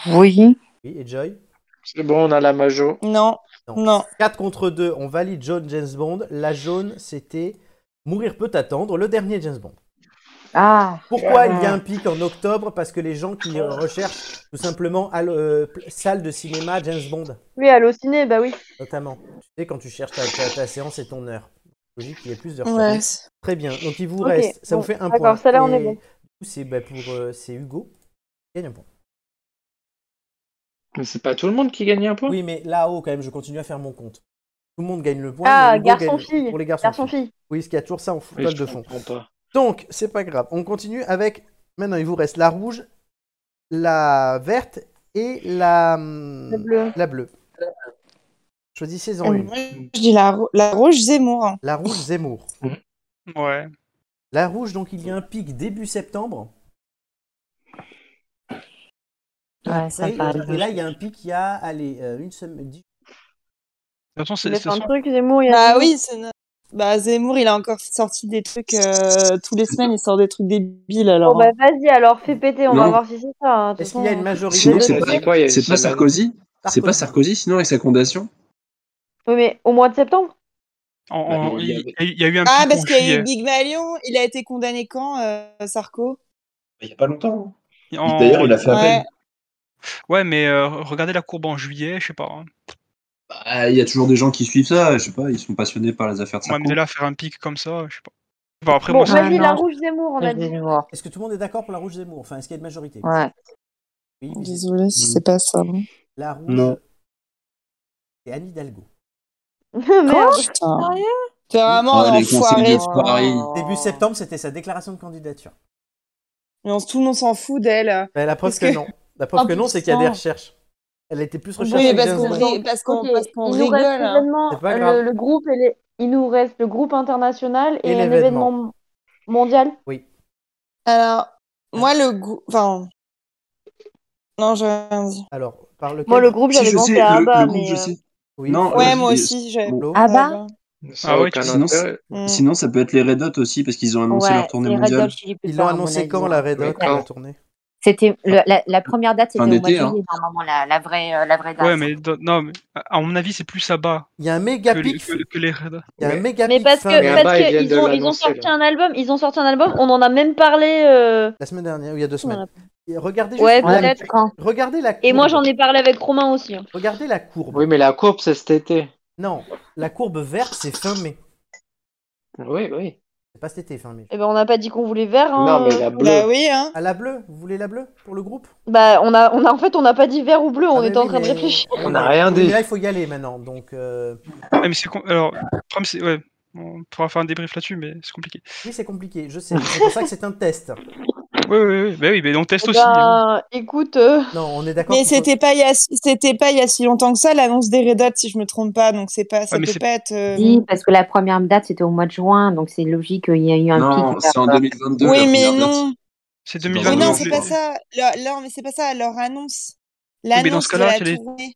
S17: Oui.
S1: Oui, et Joy
S6: C'est bon, on a la majo.
S8: Non.
S1: Non. 4 contre 2, on valide John James Bond. La jaune, c'était Mourir peut attendre, le dernier James Bond.
S17: Ah.
S1: Pourquoi il y a
S17: Ah.
S1: un pic en octobre Parce que les gens qui recherchent tout simplement à euh, salle de cinéma James Bond,
S9: Oui, Allociné, bah oui.
S1: notamment. Tu sais, quand tu cherches ta, ta- ta séance et ton heure. Logique, il y a plus d'heures.
S8: Ouais.
S1: Très bien. Donc il vous
S9: Ok,
S1: reste, ça
S9: bon,
S1: vous fait un
S9: d'accord,
S1: point.
S9: celle-là, on est
S1: Et
S9: bon.
S1: du coup, c'est bah, pour euh, c'est Hugo qui gagne un point.
S6: Mais c'est pas tout le monde qui gagne un point
S1: Oui, mais là-haut, quand même, je continue à faire mon compte. Tout le monde gagne le point.
S9: Ah,
S1: mais Hugo gagne-
S9: garçon-fille.
S1: Pour les garçons.
S9: Garçon-fille.
S1: Oui, parce qu'il y a toujours ça en
S6: Mais je
S1: foutage de fond.
S6: comprends pas.
S1: Donc, c'est pas grave. On continue avec. Maintenant, il vous reste la rouge, la verte et la, hum,
S8: bleue.
S1: la bleue. Choisissez-en
S8: Euh,
S1: une.
S8: moi, je dis la, ro- la rouge Zemmour. hein.
S1: La rouge Zemmour.
S5: <laughs> Ouais.
S1: La rouge, donc il y a un pic début septembre. Et,
S17: Ouais, ça
S1: après,
S17: me paraît
S1: et là,
S17: logique.
S1: il y a un pic il y a allez, euh, une semaine. dix-
S5: De toute façon, c'est-
S9: Il a
S5: de
S9: fait
S5: toute
S9: un
S5: façon,
S9: truc, Zemmour, il a
S8: Bah oui, c'est no- bah Zemmour, il a encore sorti des trucs euh, tous les semaines, il sort des trucs débiles alors. hein.
S9: Bon, bah vas-y, alors fais péter, on va
S7: Non.
S9: voir si c'est ça. hein. De toute
S1: Est-ce qu'il y a
S9: façon,
S1: une majorité
S7: Sinon, c'est
S9: Désolé.
S7: pas,
S6: C'est quoi, il y a une
S7: c'est pas
S6: semaine
S7: Sarkozy C'est pas
S1: Sarkozy.
S7: Sarkozy, sinon, avec sa condamnation
S9: Oui, mais au mois de septembre
S5: en-
S7: Bah,
S5: en-
S7: il
S5: Ah, il
S7: y
S5: y
S7: avait-
S5: a eu- il y a eu un
S8: Ah
S5: pic
S8: parce
S5: en
S8: qu'il y a eu
S5: juillet.
S8: Big Malion, il a été condamné quand euh, Sarko
S7: Il y a pas longtemps. hein.
S5: En-
S7: D'ailleurs, il a fait appel.
S8: Ouais.
S5: Ouais, mais euh, regardez la courbe en juillet, je sais pas. hein.
S7: Bah, il y a toujours des gens qui suivent ça, je sais pas, ils sont passionnés par les affaires de
S5: Ouais,
S7: Sarko.
S5: mais de là, faire un pic comme ça, je sais pas. Bon, après,
S9: Bon,
S5: moi, c'est-
S9: vas-y, la rouge Zemmour, on a dit.
S1: Est-ce que tout le monde est d'accord pour la rouge Zemmour Enfin, est-ce qu'il y a une majorité
S17: Ouais.
S1: Oui, oui.
S8: Désolé si c'est pas ça. hein.
S1: La rouge,
S8: <laughs>
S7: Non.
S1: c'est Anne Hidalgo.
S8: Quoi
S9: Merde.
S8: Putain. T'es vraiment
S7: Ah,
S8: un
S7: les conseils
S8: enfoiré.
S7: de Paris.
S8: Oh.
S1: Début septembre, c'était sa déclaration de candidature.
S8: Mais on- tout le monde s'en fout d'elle.
S1: Mais Bah, la preuve
S8: Parce
S1: que,
S8: que-
S1: non. La preuve
S8: Oh,
S1: que non, c'est qu'il y a des
S8: putain.
S1: recherches. Elle a été plus
S8: Oui,
S1: recherchée
S8: mais
S1: que
S8: parce
S1: James
S8: qu'on
S1: Bond.
S8: ri- parce qu'on
S9: Ok,
S8: parce qu'on
S9: Il nous
S8: rigole.
S9: reste
S8: hein.
S9: l'événement,
S1: C'est pas grave.
S9: le, le groupe et les... il nous reste le groupe international et,
S1: Et
S9: un
S1: l'événement.
S9: événement mondial.
S8: Alors, moi, le goût. Enfin. Non, j'ai rien dit.
S1: Alors, par lequel
S9: Moi, le groupe,
S7: Si
S9: j'avais
S7: je
S9: pensé
S7: sais,
S9: à
S7: le,
S9: Abba,
S7: le groupe
S9: mais
S7: je
S9: euh,
S7: sais.
S1: Oui.
S7: Non,
S8: Ouais,
S7: euh,
S8: moi
S7: euh,
S8: aussi, j'ai-
S7: bon.
S8: Ah bah
S7: Ah ouais, sinon,
S8: intérêt.
S7: c'est- sinon, ça peut être les Red Hot aussi, parce qu'ils ont annoncé
S2: Ouais,
S7: leur tournée
S2: les Red
S7: mondiale.
S2: Hot Chili Peppers, Ils l'ont à mon annoncé avis. quand, la Red Hot,
S7: Quand
S2: la C'était le- la, la première date, c'était
S5: Fin
S2: au mois de
S5: d'été, hein.
S2: juillet, normalement, la, la vraie, euh, la vraie date.
S5: Ouais, mais dans- non, mais à à mon avis, c'est plus à bas.
S1: Il y a un méga
S5: que,
S1: pic.
S5: que- que les Red.
S1: Il y a un méga
S5: Mais
S1: pic
S5: parce
S1: fin
S5: que-
S1: mai.
S5: parce
S4: Parce que ils ont, ils ont sorti un album, ils ont sorti un album, on en a même parlé. euh,
S1: La semaine dernière, ou Ah il y a deux semaines.
S4: Voilà.
S1: Et Regardez juste
S4: Ouais,
S1: la-
S4: peut-être.
S1: Regardez la
S4: Et moi
S1: courbe.
S4: j'en ai parlé avec Romain aussi. hein.
S1: Regardez la courbe.
S6: Oui, mais la courbe, c'est cet été.
S1: Non, la courbe verte, c'est fin mai.
S6: Oui, oui.
S1: C'est pas cet été, fin mai.
S4: Eh ben on n'a pas dit qu'on voulait vert. hein, euh.
S8: bah hein.
S1: Ah, la bleue Vous voulez la bleue pour le groupe
S4: Bah on a, on a en fait on n'a pas dit vert ou bleu, on
S1: Ah,
S4: était
S1: mais
S4: en
S1: oui,
S4: train de
S1: mais-
S4: réfléchir.
S1: <laughs> oui, mais- oui, mais là, il faut y aller maintenant. Donc, euh,
S5: Ah, mais c'est con- Alors, le problème, c'est. Ouais, on pourra faire un débrief là-dessus, mais c'est compliqué.
S1: oui, c'est compliqué, je sais. C'est pour ça que c'est un
S8: <laughs>
S1: test.
S5: Oui, oui, oui. Bah oui, mais on teste
S4: Eh
S5: aussi.
S4: ben, écoute. euh,
S1: Non, on est d'accord.
S8: Mais
S1: qu'il faut-
S8: c'était pas il y a c'était pas il y a si longtemps que ça l'annonce des Red Hot si je me trompe pas donc c'est pas ça
S2: mais
S8: peut
S2: c'est-
S8: pas être euh,
S2: Si, parce que la première date, c'était au mois de juin, donc c'est logique qu'il y a eu un pic.
S7: Non, c'est en
S2: vers-
S7: 2022.
S8: Oui,
S7: la
S8: mais
S7: première date.
S8: non.
S5: C'est
S7: dans
S8: Oui,
S5: 2022.
S8: non,
S5: en
S8: c'est
S5: fait.
S8: pas ça. Leur, leur- mais c'est pas ça leur annonce.
S5: Oui, mais dans
S8: L'annonce
S5: ce
S8: de
S5: cas-là,
S8: la
S5: tu les-
S8: tournée.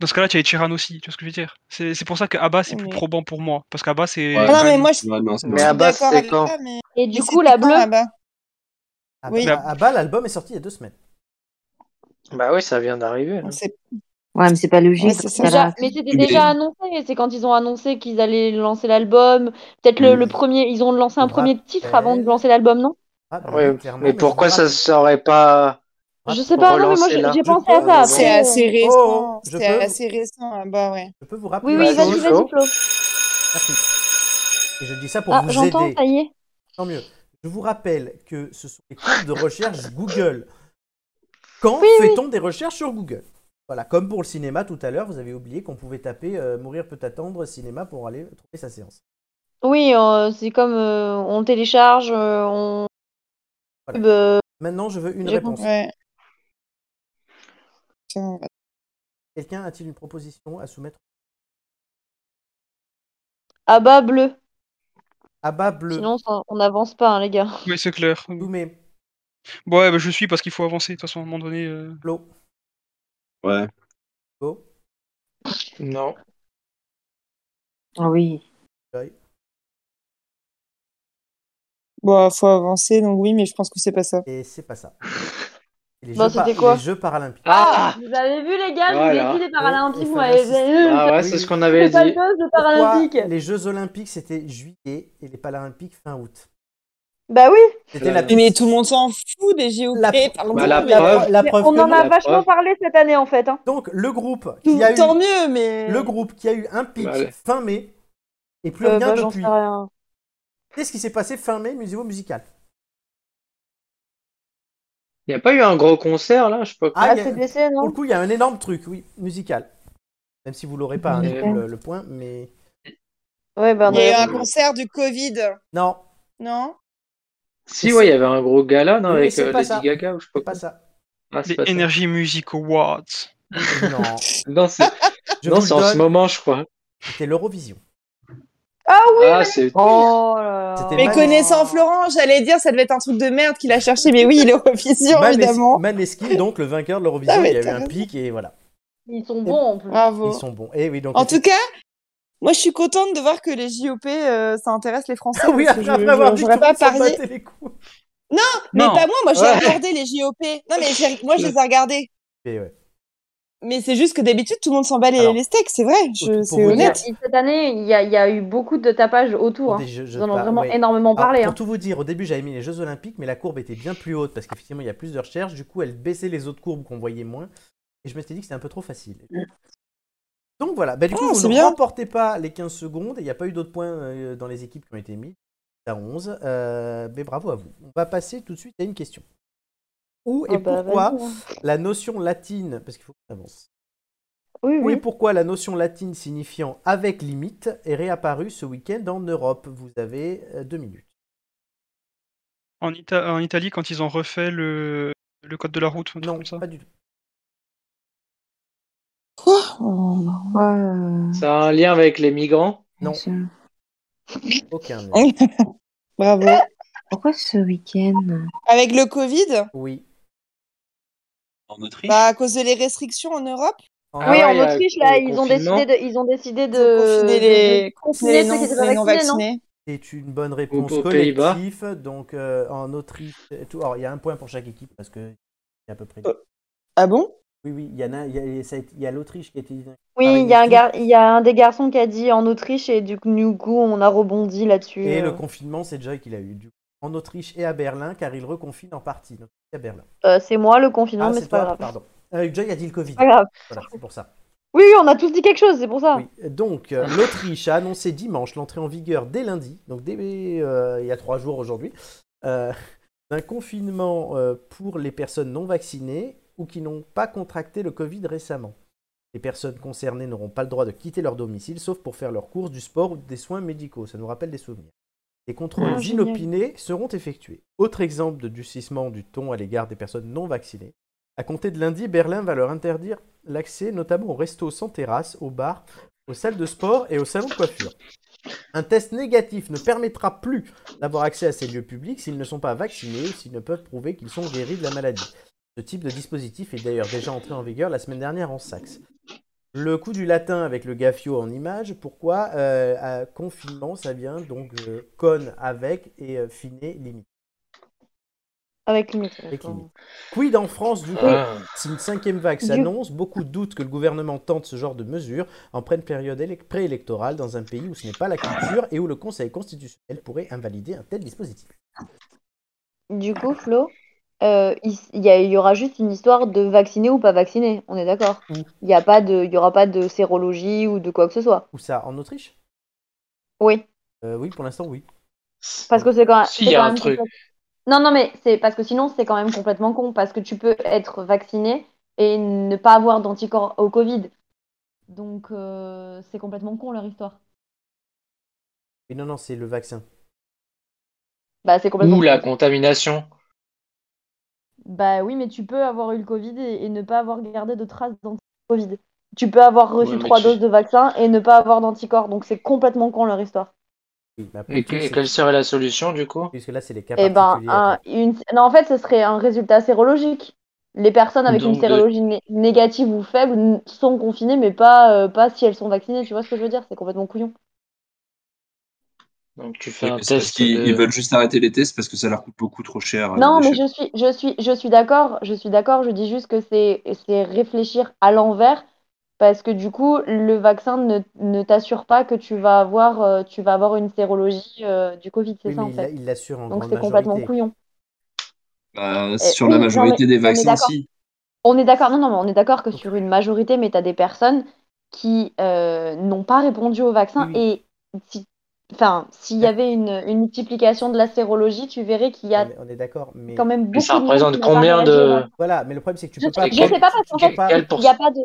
S5: Dans ce cas-là, tu as les Chiran aussi, tu vois ce que je veux dire C'est c'est pour ça que Abba, c'est plus probant pour moi. Parce qu'Abba, c'est.
S8: Ah non, mais moi, je-
S7: Ouais, non, c'est
S6: Mais
S7: vrai.
S6: à base,
S8: d'accord
S6: c'est
S8: avec
S6: quand
S8: toi, mais-
S4: Et
S8: mais
S4: du
S8: c'était
S4: coup la
S8: quand,
S4: bleue.
S8: là-bas
S1: Ah,
S8: Oui.
S1: bah, ah, bah, l'album est sorti il y a deux semaines.
S6: Bah oui, ça vient d'arriver. là.
S2: Ouais, mais c'est pas logique. parce que
S4: Déjà-
S2: là-
S4: mais c'était
S6: Oui, mais-
S4: déjà annoncé, c'est quand ils ont annoncé qu'ils allaient lancer l'album. Peut-être le, le premier, ils ont lancé un premier titre avant de lancer l'album, non
S6: Ouais,
S1: clairement,
S6: mais
S1: mais
S6: pourquoi
S1: je
S6: ça ne serait pas
S4: Je sais pas, non, mais moi
S6: relancer
S4: j'ai
S6: là
S4: j'ai pensé à ça après.
S8: C'est assez
S4: euh.
S8: récent.
S1: Oh, je
S8: c'est
S1: peux-
S8: assez récent là-bas, ouais.
S1: peux vous rappeler
S4: Oui, oui,
S1: une
S4: vas-y,
S1: chose
S4: vas-y, Flo.
S1: Merci. Et je dis ça pour
S4: Ah,
S1: vous
S4: j'entends,
S1: aider.
S4: ça y est.
S1: Tant mieux. Je vous rappelle que ce sont les courbes de
S4: <laughs>
S1: recherche Google. Quand fait-on des recherches sur Google Voilà, comme pour le cinéma tout à l'heure, vous avez oublié qu'on pouvait taper euh, Mourir peut attendre cinéma pour aller trouver sa séance.
S4: Oui, euh, c'est comme euh, on télécharge, euh, on.
S1: Voilà.
S4: Euh,
S1: Maintenant, je veux une
S4: j'ai
S1: réponse.
S4: compris.
S1: Quelqu'un a-t-il une proposition à soumettre
S4: Ah bah bleu.
S1: à bas bleu
S4: Sinon, ça- on n'avance pas, hein, les gars.
S5: Oui, c'est clair.
S1: Mais...
S5: Ouais, bah, je suis parce qu'il faut avancer, de toute façon, à un moment donné. euh.
S7: Ouais.
S1: Go.
S6: Non.
S2: Oui.
S8: Bon, faut avancer donc oui, mais je pense que c'est pas ça.
S1: Et c'est pas ça. Les,
S4: Bon,
S1: jeux, par-
S4: c'était quoi
S1: les Jeux paralympiques.
S4: Ah, Vous avez vu, les gars, je
S1: Voilà.
S4: vous ai dit les Paralympiques,
S1: Et- et
S4: moi.
S1: fallait
S4: et-
S1: insister.
S6: Ah ouais,
S1: Oui.
S6: c'est ce qu'on avait
S4: C'est pas
S6: dit.
S4: le buzz, le
S1: Pourquoi
S4: Paralympique.
S1: les Jeux Olympiques, c'était juillet et les Paralympiques fin août.
S4: Bah oui.
S1: C'était la
S8: Mais tout le monde s'en fout des JOP. parlons
S1: Bah, la
S8: de-
S1: preuve- la preuve
S4: on
S1: que
S4: en
S1: non.
S4: a
S1: La
S4: vachement
S1: preuve.
S4: parlé cette année, en fait. Hein.
S1: Donc, le groupe
S8: Tout-
S1: qui a eu.
S8: tant mieux, mais.
S1: Le groupe qui a eu un pic
S6: Allez.
S1: fin mai et plus
S4: Euh,
S1: rien
S4: bah, j'en
S1: depuis.
S4: sais rien.
S1: Qu'est-ce qui s'est passé fin mai, museo musical
S6: Euh, Il n'y a pas eu un gros concert là, je sais pas
S8: Ah,
S6: quoi.
S1: Ah, il y a- Pour le coup, il y a un énorme truc, oui, musical. Même si vous l'aurez pas, hein,
S6: Musical.
S1: le, le point, mais.
S4: Ouais, bah,
S8: Il y a eu un
S6: Euh,
S8: concert du Covid.
S1: Non.
S8: Non.
S6: Si, ouais, il y avait un gros gala non,
S1: Oui, mais
S6: avec
S1: c'est
S6: euh,
S1: pas
S6: Lady
S1: ça.
S6: Gaga ou je sais pas
S1: quoi.
S6: Ah, c'est
S5: Les
S6: pas ça.
S5: Energy Music Awards.
S1: Non.
S6: Non, c'est
S1: Je
S6: non,
S1: vous le
S6: c'est en ce
S1: donne.
S6: moment, je crois.
S1: C'était l'Eurovision.
S8: Ah
S6: oui, Ah, mais- c'est-
S8: Oh
S1: C'était
S8: Mais
S1: Manes-
S8: connaissant Florent, j'allais dire ça devait être un truc de merde qu'il a cherché, mais oui, il est l'Eurovision,
S1: Manes-
S8: évidemment.
S1: Maneskin, donc le vainqueur de l'Eurovision,
S8: Ah, mais
S1: il y a eu
S8: t'as
S1: un
S8: raison.
S1: pic et voilà.
S4: Ils sont bons, en plus.
S8: Bravo.
S1: Ils sont bons. Et oui, donc.
S8: En tout cas, moi je suis contente de voir que les JOP, euh, ça intéresse les Français.
S1: Ah oui,
S8: parce que
S1: après
S8: je-
S1: avoir
S8: je-
S1: dit
S8: j'aurais
S1: que tout
S8: pas
S1: le monde s'en
S8: parié.
S1: battait les couilles.
S8: Non, mais
S1: Non.
S8: pas moi, moi j'ai
S1: Ouais.
S8: regardé les JOP. Non, mais j'ai- moi je les ai regardés.
S1: Et ouais.
S8: Mais c'est juste que d'habitude, tout le monde s'en bat les, les steaks, c'est vrai, je- c'est
S1: vous dire-
S8: honnête.
S4: Et Cette année, il y, a- il y a eu beaucoup de tapage autour. hein.
S1: Je- je
S4: Ils en ont
S1: par-
S4: vraiment
S1: ouais.
S4: énormément
S1: Alors,
S4: parlé.
S1: Pour
S4: hein.
S1: tout vous dire, au début j'avais mis les Jeux Olympiques, mais la courbe était bien plus haute parce qu'effectivement il y a plus de recherches. Du coup, elle baissait les autres courbes qu'on voyait moins. Et je m'étais dit que c'était un peu trop facile.
S4: Mm.
S1: Donc voilà, bah, du coup,
S4: Ah,
S8: Oh,
S1: vous
S8: c'est
S1: ne
S8: bien.
S1: remportez pas les 15 secondes et il n'y a pas eu d'autres points euh, dans les équipes qui ont été mis. À 11, Euh, mais bravo à vous. On va passer tout de suite à une question. Où et
S4: Ah bah,
S1: pourquoi
S4: vas-y, hein.
S1: la notion latine, parce qu'il faut qu'on avance,
S4: Oui,
S1: où
S4: oui.
S1: et pourquoi la notion latine signifiant avec limite est réapparue ce week-end en Europe Vous avez euh, deux minutes.
S5: En, Ita- en Italie, quand ils ont refait le, le code de la route, non,
S1: pas du tout.
S8: Oh,
S6: Ça a un lien avec les migrants?
S1: Non. Aucun.
S2: Hein
S8: <laughs> Bravo.
S2: Pourquoi ce week-end
S8: Avec le Covid,
S1: Oui.
S7: En Autriche
S8: bah, à cause de les restrictions en Europe,
S1: Ah
S4: oui,
S1: ouais,
S4: en
S1: il y a
S4: Autriche,
S1: le
S4: là, ils ont,
S1: confinement.
S4: décidé de, ils ont décidé de,
S8: confiner les-
S4: de
S8: confiner les
S4: ceux qui
S8: non-
S4: étaient
S8: les non
S4: vaccinés, non
S8: vaccinés.
S1: C'est une bonne réponse
S6: aux Pays-Bas.
S1: collective. Donc euh, en Autriche, et tout. Alors il y a un point pour chaque équipe parce que c'est à peu
S6: Euh,
S1: près.
S8: Ah bon
S1: Oui, oui, il y en a. Il y a, ça a été- il y a l'Autriche qui a été.
S4: Oui, il y, a un gar- il y a un des garçons qui a dit en Autriche et du coup, on a rebondi là-dessus.
S1: Et le
S4: euh.
S1: confinement, c'est Joy qui l'a eu. du coup. En Autriche et à Berlin, car il reconfine en partie. donc, à Berlin.
S4: Euh, c'est moi le
S1: Ah,
S4: confinement, mais
S1: c'est
S4: c'est pas
S1: toi,
S4: grave.
S1: pardon. Euh, Joy a dit le Covid.
S4: Pas grave.
S1: Voilà, c'est pour ça.
S4: Oui, oui, on a tous dit quelque chose, c'est pour ça.
S1: Donc, euh, l'Autriche a annoncé dimanche l'entrée en vigueur dès lundi, donc dès, euh, il y a trois jours aujourd'hui, euh, d'un confinement euh, pour les personnes non vaccinées ou qui n'ont pas contracté le Covid récemment. Les personnes concernées n'auront pas le droit de quitter leur domicile, sauf pour faire leurs courses, du sport ou des soins médicaux. Ça nous rappelle des souvenirs. Des contrôles
S6: Ah, génial.
S1: inopinés seront effectués. Autre exemple de durcissement du ton à l'égard des personnes non vaccinées. À compter de lundi, Berlin va leur interdire l'accès notamment aux restos sans terrasse, aux bars, aux salles de sport et aux salons de coiffure. Un test négatif ne permettra plus d'avoir accès à ces lieux publics s'ils ne sont pas vaccinés ou s'ils ne peuvent prouver qu'ils sont guéris de la maladie. Ce type de dispositif est d'ailleurs déjà entré en vigueur la semaine dernière en Saxe. Le coup du latin avec le gaffio en image, pourquoi euh, à confinement ça vient donc euh, con avec et euh, finé limite.
S4: Avec limite.
S1: Avec limite. Quid en France du coup
S6: Ah.
S1: Si une cinquième vague
S6: Du-
S1: s'annonce, beaucoup doutent que le gouvernement tente ce genre de mesures en pleine période élec- préélectorale dans un pays où ce n'est pas la culture et où le Conseil constitutionnel pourrait invalider un tel dispositif.
S4: Du coup, Flo, euh, il s- il y, a- il y aura juste une histoire de vacciner ou pas vacciner, on est d'accord.
S1: Mm.
S4: Il n'y a pas de, il y aura pas de sérologie ou de quoi que ce soit.
S1: Où ça En Autriche
S4: Oui,
S1: Euh, Oui, pour l'instant oui.
S4: parce que c'est quand même.
S1: Si,
S4: c'est
S1: il y a
S4: quand
S1: un
S4: même
S1: truc.
S4: complète- Non, non, mais c'est parce que sinon c'est quand même complètement con, parce que tu peux être vacciné et ne pas avoir d'anticorps au Covid. Donc euh, c'est complètement con leur histoire.
S1: Mais non, non, c'est le vaccin.
S4: Bah c'est complètement.
S6: Ou la contamination.
S4: Bah oui, mais tu peux avoir eu le Covid et, et ne pas avoir gardé de traces d'anti-Covid. Tu peux avoir reçu
S6: Ouais, mais
S4: trois
S6: tu-
S4: doses de vaccin et ne pas avoir d'anticorps, donc c'est complètement con leur histoire.
S6: Et, que- et quelle serait la solution du coup
S1: Puisque là, c'est les cas
S4: Et ben, un- une... non, en fait, ce serait un résultat sérologique. Les personnes avec
S6: Donc,
S4: une
S6: de-
S4: sérologie né- négative ou faible n- sont confinées, mais pas, euh, pas si elles sont vaccinées. Tu vois ce que je veux dire? C'est complètement couillon.
S6: Donc tu fais
S7: Oui,
S6: un
S7: mais c'est parce
S6: test euh,
S7: qu'ils
S6: de-
S7: ils veulent juste arrêter les tests parce que ça leur coûte beaucoup trop cher. euh,
S4: Non,
S7: les
S4: mais
S7: chefs.
S4: je suis, je suis, je suis d'accord, je suis d'accord, je dis juste que c'est, c'est réfléchir à l'envers, parce que du coup, le vaccin ne, ne t'assure pas que tu vas avoir, euh, tu vas avoir une sérologie euh, du Covid, c'est
S1: Oui,
S4: ça
S1: mais
S4: en
S1: il l'a-
S4: fait.
S1: il l'assure en
S4: Donc
S1: grande
S4: c'est complètement
S1: majorité.
S4: couillon.
S7: Bah,
S4: Eh,
S7: sur
S4: oui,
S7: la
S4: non,
S7: majorité
S4: mais
S7: des
S4: on est
S7: vaccins,
S4: d'accord.
S7: si.
S4: On est d'accord, non, non, mais on est d'accord que sur une majorité, mais tu as des personnes qui euh, n'ont pas répondu au vaccin. Et si, enfin, s'il y avait une, une multiplication de la sérologie, tu verrais qu'il y a
S1: On est d'accord, Ah, mais
S4: quand même
S6: Mais ça
S4: beaucoup de monde
S6: représente
S4: qui n'a pas
S6: combien
S4: réagi au
S6: de-
S4: vaccin.
S1: Voilà, mais le problème c'est que tu
S4: Je,
S1: peux pas.
S4: je sais pas parce qu'en fait,
S1: pas-
S4: il n'y a pas de.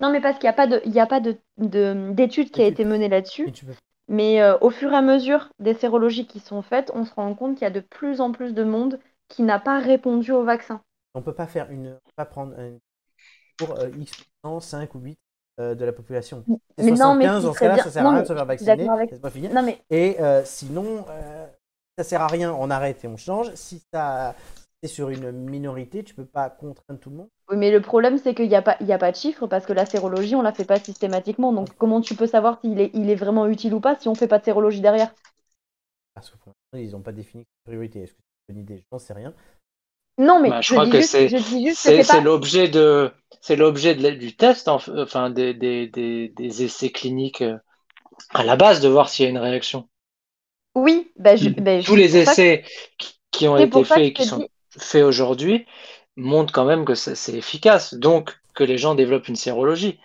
S4: Non, mais parce qu'il n'y a pas de, il y a pas de, de- d'étude qui a été menée là-dessus. Mais euh, au fur et à mesure des sérologies qui sont faites, on se rend compte qu'il y a de plus en plus de monde qui n'a pas répondu au vaccin.
S1: On peut pas faire une, on peut pas prendre un- pour euh, X 5 ou 8 euh, de la population. C'est
S4: Mais non, mais
S1: 75,
S4: ce qui
S1: dans ce
S4: serait
S1: cas-là,
S4: bien-
S1: ça sert
S4: non,
S1: à rien
S4: mais
S1: de se faire
S4: je suis
S1: vacciner.
S4: d'accord avec-
S1: laisse-moi finir.
S4: Non, mais-
S1: Et euh, sinon, euh, ça sert à rien, on arrête et on change. Si ça, c'est sur une minorité, tu peux pas contraindre tout le monde.
S4: Oui, mais le problème, c'est qu'il n'y a pas, il y a pas de chiffres parce que la sérologie, on la fait pas systématiquement. Donc, comment tu peux savoir s'il est, il est vraiment utile ou pas si on fait pas de sérologie derrière?
S1: Parce que pour l'instant, ils n'ont pas défini les priorité. Est-ce que c'est une bonne idée Je n'en sais rien.
S4: Non, mais
S6: Bah, je
S4: je
S6: crois
S4: dis
S6: que
S4: juste,
S6: c'est
S4: je dis juste que
S6: c'est
S4: c'est
S6: c'est
S4: pas.
S6: l'objet de c'est l'objet de la- du test en f- enfin des, des, des, des essais cliniques euh, à la base de voir s'il y a une réaction.
S4: Oui, bah, je, bah,
S6: Mm.
S4: je-
S6: Tous les
S4: c'est pour ça que-
S6: essais qui, qui ont
S4: c'est
S6: été
S4: pour ça que
S6: faits
S4: je
S6: et qui
S4: te
S6: sont
S4: dis.
S6: faits aujourd'hui montrent quand même que ça- c'est efficace. Donc que les gens développent une sérologie.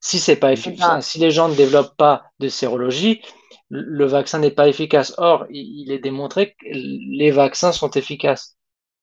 S6: Si c'est pas effi- enfin, si les gens ne développent pas de sérologie, le- le vaccin n'est pas efficace. Or, il il est démontré que les vaccins sont efficaces.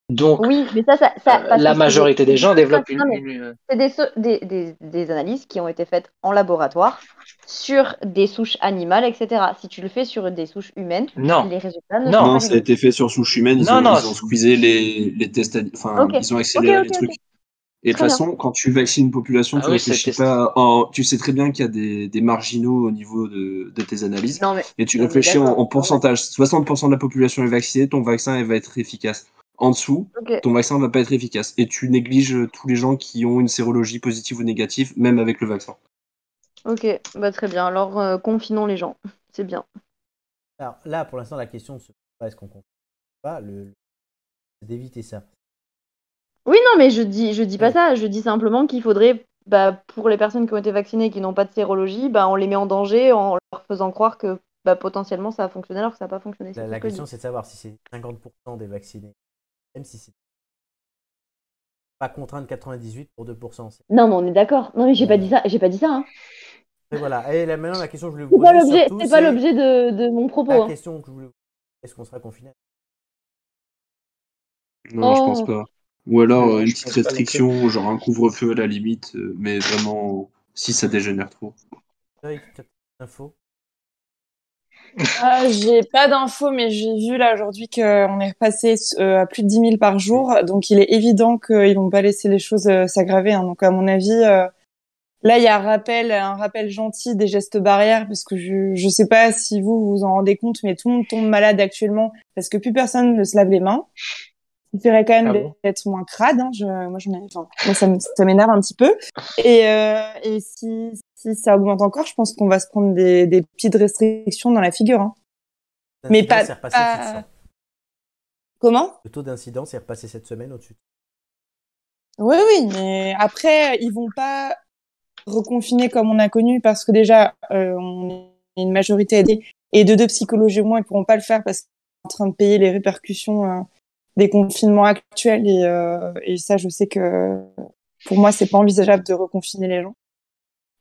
S6: Donc
S4: Oui, mais ça, ça, ça- parce
S6: la
S4: que c'est
S6: majorité des gens
S4: c'est des
S6: développent
S4: choses- non,
S6: une,
S4: mais
S6: une- euh,
S4: c'est des, so- des- des- des analyses qui ont été faites en laboratoire sur des souches animales, etc. Si tu le fais sur des souches humaines,
S7: Non.
S4: les résultats ne
S7: Non,
S4: sont Ah, pas les
S7: ça a
S4: mêmes.
S7: été fait sur souche humaine. Ils
S6: Non,
S7: ont,
S6: non,
S7: ils ont squeezé les, les tests, à- enfin,
S4: Ok,
S7: ils ont
S4: ok,
S7: accéléré
S4: ok,
S7: les
S4: ok.
S7: trucs. Et de toute
S4: Très bien.
S7: façon, quand tu vaccines une population,
S6: Ah
S7: tu
S6: oui, c'est
S7: réfléchis
S6: testé.
S7: pas. en- tu sais très bien qu'il y a des, des marginaux au niveau de, de tes analyses.
S4: Non, mais
S7: Et tu
S4: on est
S7: réfléchis en,
S4: d'accord.
S7: en pourcentage. 60% de la population est vaccinée, ton vaccin il va être efficace. en dessous,
S9: Ok.
S7: ton vaccin va pas être efficace. Et tu négliges tous les gens qui ont une sérologie positive ou négative, même avec le vaccin.
S4: Ok, bah très bien. Alors euh, confinons les gens. C'est bien.
S1: Alors là, pour l'instant, la question se pose pas est-ce qu'on confine ou pas, le... c'est d'éviter ça.
S4: Oui, non, mais je dis, je dis pas ça. Je dis simplement qu'il faudrait, bah, pour les personnes qui ont été vaccinées et qui n'ont pas de sérologie, bah, on les met en danger en leur faisant croire que bah, potentiellement ça a fonctionné alors que ça n'a pas fonctionné.
S1: La,
S4: tout
S1: la
S4: ce que je
S1: question,
S4: dis.
S1: c'est de savoir si c'est 50% des vaccinés, même si c'est pas contraindre 98 pour 2%. c'est-
S11: Non, mais on est d'accord. Non, mais j'ai pas dit ça. J'ai pas dit ça. hein.
S1: Et voilà. Et là, maintenant, la question que je voulais vous
S11: C'est pas
S1: poser,
S11: l'objet.
S1: surtout,
S11: C'est pas
S1: c'est
S11: l'objet de, de mon propos.
S1: La
S11: hein.
S1: question que je voulais vous poser, est-ce qu'on sera confiné
S7: Non, je pense
S11: Oh.
S7: pas. Ou alors euh, une petite
S1: pense pas non plus.
S7: restriction, genre un couvre-feu à la limite, euh, mais vraiment si ça dégénère trop.
S1: Eric, t'as peut-être des infos
S8: Ah, j'ai pas d'infos, mais j'ai vu là aujourd'hui qu'on est repassé euh, à plus de 10 000 par jour. Donc il est évident qu'ils vont pas laisser les choses euh, s'aggraver. hein. Donc à mon avis, euh, là il y a un rappel, un rappel gentil des gestes barrières, parce que je, je sais pas si vous vous en rendez compte, mais tout le monde tombe malade actuellement parce que plus personne ne se lave les mains. Il ferait quand même
S10: Ah
S8: d'être
S10: bon
S8: d'être moins crade. hein. Je, moi, j'en ai, enfin, moi, ça me- ça m'énerve un petit peu. Et, euh, et si, si ça augmente encore, je pense qu'on va se prendre des, des petites restrictions dans la figure. hein.
S1: Le taux
S8: Mais
S1: d'incidence
S8: pas.
S1: est repassé au-dessus de
S8: pas-
S1: 100.
S8: Comment
S1: Le taux d'incidence est repassé cette semaine au-dessus. de-
S8: Oui, oui, mais après, ils vont pas reconfiner comme on a connu parce que déjà, euh, on est une majorité aidée et de deux psychologues au moins, ils pourront pas le faire parce qu'ils sont en train de payer les répercussions euh, des confinements actuels et, euh, et ça, je sais que pour moi, c'est pas envisageable de reconfiner les gens.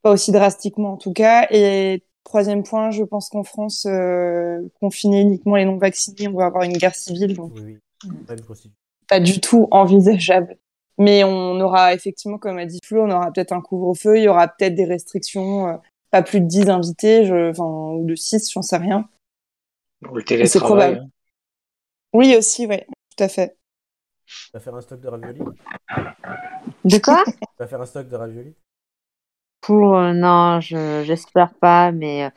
S8: Pas aussi drastiquement en tout cas. Et troisième point, je pense qu'en France, euh, confiner uniquement les non-vaccinés, on va avoir une guerre civile. donc
S1: Oui, oui. Même procédure.
S8: pas du tout envisageable. Mais on aura effectivement, comme a dit Flo, on aura peut-être un couvre-feu, il y aura peut-être des restrictions, euh, pas plus de 10 invités, je, enfin, ou de 6, j'en sais rien.
S6: Ou le
S8: C'est
S6: télétravail.
S8: probable.
S6: hein.
S8: Oui, aussi, ouais, tout à fait.
S1: Tu vas faire un stock de ravioli
S17: De quoi
S1: Tu vas faire un stock de ravioli
S17: Pour euh, non, je j'espère pas, mais euh,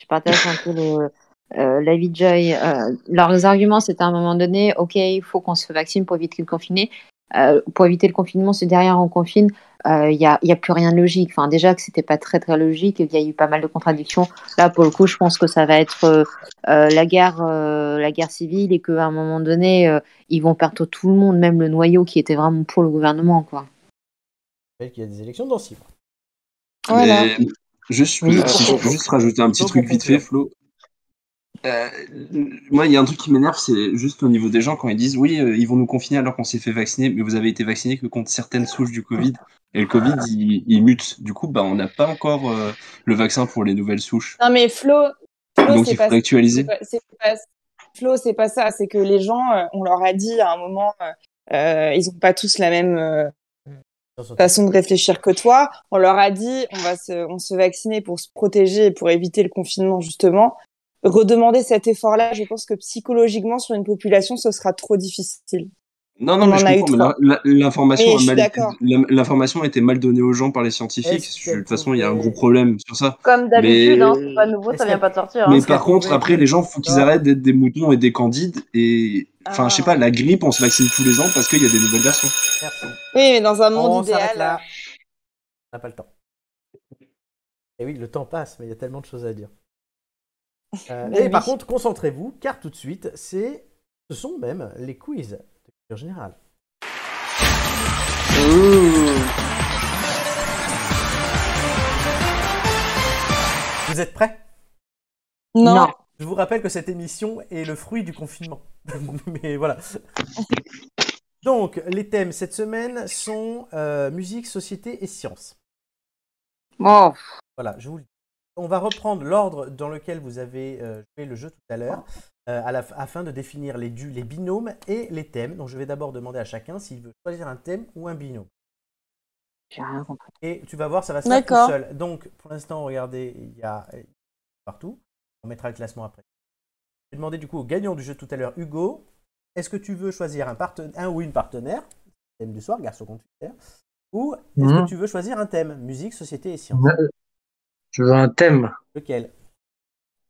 S17: je partage un peu le euh, l'avis de Joy. Euh, leurs arguments, c'était à un moment donné, ok, il faut qu'on se vaccine pour éviter le confiné. Euh, pour éviter le confinement, si derrière on confine, euh, il n'y a, il y a plus rien de logique. Enfin, déjà que c'était pas très très logique, il y a eu pas mal de contradictions. Là, pour le coup, je pense que ça va être euh, euh, la guerre, euh, la guerre civile, et qu'à un moment donné, euh, ils vont perdre tout le monde, même le noyau qui était vraiment pour le gouvernement, quoi.
S1: Je rappelle qu'il y a des élections dans six mois.
S17: Voilà.
S7: Mais juste,
S17: Oui,
S7: euh, si je peux juste rajouter un petit
S1: Donc,
S7: truc
S1: on
S7: vite fait, Flo. Euh, moi, il y a un truc qui m'énerve, c'est juste au niveau des gens quand ils disent oui, euh, ils vont nous confiner alors qu'on s'est fait vacciner, mais vous avez été vacciné que contre certaines souches du Covid. Et le Covid, il, il mute. Du coup, bah, on n'a pas encore euh, le vaccin pour les nouvelles souches.
S8: Non, mais Flo, Flo,
S7: Donc,
S8: c'est
S7: il
S8: pas,
S7: faudrait actualiser.
S8: c'est pas- c'est pas- Flo, c'est pas ça, c'est que les gens, euh, on leur a dit à un moment, euh, euh, ils ont pas tous la même, euh, façon de réfléchir que toi. On leur a dit, on va se, on se vacciner pour se protéger et pour éviter le confinement, justement. Redemander cet effort-là, je pense que psychologiquement, sur une population, ce sera trop difficile.
S7: Non, non,
S8: On
S7: mais je
S8: en a eu
S7: comprends, mais
S8: trois.
S7: la- la- l'information
S8: Oui,
S7: a
S8: je suis
S7: mal été-
S8: d'accord.
S7: la- l'information a été mal donnée aux gens par les scientifiques. Je- De toute façon, il y a un gros problème sur ça.
S4: Comme d'habitude,
S7: Mais-
S4: hein, c'est pas nouveau, ça vient pas de sortir.
S7: Mais
S4: hein.
S7: par contre, après, les gens, faut qu'ils arrêtent d'être des moutons et des candides. Et enfin, je sais
S8: Ah.
S7: pas, la grippe, on se vaccine tous les ans parce qu'il y a des nouvelles versions.
S1: Merci.
S8: Oui, mais dans un monde
S1: On s'arrête
S8: idéal.
S1: là. On n'a pas le temps. Et oui, le temps passe, mais il y a tellement de choses à
S8: <laughs>
S1: dire. Euh,
S8: Ben
S1: et par
S8: oui.
S1: contre, concentrez-vous, car tout de suite, c'est, ce sont même les quiz de culture générale. Vous êtes prêts
S8: Non. Non.
S1: Je vous rappelle que cette émission est le fruit du confinement. <laughs> Mais voilà. Donc, les thèmes cette semaine sont euh, musique, société et science.
S17: Bon.
S1: Voilà, je vous le dis. On va reprendre l'ordre dans lequel vous avez euh, joué le jeu tout à l'heure, euh, à la f- afin de définir les, du- les binômes et les thèmes. Donc je vais d'abord demander à chacun s'il veut choisir un thème ou un binôme. Et tu vas voir, ça va se faire tout
S8: D'accord.
S1: seul. Donc pour l'instant, regardez, il y a il y a partout. On mettra le classement après. Je vais demander du coup au gagnant du jeu tout à l'heure, Hugo, est-ce que tu veux choisir un, partena- un ou une partenaire, thème du soir, garçon contre fille, ou est-ce
S6: Mhm.
S1: que tu veux choisir un thème, musique, société et science
S6: Euh, Je veux un thème.
S1: Lequel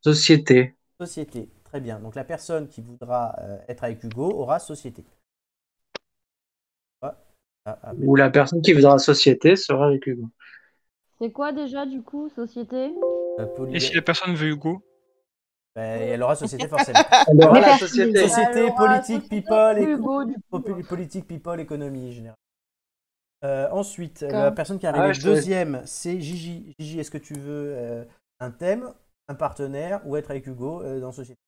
S6: Société.
S1: Société. Ah, Très bien. Donc la personne qui voudra euh, être avec Hugo aura société.
S6: Ou la personne qui voudra la société sera avec Hugo.
S11: C'est quoi déjà du coup, société
S5: Et si la personne veut Hugo
S1: Ben, elle aura société
S6: <laughs>
S1: forcément.
S5: Elle aura
S1: Voilà,
S5: la société.
S1: société,
S5: Elle aura
S1: politique,
S5: société,
S1: people,
S5: plus
S1: éco-
S5: beau,
S1: popul- politique, people, économie générale. Euh, ensuite,
S5: Comme.
S1: la personne qui
S5: Ah,
S1: arrive
S5: je trouvais-
S1: deuxième, c'est Gigi. Gigi, est-ce que tu veux euh, un thème, un partenaire ou être avec Hugo euh, dans société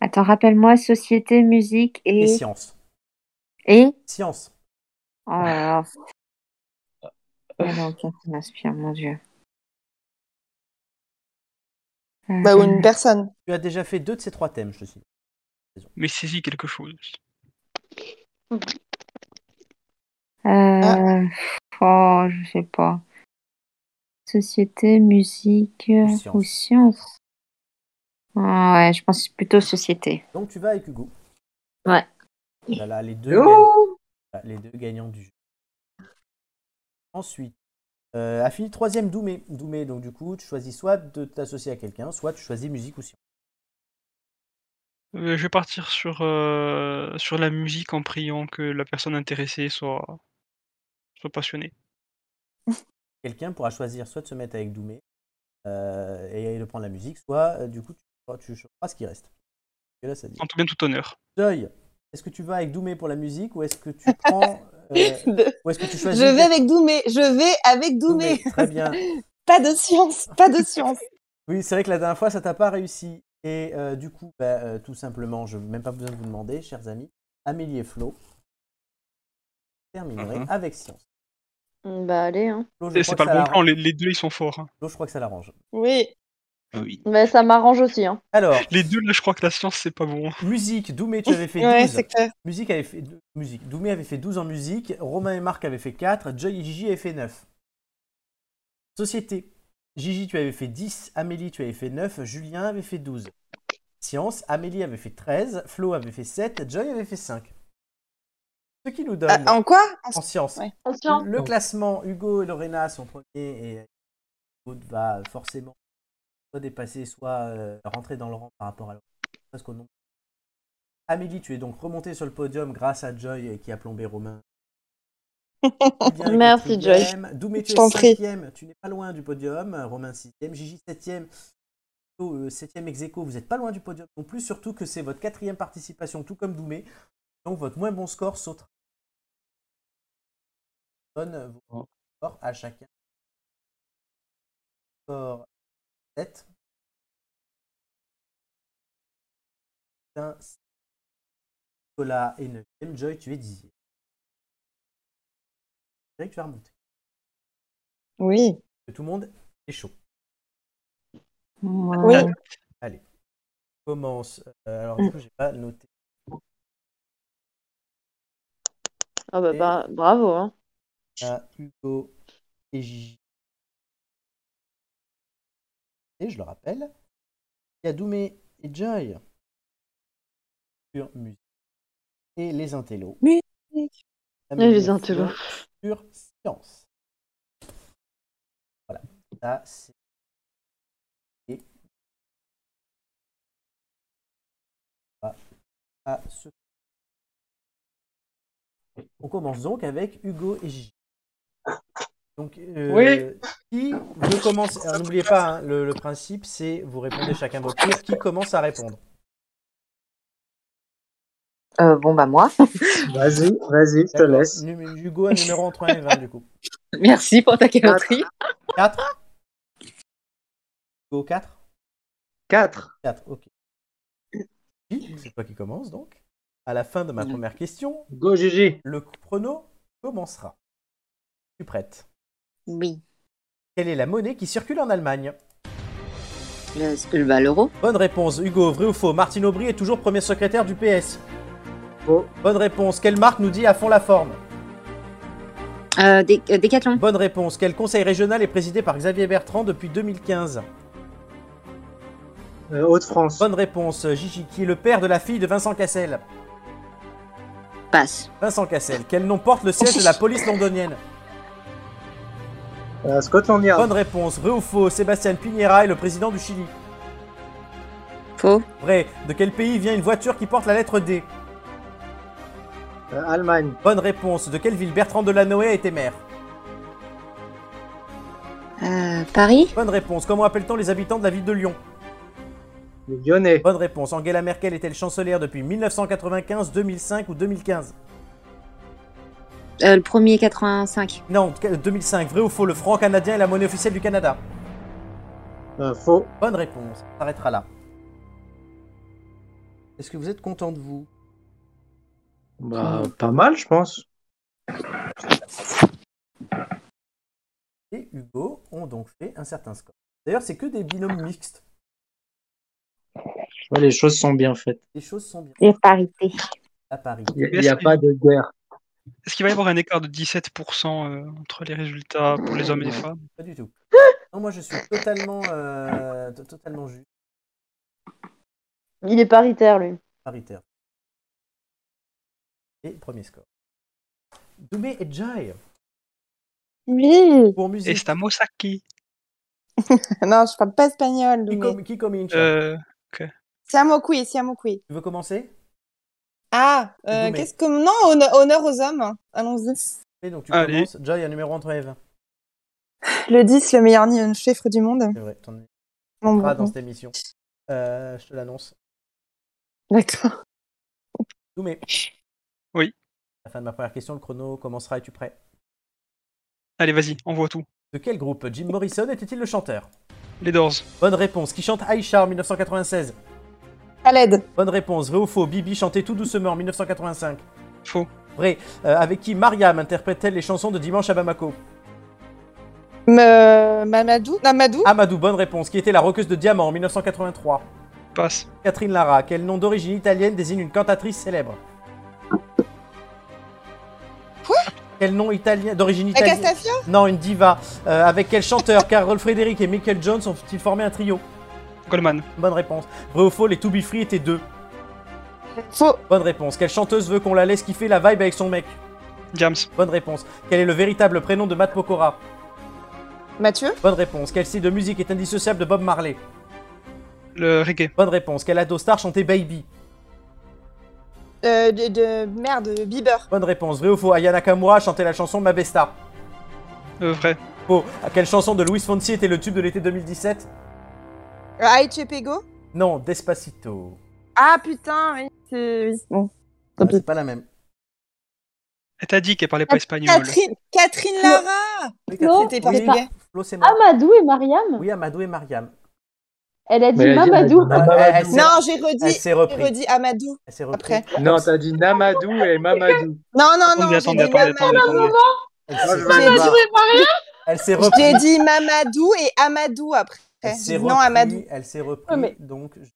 S17: Attends, rappelle-moi, société, musique et...
S1: Et science.
S17: Et
S1: Science.
S17: Oh là Eh là.
S10: Euh.
S17: Il y en a aucun qui m'inspire, mon Dieu.
S10: Bah, ou
S17: Euh.
S10: une personne.
S1: Tu as déjà fait deux de ces trois thèmes, je te signale.
S5: Mais saisis quelque chose.
S4: Ah.
S17: Euh, Oh, je sais pas. Société, musique euh,
S1: science.
S17: ou science. Ah ouais, je pense plutôt société.
S1: Donc tu vas avec Hugo.
S17: Ouais.
S1: Voilà, les deux,
S17: Yo
S1: gagnants, Voilà, les deux gagnants du jeu. Ensuite, euh, a fini troisième Doumé. Doumé, donc du coup, tu choisis soit de t'associer à quelqu'un, soit tu choisis musique ou science.
S5: Euh, je vais partir sur, euh, sur la musique en priant que la personne intéressée soit, soit passionnée.
S1: Quelqu'un pourra choisir soit de se mettre avec Doumé euh, et de prendre la musique, soit euh, du coup, tu, tu choisiras ce qui reste. Et là, ça dit.
S5: En tout bien tout honneur.
S1: Deuil, est-ce que tu vas avec Doumé pour la musique ou est-ce que tu prends. euh, ou est-ce que tu choisis.
S10: Je vais avec Doumé. Je vais avec Doumé.
S1: Très
S8: <laughs>
S1: bien.
S10: pas de science. Pas de science.
S1: Oui, c'est vrai que la dernière fois, ça t'a pas réussi. Et euh, du coup, bah, euh, tout simplement, je même pas besoin de vous demander, chers amis, Amélie et Flo termineraient
S5: Mhm.
S1: avec science.
S11: Mmh,
S4: Bah allez, hein.
S1: Flo, je
S5: Et
S1: crois
S5: C'est
S1: que
S5: pas
S1: ça
S5: le bon
S1: l'arrange.
S5: plan, les, les deux ils sont forts. hein.
S1: Flo, je crois que ça l'arrange.
S10: Oui.
S7: Oui.
S11: Bah,
S4: Mais ça m'arrange aussi, hein.
S1: Alors.
S5: Les deux là, je crois que la science c'est pas bon.
S1: Musique, Doumé, tu avais fait 12.
S10: Ouais, c'est clair.
S1: Musique avait fait, musique. Doumé avait fait 12 en musique, Romain et Marc avaient fait 4, Joy et Gigi avaient fait 9. Société. Gigi, tu avais fait 10, Amélie, tu avais fait 9, Julien avait fait 12. Science, Amélie avait fait 13, Flo avait fait 7, Joy avait fait 5. Ce qui nous donne.
S10: Ah, en quoi
S1: En, science.
S4: En science.
S1: Le classement, Hugo et Lorena sont premiers et Hugo va forcément soit dépasser, soit euh, rentrer dans le rang par rapport à Lorena. Parce qu'au nombre- Amélie, tu es donc remontée sur le podium grâce à Joy euh, qui a plombé Romain. Julien est
S4: Merci,
S1: quatrième.
S4: Joy.
S1: Doumé, tu
S4: Je
S1: es
S4: t'en prie.
S1: cinquième. Tu n'es pas loin du podium. Euh, Romain, sixième. Gigi, septième. Flo, euh, Septième ex aequo. Vous n'êtes pas loin du podium non plus, surtout que c'est votre quatrième participation, tout comme Doumé. Donc votre moins bon score sautera. Donne vos scores à chacun. Score 7. Nicolas est 9 Joy, tu es 10 Eric, tu vas remonter.
S10: Oui.
S1: Que tout le monde est chaud.
S10: Oui.
S1: Allez. Commence. Euh, alors, du coup, j'ai pas noté.
S4: Ah bah, bah, bravo, hein.
S1: à Euh, Hugo et Gigi. Et je le rappelle, il y a Doumé et Joy sur musique et les intellos. Amélie
S4: les
S1: Flo
S4: intellos.
S1: Sur science. Voilà. Ça, c'est. et on va à ce- On commence donc avec Hugo et Gigi. Donc, euh, qui veut commencer Alors, N'oubliez pas, hein, le, le principe, c'est vous répondez chacun votre tour. Qui commence à répondre
S17: Euh, bon, bah <laughs> moi.
S6: Vas-y, vas-y, je te
S1: D'accord.
S6: laisse.
S1: Numé- Hugo, un numéro entre 1 et 20, du coup.
S17: <laughs> Merci pour ta
S1: caloterie. 4 Hugo, 4
S6: 4
S1: 4, ok. Gigi, C'est toi qui commence, donc. À la fin de ma première question,
S6: Go Gigi
S1: le prono commencera. Tu prête
S17: Oui.
S1: Quelle est la monnaie qui circule en Allemagne
S17: Euh, Le, l'euro.
S1: Bonne réponse, Hugo. Vrai ou faux Martine Aubry est toujours premier secrétaire du PS.
S6: Faux.
S1: Bonne réponse. Quelle marque nous dit à fond la forme
S17: Euh, des, euh, Décathlon.
S1: Bonne réponse. Quel conseil régional est présidé par Xavier Bertrand depuis 2015
S6: Euh, Haute-France.
S1: Bonne réponse. Gigi, qui est le père de la fille de Vincent Cassel
S17: Passe.
S1: Vincent Cassel. Quel nom porte le siège de la police londonienne
S6: Euh, Scotland Yard.
S1: Bonne réponse. Vrai ou faux Sébastien Piñera est le président du Chili.
S17: Faux.
S1: Vrai. De quel pays vient une voiture qui porte la lettre D Euh, Allemagne. Bonne réponse. De quelle ville Bertrand Delanoë était maire
S2: Paris
S1: Bonne réponse. Comment appelle-t-on les habitants de la ville de Lyon
S3: Les Lyonnais.
S1: Bonne réponse. Angela Merkel est-elle chancelière depuis 1995, 2005 ou 2015
S17: Euh, le premier 85.
S1: Non, 2005. Vrai ou faux Le franc canadien est la monnaie officielle du Canada
S3: Euh, faux.
S1: Bonne réponse. On s'arrêtera là. Est-ce que vous êtes content de vous
S3: Bah,
S4: Mmh.
S3: pas mal, je pense.
S1: et Hugo ont donc fait un certain score. D'ailleurs, c'est que des binômes mixtes.
S3: Ouais, les choses sont bien faites.
S1: Les choses sont bien.
S17: Les parités.
S1: La Paris.
S17: <laughs>
S3: Il n'y a pas de guerre.
S5: Est-ce qu'il va y avoir un écart de 17% euh, entre les résultats pour les hommes et les femmes
S1: Pas du tout. Non, moi je suis totalement, euh, to- totalement juste
S4: Il est paritaire, lui.
S1: paritaire. Et premier score. Doumé et Jai.
S8: Oui.
S1: Pour musique.
S5: Estamos aquí.
S8: <laughs> non, je parle pas espagnol.
S1: Qui,
S8: Doumé.
S1: com- qui communique
S5: Euh, ok.
S8: Siamo qui, siamo qui.
S1: Tu veux commencer
S8: Ah, euh,
S1: Doumé.
S8: qu'est-ce que... Non, hone- honneur aux hommes. hein. Allons-y.
S1: Et donc tu commences. Jai, un numéro entre Eve.
S8: Le 10, le meilleur ni- chiffre du monde.
S1: C'est vrai, t'en es-
S8: Bon,
S1: t'en as
S8: bon,
S1: dans
S8: bon.
S1: cette émission. Euh, je te l'annonce.
S8: D'accord.
S1: Doumé.
S5: Oui.
S1: La fin de ma première question, le chrono commencera. Es-tu prêt
S5: Allez, vas-y, envoie tout.
S1: De quel groupe Jim Morrison était-il le chanteur
S5: Les Doors.
S1: Bonne réponse. Qui chante Aïcha en 1996
S8: Khaled.
S1: Bonne réponse. Vrai ou faux Bibi chantait tout doucement en 1985.
S5: Faux.
S1: Vrai. Euh, avec qui Mariam interprète-t-elle les chansons de Dimanche à Bamako
S8: Me- Mamadou Amadou
S1: Amadou, bonne réponse. Qui était la roqueuse de Diamant en 1983
S5: Passe.
S1: Catherine Lara. Quel nom d'origine italienne désigne une cantatrice célèbre Quel nom italien d'origine
S8: La
S1: italienne
S8: Castafiore
S1: Non, une diva. Euh, avec quel chanteur <laughs> Carol Frédéric et Michael Jones ont-ils formé un trio
S5: Goldman.
S1: Bonne réponse. Vrai ou faux, les To Be Free étaient deux
S8: Faux.
S1: Bonne réponse. Quelle chanteuse veut qu'on la laisse kiffer la vibe avec son mec
S5: James.
S1: Bonne réponse. Quel est le véritable prénom de Matt Pokora
S8: Mathieu
S1: Bonne réponse. Quel style de musique est indissociable de Bob Marley
S5: Le reggae.
S1: Bonne réponse. Quel ado star chantait Baby
S8: Euh, de, de- Merde, Bieber.
S1: Bonne réponse. Vrai ou faux Aya Nakamura chantait la chanson Ma Besta
S5: Euh, vrai.
S1: Faux. À quelle chanson de Luis Fonsi était le tube de l'été 2017
S8: Aïe Pego
S1: Non, Despacito.
S8: Ah putain, oui, c'est... oui. Bon.
S1: Ah, c'est pas la même.
S5: Elle t'a dit qu'elle parlait pas espagnol.
S8: Catherine, Catherine Lara
S1: Oui, Catherine,
S8: Non, c'était
S1: oui,
S8: portugais.
S1: Flo, c'est moi.
S11: Amadou et Mariam
S1: Oui, Amadou et Mariam.
S11: Elle a dit
S3: Mais elle a dit
S11: Mamadou.
S3: Mamadou. Mamadou.
S1: Ah, Elle- elle s'est-
S8: Non, j'ai redit,
S1: Elle s'est repris.
S8: j'ai redit Amadou.
S1: Elle s'est reprise.
S8: Après.
S3: Non, t'as dit Namadou et Mamadou.
S8: Non, non, non,
S5: Attendez,
S8: j'ai
S5: attendez,
S8: dit
S5: attendez, attendez,
S8: Mamadou.
S5: attendez.
S1: Elle
S3: Ah,
S1: s'est
S3: je
S1: reprise.
S3: vais
S8: J'ai
S3: voir.
S8: dit,
S1: Elle s'est reprise.
S8: j'ai dit Mamadou et Amadou après.
S1: Elle
S8: J'ai
S1: s'est
S8: dit non,
S1: repris.
S8: Amadou.
S1: Elle s'est repris.
S11: Ouais, mais-
S1: Donc, je-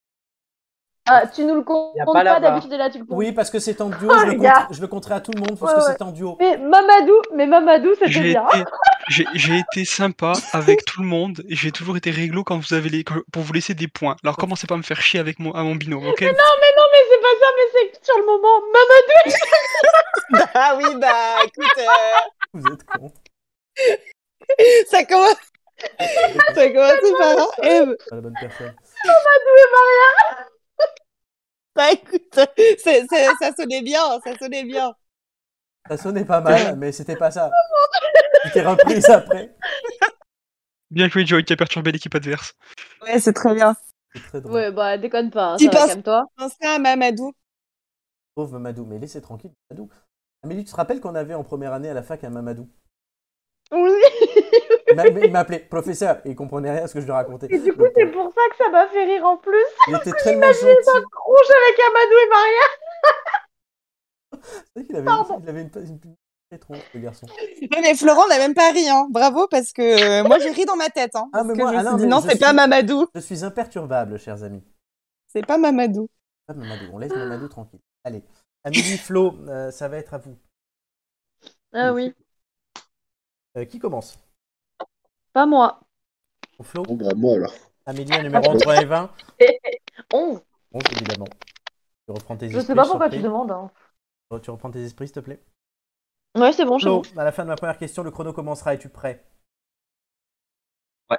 S11: Ah, tu nous le comptes
S3: Y a
S11: pas,
S3: pas la barre.
S11: d'habitude, et là tu le comptes.
S1: Oui, parce que c'est en duo.
S11: Oh,
S1: je, le
S11: les gars.
S1: compte- je le compterai à tout le monde parce
S11: Ouais,
S1: que
S11: ouais.
S1: c'est en duo.
S11: Mais Mamadou, mais Mamadou, c'était
S5: J'ai
S11: bien.
S4: <laughs>
S5: été, j'ai- j'ai été sympa avec tout le monde et j'ai toujours été réglo quand vous avez les, quand- pour vous laisser des points. Alors commencez pas à me faire chier avec mon, à mon binôme, ok
S11: Mais <laughs> non, mais non, mais c'est pas ça, mais c'est sur le moment. Mamadou,
S8: <laughs> Ah oui, bah écoute, euh,
S1: Vous êtes cons.
S8: ça commence. Ça commence par un M.
S1: C'est Pas la bonne personne.
S8: Bah écoute, c'est- c'est- ça sonnait bien, ça sonnait bien.
S1: Ça sonnait pas mal, mais c'était pas ça. Tu t'es reprise après.
S5: Bien joué, Joey, qui a perturbé l'équipe adverse.
S8: Ouais, c'est très bien.
S1: C'est très drôle.
S11: Ouais, bah déconne pas, hein,
S8: Tu
S11: ça va,
S8: penses-
S11: calme-toi.
S8: Pensez à
S4: <laughs>
S8: Mamadou.
S1: Pauvre Mamadou, mais laissez tranquille Mamadou. Amélie, tu te rappelles qu'on avait en première année à la fac un Mamadou
S11: Oui,
S1: Il m'a- il m'appelait professeur et il comprenait rien à ce que je lui racontais.
S11: et du coup,
S1: Le
S11: c'est
S1: pauvre.
S11: pour ça que ça m'a fait rire en plus.
S1: Il était tellement gentil.
S11: Rouge avec Amadou et Maria.
S1: C'est vrai qu'il avait,
S11: Pardon.
S1: il avait une, une, une rétro, ce garçon.
S8: Ouais, mais Florent n'a même pas ri, hein. Bravo, parce que euh, moi j'ai ri dans ma tête. Hein,
S1: Ah,
S8: parce
S1: mais
S8: que
S1: moi-
S8: je me
S1: ah,
S8: suis
S1: non,
S8: dit
S1: mais
S8: non,
S1: je
S8: c'est pas
S1: suis-
S8: Mamadou.
S1: Je suis imperturbable, chers amis.
S8: C'est pas Mamadou.
S1: Pas Mamadou, on laisse Mamadou tranquille. Allez, Amélie, Flo, euh, ça va être à vous.
S11: Ah oui,
S1: Euh, qui commence
S11: pas moi.
S1: Flo,
S7: Bon, bah, moi alors.
S1: Amélie, un numéro entre 1 et 20.
S11: 11.
S1: 11, évidemment. Tu reprends tes
S11: Je
S1: esprits.
S11: sais pas
S1: je t'en
S11: pourquoi
S1: prie.
S11: tu demandes. hein.
S1: Oh, Tu reprends tes esprits, s'il te plaît.
S11: Ouais, c'est bon, c'est
S1: Flo,
S11: bon.
S1: à la fin de ma première question, le chrono commencera. Es-tu prêt
S7: Ouais.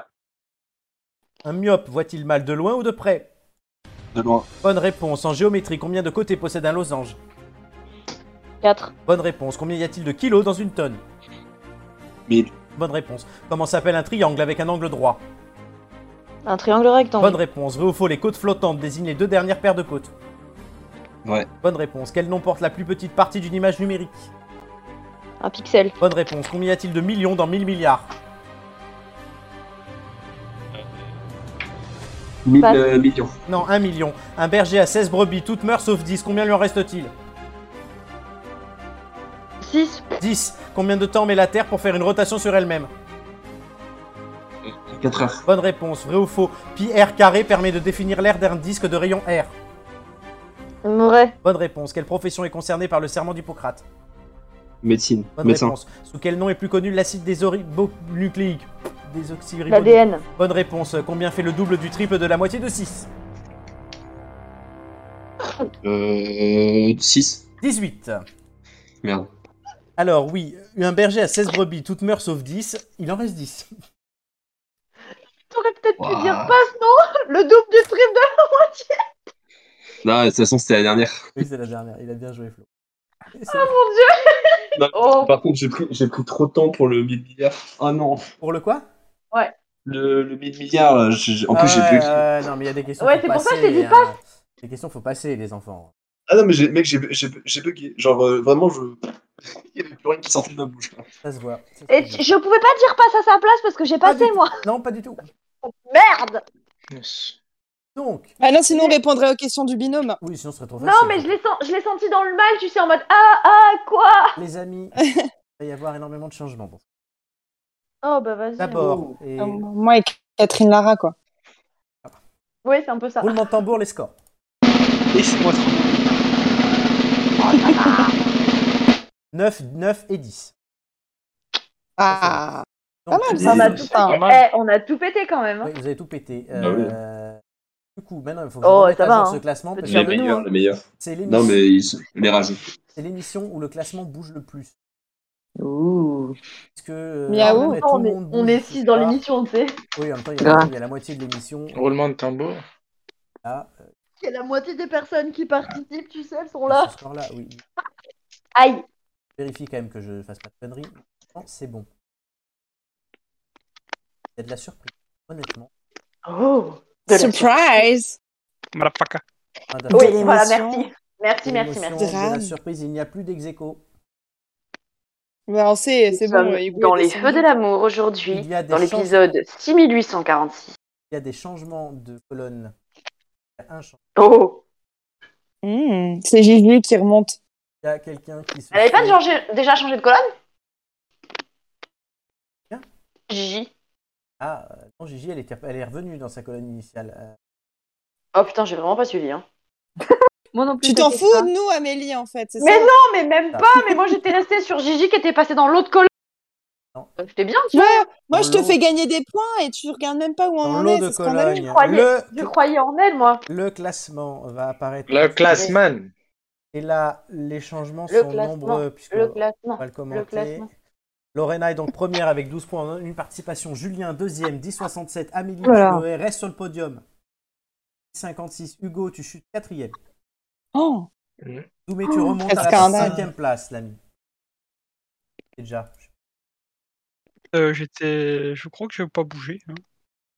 S1: Un myope voit-il mal de loin ou de près
S7: De loin.
S1: Bonne réponse. En géométrie, combien de côtés possède un losange
S4: 4.
S1: Bonne réponse. Combien y a-t-il de kilos dans une tonne
S7: 1000.
S1: Bonne réponse. Comment s'appelle un triangle avec un angle droit
S4: Un triangle rectangle.
S1: Bonne réponse. Vrai ou faux, les côtes flottantes désignent les deux dernières paires de côtes
S7: Ouais.
S1: Bonne réponse. Quel nom porte la plus petite partie d'une image numérique
S4: Un pixel.
S1: Bonne réponse. Combien y a-t-il de millions dans 1000 milliards
S7: 1000
S11: Bah.
S7: euh, millions.
S1: Non, 1 million. Un berger à 16 brebis, toutes meurent sauf 10. Combien lui en reste-t-il
S4: 6.
S1: 10. Combien de temps met la Terre pour faire une rotation sur elle-même
S7: 4 heures.
S1: Bonne réponse. Vrai ou faux Pi r carré permet de définir l'air d'un disque de rayon R.
S4: Vrai.
S1: Bonne réponse. Quelle profession est concernée par le serment d'Hippocrate
S7: Médecine.
S1: Bonne
S7: Médecin.
S1: réponse. Sous quel nom est plus connu l'acide désoxyribonucléique Désoxyribonucléique.
S4: L'ADN.
S1: Bonne réponse. Combien fait le double du triple de la moitié de 6
S7: Euh, 6.
S1: 18.
S7: Merde.
S1: Alors oui, un berger à 16 brebis, toutes meurent sauf 10, il en reste 10.
S4: T'aurais peut-être pu
S7: Ouah.
S1: Ah.
S4: dire passe, non Le double du strip de la moitié.
S7: Non, de toute façon, c'était la dernière.
S1: Oui, c'est la dernière. Il a bien joué, Flo.
S4: Oh mon dieu
S7: Non,
S8: Oh.
S7: Par contre, j'ai pris, j'ai pris trop de temps pour le 1000 milliards. Ah non.
S1: Pour le quoi
S4: Ouais.
S7: Le, le 1000 milliards, là, j'ai- j'ai- en
S1: Ah
S7: plus, j'ai
S1: ouais,
S7: plus.
S1: ouais, non, mais il y a des questions.
S4: Ouais,
S1: faut
S4: c'est pour ça que je
S1: passer,
S4: t'ai dit
S1: hein.
S4: passe.
S1: Des questions, faut passer, les enfants.
S7: Ah non, mais j'ai- mec, j'ai j'ai- j'ai bugué. Genre, euh, vraiment, je. <laughs> Il n'y avait plus rien qui sortait de ma bouche.
S1: Ça se voit. ça se
S4: Et
S1: voit.
S4: tu- je pouvais pas dire passe à sa place parce que j'ai passé, moi.
S1: Non, pas du tout.
S4: <laughs> Merde
S1: Donc.
S8: Ah non, sinon on répondrait aux questions du binôme.
S1: Oui, sinon ce serait trop
S4: Non, mais je l'ai sen- je l'ai senti dans le mal, tu sais, en mode ah, ah, quoi
S1: Les amis, il va y avoir énormément de changements. bon.
S4: Oh, bah vas-y.
S1: D'abord, et...
S8: Moi et Catherine Lara, quoi.
S4: Ouais, c'est un peu ça.
S1: roulement de tambour, les scores.
S5: Laissez-moi tranquille.
S1: 9, 9 et 10.
S8: Ah,
S1: Donc,
S8: pas mal,
S1: les-
S8: ça.
S4: On a, Oh, tout...
S8: Putain,
S4: eh, on a tout pété quand même. hein.
S1: Oui, vous avez tout pété.
S7: Bah oui.
S1: Euh, Du coup, maintenant, il faut que je
S4: Oh,
S1: remette
S4: ça
S1: à
S4: va,
S1: jour
S4: hein.
S1: ce classement. parce
S7: Les
S1: que
S7: meilleurs, les meilleurs.
S1: C'est l'émission-
S7: Non, mais ils se- les rajoute.
S1: c'est l'émission où le classement bouge le plus.
S11: Ouh.
S1: Parce que euh,
S11: Ah
S8: Miaou.
S1: à peu près tout
S4: on,
S1: le
S4: est,
S1: monde
S4: on
S1: bouge,
S4: est
S1: tout
S4: six dans
S1: ça.
S4: l'émission, tu sais.
S1: Oui, en même temps, il y
S11: Grave.
S1: a, il y a la moitié de l'émission.
S6: Roulement de tambour.
S1: Là, euh,
S4: Et la moitié des personnes qui participent, tu sais, elles sont
S1: à
S4: là.
S1: ce score-là, oui.
S4: Aïe
S1: Je Vérifie quand même que je fasse pas de conneries. Non, c'est bon. Il y a de la surprise, honnêtement.
S4: Oh
S8: Surprise
S5: Malapaka.
S1: Hein, de-
S4: Oui,
S8: De
S4: voilà,
S8: l'émotion.
S4: merci. Merci,
S1: de
S4: merci,
S1: l'émotion,
S4: merci.
S1: De la
S8: Drame.
S1: surprise, il n'y a plus d'ex aequo.
S8: Bah, on sait, c'est
S4: Nous
S8: bon.
S4: sommes
S8: Hugo est
S4: dans les
S8: descendu.
S4: feux de l'amour aujourd'hui,
S1: Il y a des
S4: dans
S1: chances-
S4: l'épisode 6846.
S1: Il y a des changements de colonne. Il y a un changement.
S4: Oh
S8: Mmh, c'est Jésus qui remonte.
S1: Il y a quelqu'un qui se.
S4: Elle avait pas
S1: fait-
S4: déjà changé, déjà changé de colonne
S1: Hein
S4: Gigi.
S1: Ah, euh, non, Gigi, elle, était- elle est revenue dans sa colonne initiale. Euh,
S4: Oh putain, j'ai vraiment pas suivi. Hein.
S11: Moi non plus.
S8: Tu t'en
S11: t'inquiète
S8: fous
S11: pas.
S8: de nous, Amélie, en fait, c'est
S4: Mais
S8: ça
S4: non, mais même pas Mais
S8: <laughs>
S4: moi j'étais restée sur Gigi qui était passée dans l'autre colonne.
S1: Non. Euh,
S4: J'étais Euh, bien,
S8: Tu vois, moi,
S1: Dans
S8: je te
S1: l'eau.
S8: fais gagner des points et tu regardes même pas où on
S1: dans
S8: en
S1: l'eau
S8: est,
S1: de
S8: c'est scandaleux.
S1: Cologne.
S4: croyais.
S1: Le,
S4: je croyais en elle, moi.
S1: le classement va apparaître.
S6: Le classman.
S1: Et là, les changements
S4: Le
S1: sont
S4: classement,
S1: nombreux, puisque
S4: Le
S1: on
S4: classement.
S1: va le commenter.
S4: classement.
S1: Lorena est donc première avec 12 points en une participation. Julien, deuxième, 10,67. Amélie,
S11: Oh là là.
S1: tu restes sur le podium. 56. Hugo, tu chutes quatrième.
S8: Oh,
S1: Doumé,
S4: Ah,
S1: tu remontes
S8: quel
S1: à la
S8: scandale.
S1: cinquième place, l'ami. C'est déjà.
S5: Euh, J'étais. Je crois que je vais pas bouger. hein.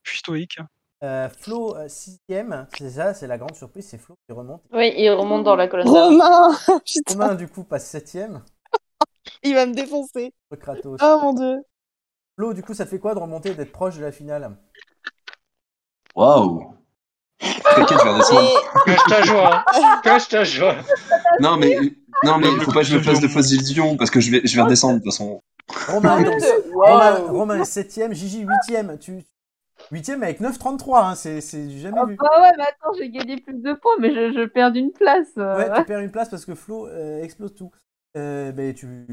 S5: Je suis stoïque. hein.
S1: Euh, Flo, euh, sixième. C'est ça, c'est la grande surprise. C'est Flo qui remonte.
S4: Oui, il remonte dans la colonne. d'avant.
S8: Romain Oh <laughs> Putain,
S1: Romain, du coup, passe septième.
S8: il va me défoncer.
S1: Kratos.
S8: Oh mon dieu.
S1: Flo, du coup, ça te fait quoi de remonter et d'être proche de la finale
S7: Waouh. T'inquiète, je vais redescendre.
S8: Et
S6: Cache ta joie. Cache ta joie.
S7: Non, mais. Non, mais faut pas que je me fasse de fausses illusions parce que je vais, je vais redescendre de toute façon.
S18: Ah,
S1: Romain, est donc, euh, Romain,
S4: Waouh.
S1: Romain est septième. Gigi, huitième. Tu... Huitième avec 9,33. Hein. C'est c'est du jamais
S18: Ah
S1: vu.
S18: bah ouais, mais attends, j'ai gagné plus de points, mais je, je perds d'une place. euh.
S1: Ouais, tu perds une place parce que Flo euh, explose tout. Euh, ben, tu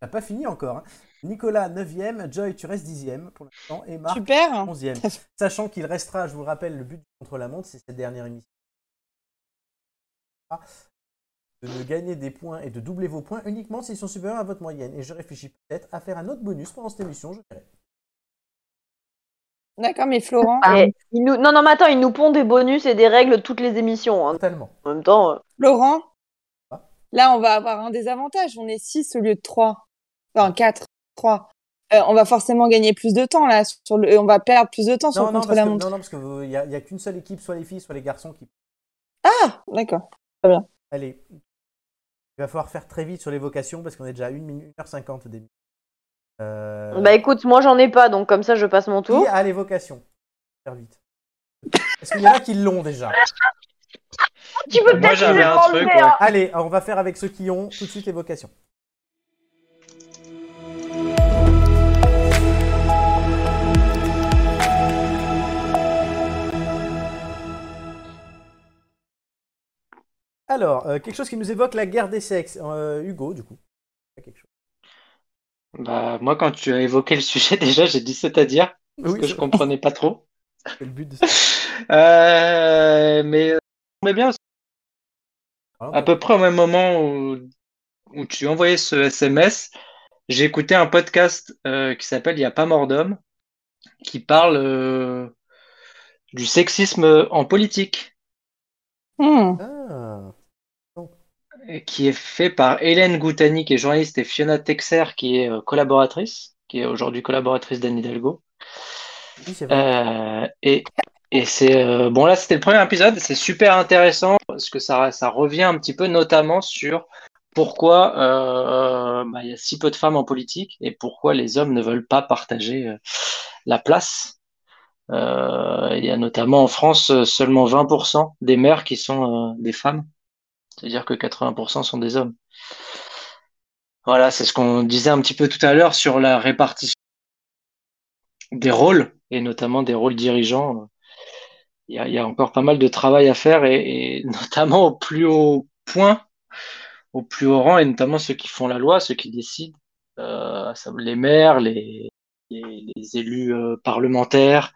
S1: t'as pas fini encore. hein. Nicolas, 9ème. Joy, tu restes 10ème pour l'instant. Et Marc,
S8: Super.
S1: 11ème. Sachant qu'il restera, je vous le rappelle, le but du contre-la-montre, c'est cette dernière émission. De ne gagner des points et de doubler vos points uniquement s'ils sont supérieurs à votre moyenne. Et je réfléchis peut-être à faire un autre bonus pendant cette émission, je verrai.
S8: D'accord, mais Florent,
S11: Ah.
S4: Eh, il nous... Non, non, mais attends, ils nous pond des bonus et des règles toutes les émissions. hein.
S1: Totalement.
S4: En même temps, euh,
S8: Laurent, Là, on va avoir un désavantage. On est 6 au lieu de 3. Enfin, 4, 3. on va forcément gagner plus de temps là. Sur le... On va perdre plus de temps sur
S1: Non,
S8: le
S1: non, parce que,
S8: contre-la-montre.
S1: non, non, parce qu'il n'y a, y a qu'une seule équipe, soit les filles, soit les garçons qui.
S8: Ah, d'accord. Très bien.
S1: Allez, il va falloir faire très vite sur l'évocation parce qu'on est déjà à 1 minute 1h50 des minutes. Euh,
S4: Bah écoute, moi j'en ai pas, donc comme ça je passe mon tour.
S1: Qui a l'évocation Faire vite. Est-ce qu'il y en a qui l'ont déjà
S11: Tu peux peut-être les enlever, hein.
S1: Allez, on va faire avec ceux qui ont tout de suite évocation. Alors, euh, quelque chose qui nous évoque la guerre des sexes. Euh, Hugo, du coup. Quelque chose.
S6: Bah, moi, quand tu as évoqué le sujet, <laughs> déjà, j'ai dit c'est-à-dire, parce
S1: Oui,
S6: que
S1: c'est-
S6: je comprenais pas trop.
S1: C'est le but de
S6: Euh, mais, mais bien, à peu près au même moment où, où tu envoyais ce SMS, j'ai écouté un podcast euh, qui s'appelle Il n'y a pas mort d'homme, qui parle euh, du sexisme en politique,
S1: Ah.
S6: et Euh, qui est fait par Hélène Goutani, qui est journaliste, et Fiona Texer, qui est euh, collaboratrice, qui est aujourd'hui collaboratrice d'Anne Hidalgo.
S1: Oui, c'est vrai.
S6: Euh, et et c'est euh, bon là c'était le premier épisode, c'est super intéressant parce que ça ça revient un petit peu notamment sur pourquoi euh, bah, il y a si peu de femmes en politique et pourquoi les hommes ne veulent pas partager euh, la place. Euh, il y a notamment en France euh, seulement 20% des maires qui sont euh, des femmes, c'est-à-dire que 80% sont des hommes. Voilà, c'est ce qu'on disait un petit peu tout à l'heure sur la répartition des rôles, et notamment des rôles dirigeants. Il y a, il y a encore pas mal de travail à faire, et, <laughs> et notamment au plus haut point, au plus haut rang, et notamment ceux qui font la loi, ceux qui décident, euh, ça- les maires, les, les- les élus euh, parlementaires.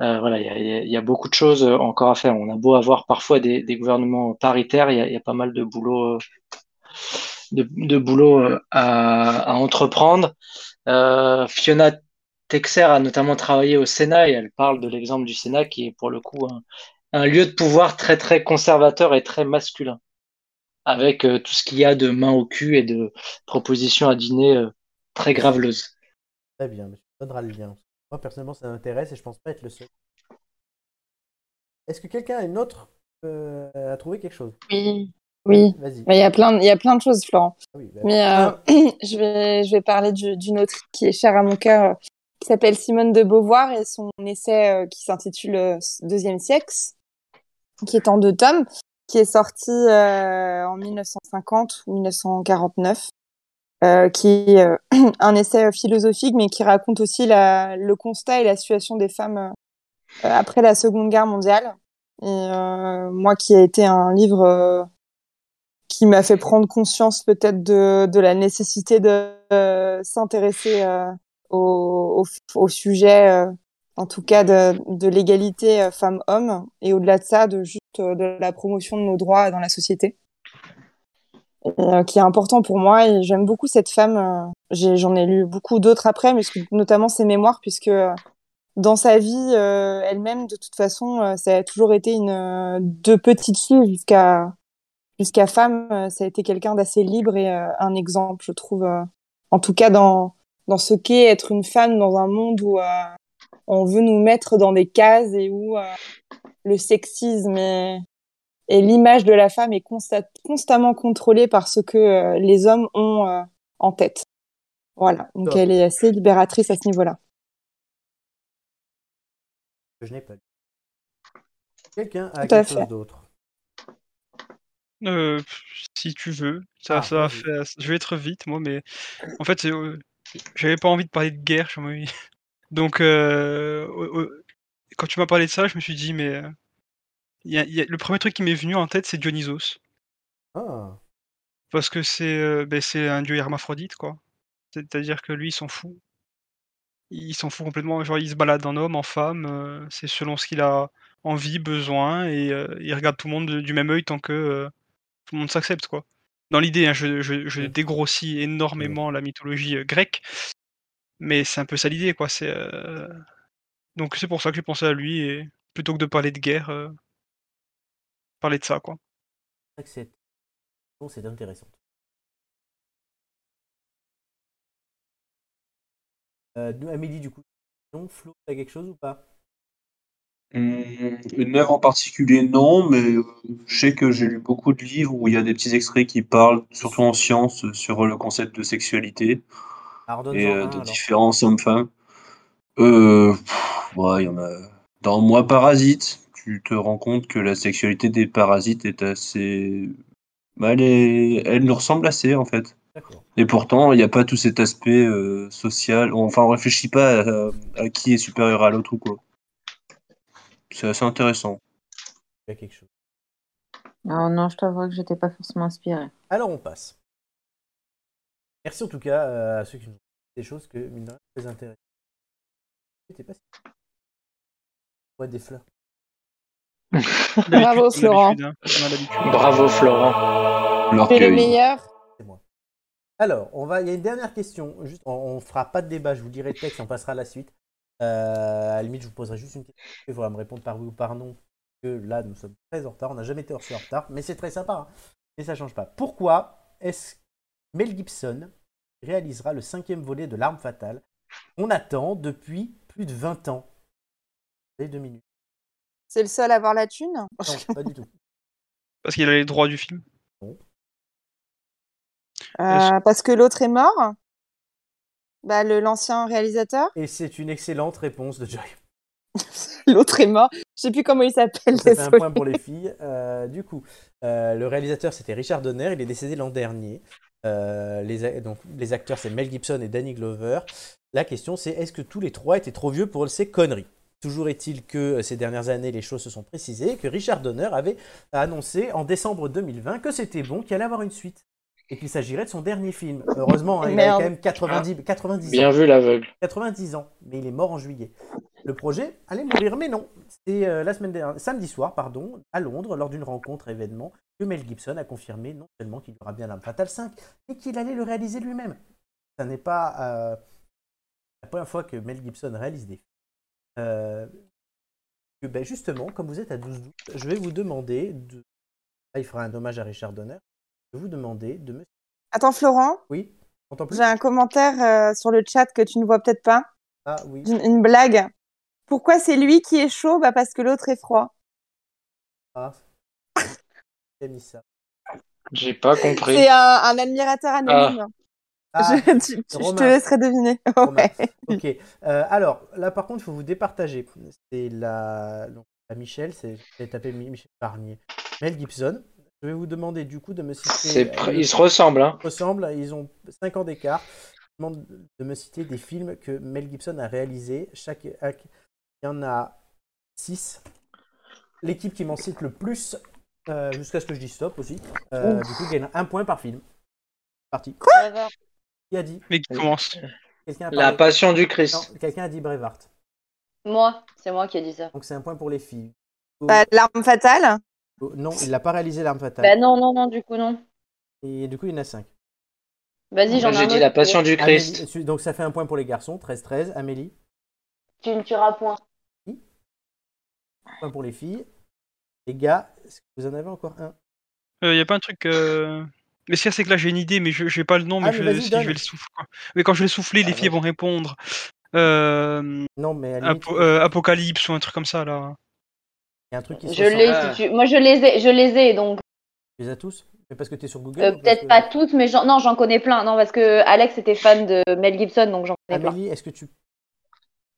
S6: Euh, voilà, il y a, il y a- il y a beaucoup de choses euh, encore à faire. On a beau avoir parfois des, des gouvernements paritaires, il y a, il y a pas mal de boulot, euh, de, de boulot euh, à, à entreprendre. Euh, Fiona Texer a notamment travaillé au Sénat et elle parle de l'exemple du Sénat qui est pour le coup un, un lieu de pouvoir très très conservateur et très masculin, avec euh, tout ce qu'il y a de main au cul et de propositions à dîner euh, très graveleuses.
S1: Très bien, mais tu me donneras le lien. Moi, personnellement, ça m'intéresse et je pense pas être le seul. Est-ce que quelqu'un a une autre euh, a trouvé quelque chose
S8: Oui. Oui.
S1: Vas-y.
S8: Mais il y a plein de, il y a plein de choses, Florent.
S1: oui, bah,
S8: Mais euh, <clears throat> je vais, je vais parler du- d'une autrice qui est chère à mon cœur, euh, qui s'appelle Simone de Beauvoir et son essai euh, qui s'intitule euh, Deuxième sexe, qui est en deux tomes, qui est sorti euh, en 1950 ou 1949, euh, qui est euh, <clears throat> un essai euh, philosophique, mais qui raconte aussi la, le constat et la situation des femmes euh, après la Seconde Guerre mondiale. Et euh, moi, qui a été un livre euh, qui m'a fait prendre conscience peut-être de, de la nécessité de euh, s'intéresser euh, au, au- au sujet, euh, en tout cas de, de l'égalité euh, femmes-hommes, et au-delà de ça, de juste euh, de la promotion de nos droits dans la société, Et, euh, qui est important pour moi. Et j'aime beaucoup cette femme. euh, j'ai- J'en ai, lu beaucoup d'autres après, mais je- notamment ses mémoires, puisque euh, dans sa vie euh, elle-même, de toute façon, euh, ça a toujours été une euh, de petite fille jusqu'à jusqu'à femme, euh, ça a été quelqu'un d'assez libre et euh, un exemple, je trouve, euh, en tout cas dans, dans ce qu'est être une femme dans un monde où euh, on veut nous mettre dans des cases et où euh, le sexisme est- et l'image de la femme est consta- constamment contrôlée par ce que euh, les hommes ont euh, en tête. Voilà, donc
S1: Top.
S8: elle est assez libératrice à ce niveau-là.
S1: je n'ai pas lu. Quelqu'un
S8: Tout
S1: a
S8: à
S1: quelque
S8: fait.
S1: chose d'autre
S5: Euh, si tu veux, ça,
S1: Ah,
S5: ça va faire- Je vais être vite, moi, mais en fait, c'est, euh, j'avais pas envie de parler de guerre. j'en avais- <laughs> Donc, euh, au- au- quand tu m'as parlé de ça, je me suis dit, mais euh, il y a- il y a- le premier truc qui m'est venu en tête, c'est Dionysos,
S1: Ah,
S5: parce que c'est, euh, ben, c'est un dieu hermaphrodite, quoi. C'est-à-dire que lui, il s'en fout. il s'en fout complètement. Genre, il se balade en homme, en femme, euh, c'est selon ce qu'il a envie, besoin, et euh, il regarde tout le monde de- du même œil tant que euh, tout le monde s'accepte, quoi. Dans l'idée, hein, je, je- je dégrossis énormément la mythologie euh, grecque, mais c'est un peu ça l'idée, quoi. C'est euh, donc c'est pour ça que j'ai pensé à lui et plutôt que de parler de guerre, euh, parler de ça, quoi.
S1: c'est vrai que c'est Bon, c'est intéressant. Euh, nous, Amélie, du coup, non, Flo, t'as quelque chose ou pas
S7: Hum, une œuvre en particulier, non, mais euh, je sais que j'ai lu beaucoup de livres où il y a des petits extraits qui parlent, surtout en sciences, euh, sur le concept de sexualité
S1: Alors, donne-en
S7: et
S1: un,
S7: euh, de
S1: alors.
S7: différences hommes-femmes. Euh, pff, ouais, il y en a. Dans Moi Parasite, tu te rends compte que la sexualité des parasites est assez. Bah, elle, est- elle nous ressemble assez, en fait. Et pourtant, il n'y a pas tout cet aspect euh, social. Enfin, on réfléchit pas à, à qui est supérieur à l'autre ou quoi. C'est assez intéressant.
S1: Il y a quelque chose.
S17: Non, non, je t'avoue que j'étais pas forcément inspirée.
S1: Alors, on passe. Merci en tout cas euh, à ceux qui nous ont dit des choses que, mine de rien, très intéressantes. C'était pas si- Ouais, des fleurs.
S10: Bravo, Florent.
S5: hein.
S3: Bravo Florent.
S10: T'es le meilleur.
S1: Alors, on va. Il y a une dernière question. Juste, on, on fera pas de débat. Je vous dirai le texte. On passera à la suite. Euh, à la limite, je vous poserai juste une question. Il faudra me répondre par oui ou par non. Parce que là, nous sommes très en retard. On n'a jamais été aussi en retard, mais c'est très sympa. hein. Mais ça change pas. Pourquoi est-ce que Mel Gibson réalisera le cinquième volet de L'Arme fatale On attend depuis plus de 20 ans. Les deux minutes.
S10: C'est le seul à avoir la thune
S1: Non, pas du tout.
S5: Parce qu'il a les droits du film.
S10: Euh, Parce que l'autre est mort Bah, le- l'ancien réalisateur
S1: Et c'est une excellente réponse de Jerry.
S10: <laughs> L'autre est mort. Je sais plus comment il s'appelle.
S1: Ça fait un
S10: désolé.
S1: point pour les filles. Euh, du coup, euh, le réalisateur c'était Richard Donner, il est décédé l'an dernier. Euh, les, a- donc, les acteurs c'est Mel Gibson et Danny Glover. La question c'est est-ce que tous les trois étaient trop vieux pour ces conneries Toujours est-il que euh, ces dernières années les choses se sont précisées et que Richard Donner avait annoncé en décembre 2020 que c'était bon, qu'il allait avoir une suite et qu'il s'agirait de son dernier film. Heureusement, hein, il avait
S3: Merde.
S1: quand même 90, 90
S3: Bien
S1: ans.
S3: vu, l'aveugle.
S1: 90 ans, mais il est mort en juillet. Le projet allait mourir, mais non. C'est euh, la semaine dernière, samedi soir, pardon, à Londres, lors d'une rencontre événement, que Mel Gibson a confirmé non seulement qu'il y aura bien un Fatal 5, mais qu'il allait le réaliser lui-même. Ça n'est pas euh, la première fois que Mel Gibson réalise des films. Euh, que, ben, justement, comme vous êtes à 12 août, je vais vous demander de. Ah, il fera un hommage à Richard Donner. Je vais vous demander de me.
S10: Attends, Florent.
S1: Oui, t'entends plus
S10: J'ai un commentaire euh, sur le chat que tu ne vois peut-être pas.
S1: Ah oui.
S10: Une, une blague. Pourquoi c'est lui qui est chaud bah Parce que l'autre est froid.
S1: Ah. J'ai mis ça.
S3: J'ai pas compris.
S10: C'est un, un admirateur anonyme.
S1: Ah.
S10: je, <laughs> tu- tu- je te
S1: Romain.
S10: laisserai deviner. <laughs> Ouais.
S1: Ok. Euh, alors, là, par contre, il faut vous départager. C'est la... donc, la Michel, c'est j'ai tapé Mi- Michel Barnier. Mel Gibson. Je vais vous demander du coup de me citer.
S3: C'est pr- ils se ressemblent, hein.
S1: Ils se ressemblent. Ils ont 5 ans d'écart. Je vous demande de me citer des films que Mel Gibson a réalisés. Chaque... Il y en a 6. L'équipe qui m'en cite le plus, euh, jusqu'à ce que je dise stop aussi, euh,
S5: Ouf.
S1: du coup, gagne un point par film. Parti. Qui a dit
S5: Mais qui commence
S1: Quelqu'un a
S3: La
S1: parlé
S3: passion du Christ.
S1: Non, Quelqu'un a dit Brevard.
S4: Moi, c'est moi qui ai dit ça.
S1: Donc c'est un point pour les filles.
S10: Bah, L'arme fatale.
S1: Oh, non, il n'a pas réalisé l'arme fatale.
S4: Bah non, non, non, du coup, non.
S1: Et du coup, il y en a 5. Bah,
S4: Vas-y, j'en ai un autre.
S1: euh, donc ça fait un point pour les garçons, 13-13. Amélie,
S4: Tu ne tueras point.
S1: un point pour les filles. Les gars, est-ce que vous en avez encore un
S5: Il n'y a pas un truc. euh, Mais ce qu'il y a, c'est que là, j'ai une idée, mais je j'ai pas le nom, mais
S1: Ah, mais
S5: je,
S1: vas-y,
S5: si, je
S1: donne. Ah,
S5: vais le souffler. quoi. Mais quand je vais le souffler, les filles vont répondre. Euh,
S1: Non, mais à la limite-
S5: Apo- euh, Apocalypse ou un truc comme ça, là.
S1: Il y a un truc qui se
S4: Je
S1: ressemble.
S4: l'ai, si tu... Moi, je les ai, je les ai, donc
S1: Tu les as tous Mais parce que tu es sur Google
S4: euh,
S1: ou parce
S4: peut-être
S1: que-
S4: pas toutes, mais j'en... non, j'en connais plein. Non, parce que Alex était fan de Mel Gibson, donc j'en connais plein.
S1: Amélie, est-ce que tu...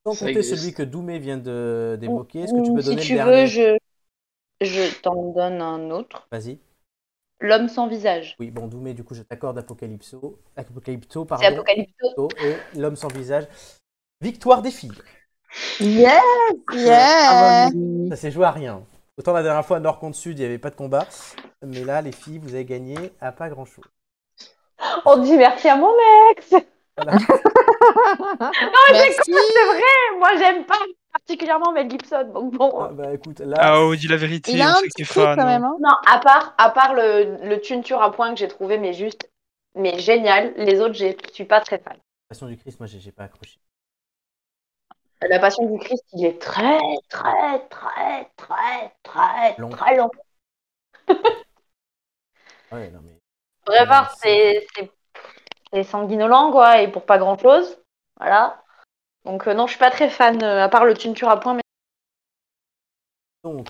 S1: Sans
S4: Ça
S1: compter
S4: existe.
S1: celui que Doumé vient de d'évoquer, est-ce que tu
S4: Ou
S1: peux donner
S4: si
S1: le
S4: tu
S1: dernier
S4: veux, je, je t'en donne un autre.
S1: Vas-y.
S4: L'homme sans visage.
S1: Oui, bon, Doumé, du coup, je t'accorde Apocalypso. Apocalypto, pardon.
S4: C'est Apocalypto.
S1: Et l'homme sans visage. Victoire des filles. Ah, bah
S10: Yes Yeah
S1: Ça s'est joué à rien. Autant la dernière fois, Nord contre Sud, il n'y avait pas de combat. Mais là, les filles, vous avez gagné à pas grand-chose.
S4: <gasps> On dit merci à mon ex. <laughs> non,
S10: j'écoute,
S4: c'est vrai. Moi, j'aime pas particulièrement Mel Gibson. Donc bon.
S1: bah écoute, là.
S5: Ah, oh, dis la vérité, on sait que t'es fan. hein.
S4: Non, à part, à part le, le Tune Ture à point que j'ai trouvé, mais juste, mais génial. Les autres, je suis pas très fan.
S1: Passion du Christ, moi, j'ai j'ai pas accroché.
S4: La Passion du Christ, il est très, très, très, très, très,
S1: Long.
S4: très long.
S1: Ouais, non, mais
S4: Faudrait voir, c'est c'est- c'est sanguinolent, quoi, et pour pas grand-chose. Voilà. Donc, euh, non, je suis pas très fan, euh, à part le tunture à point. Mais...
S1: Donc, on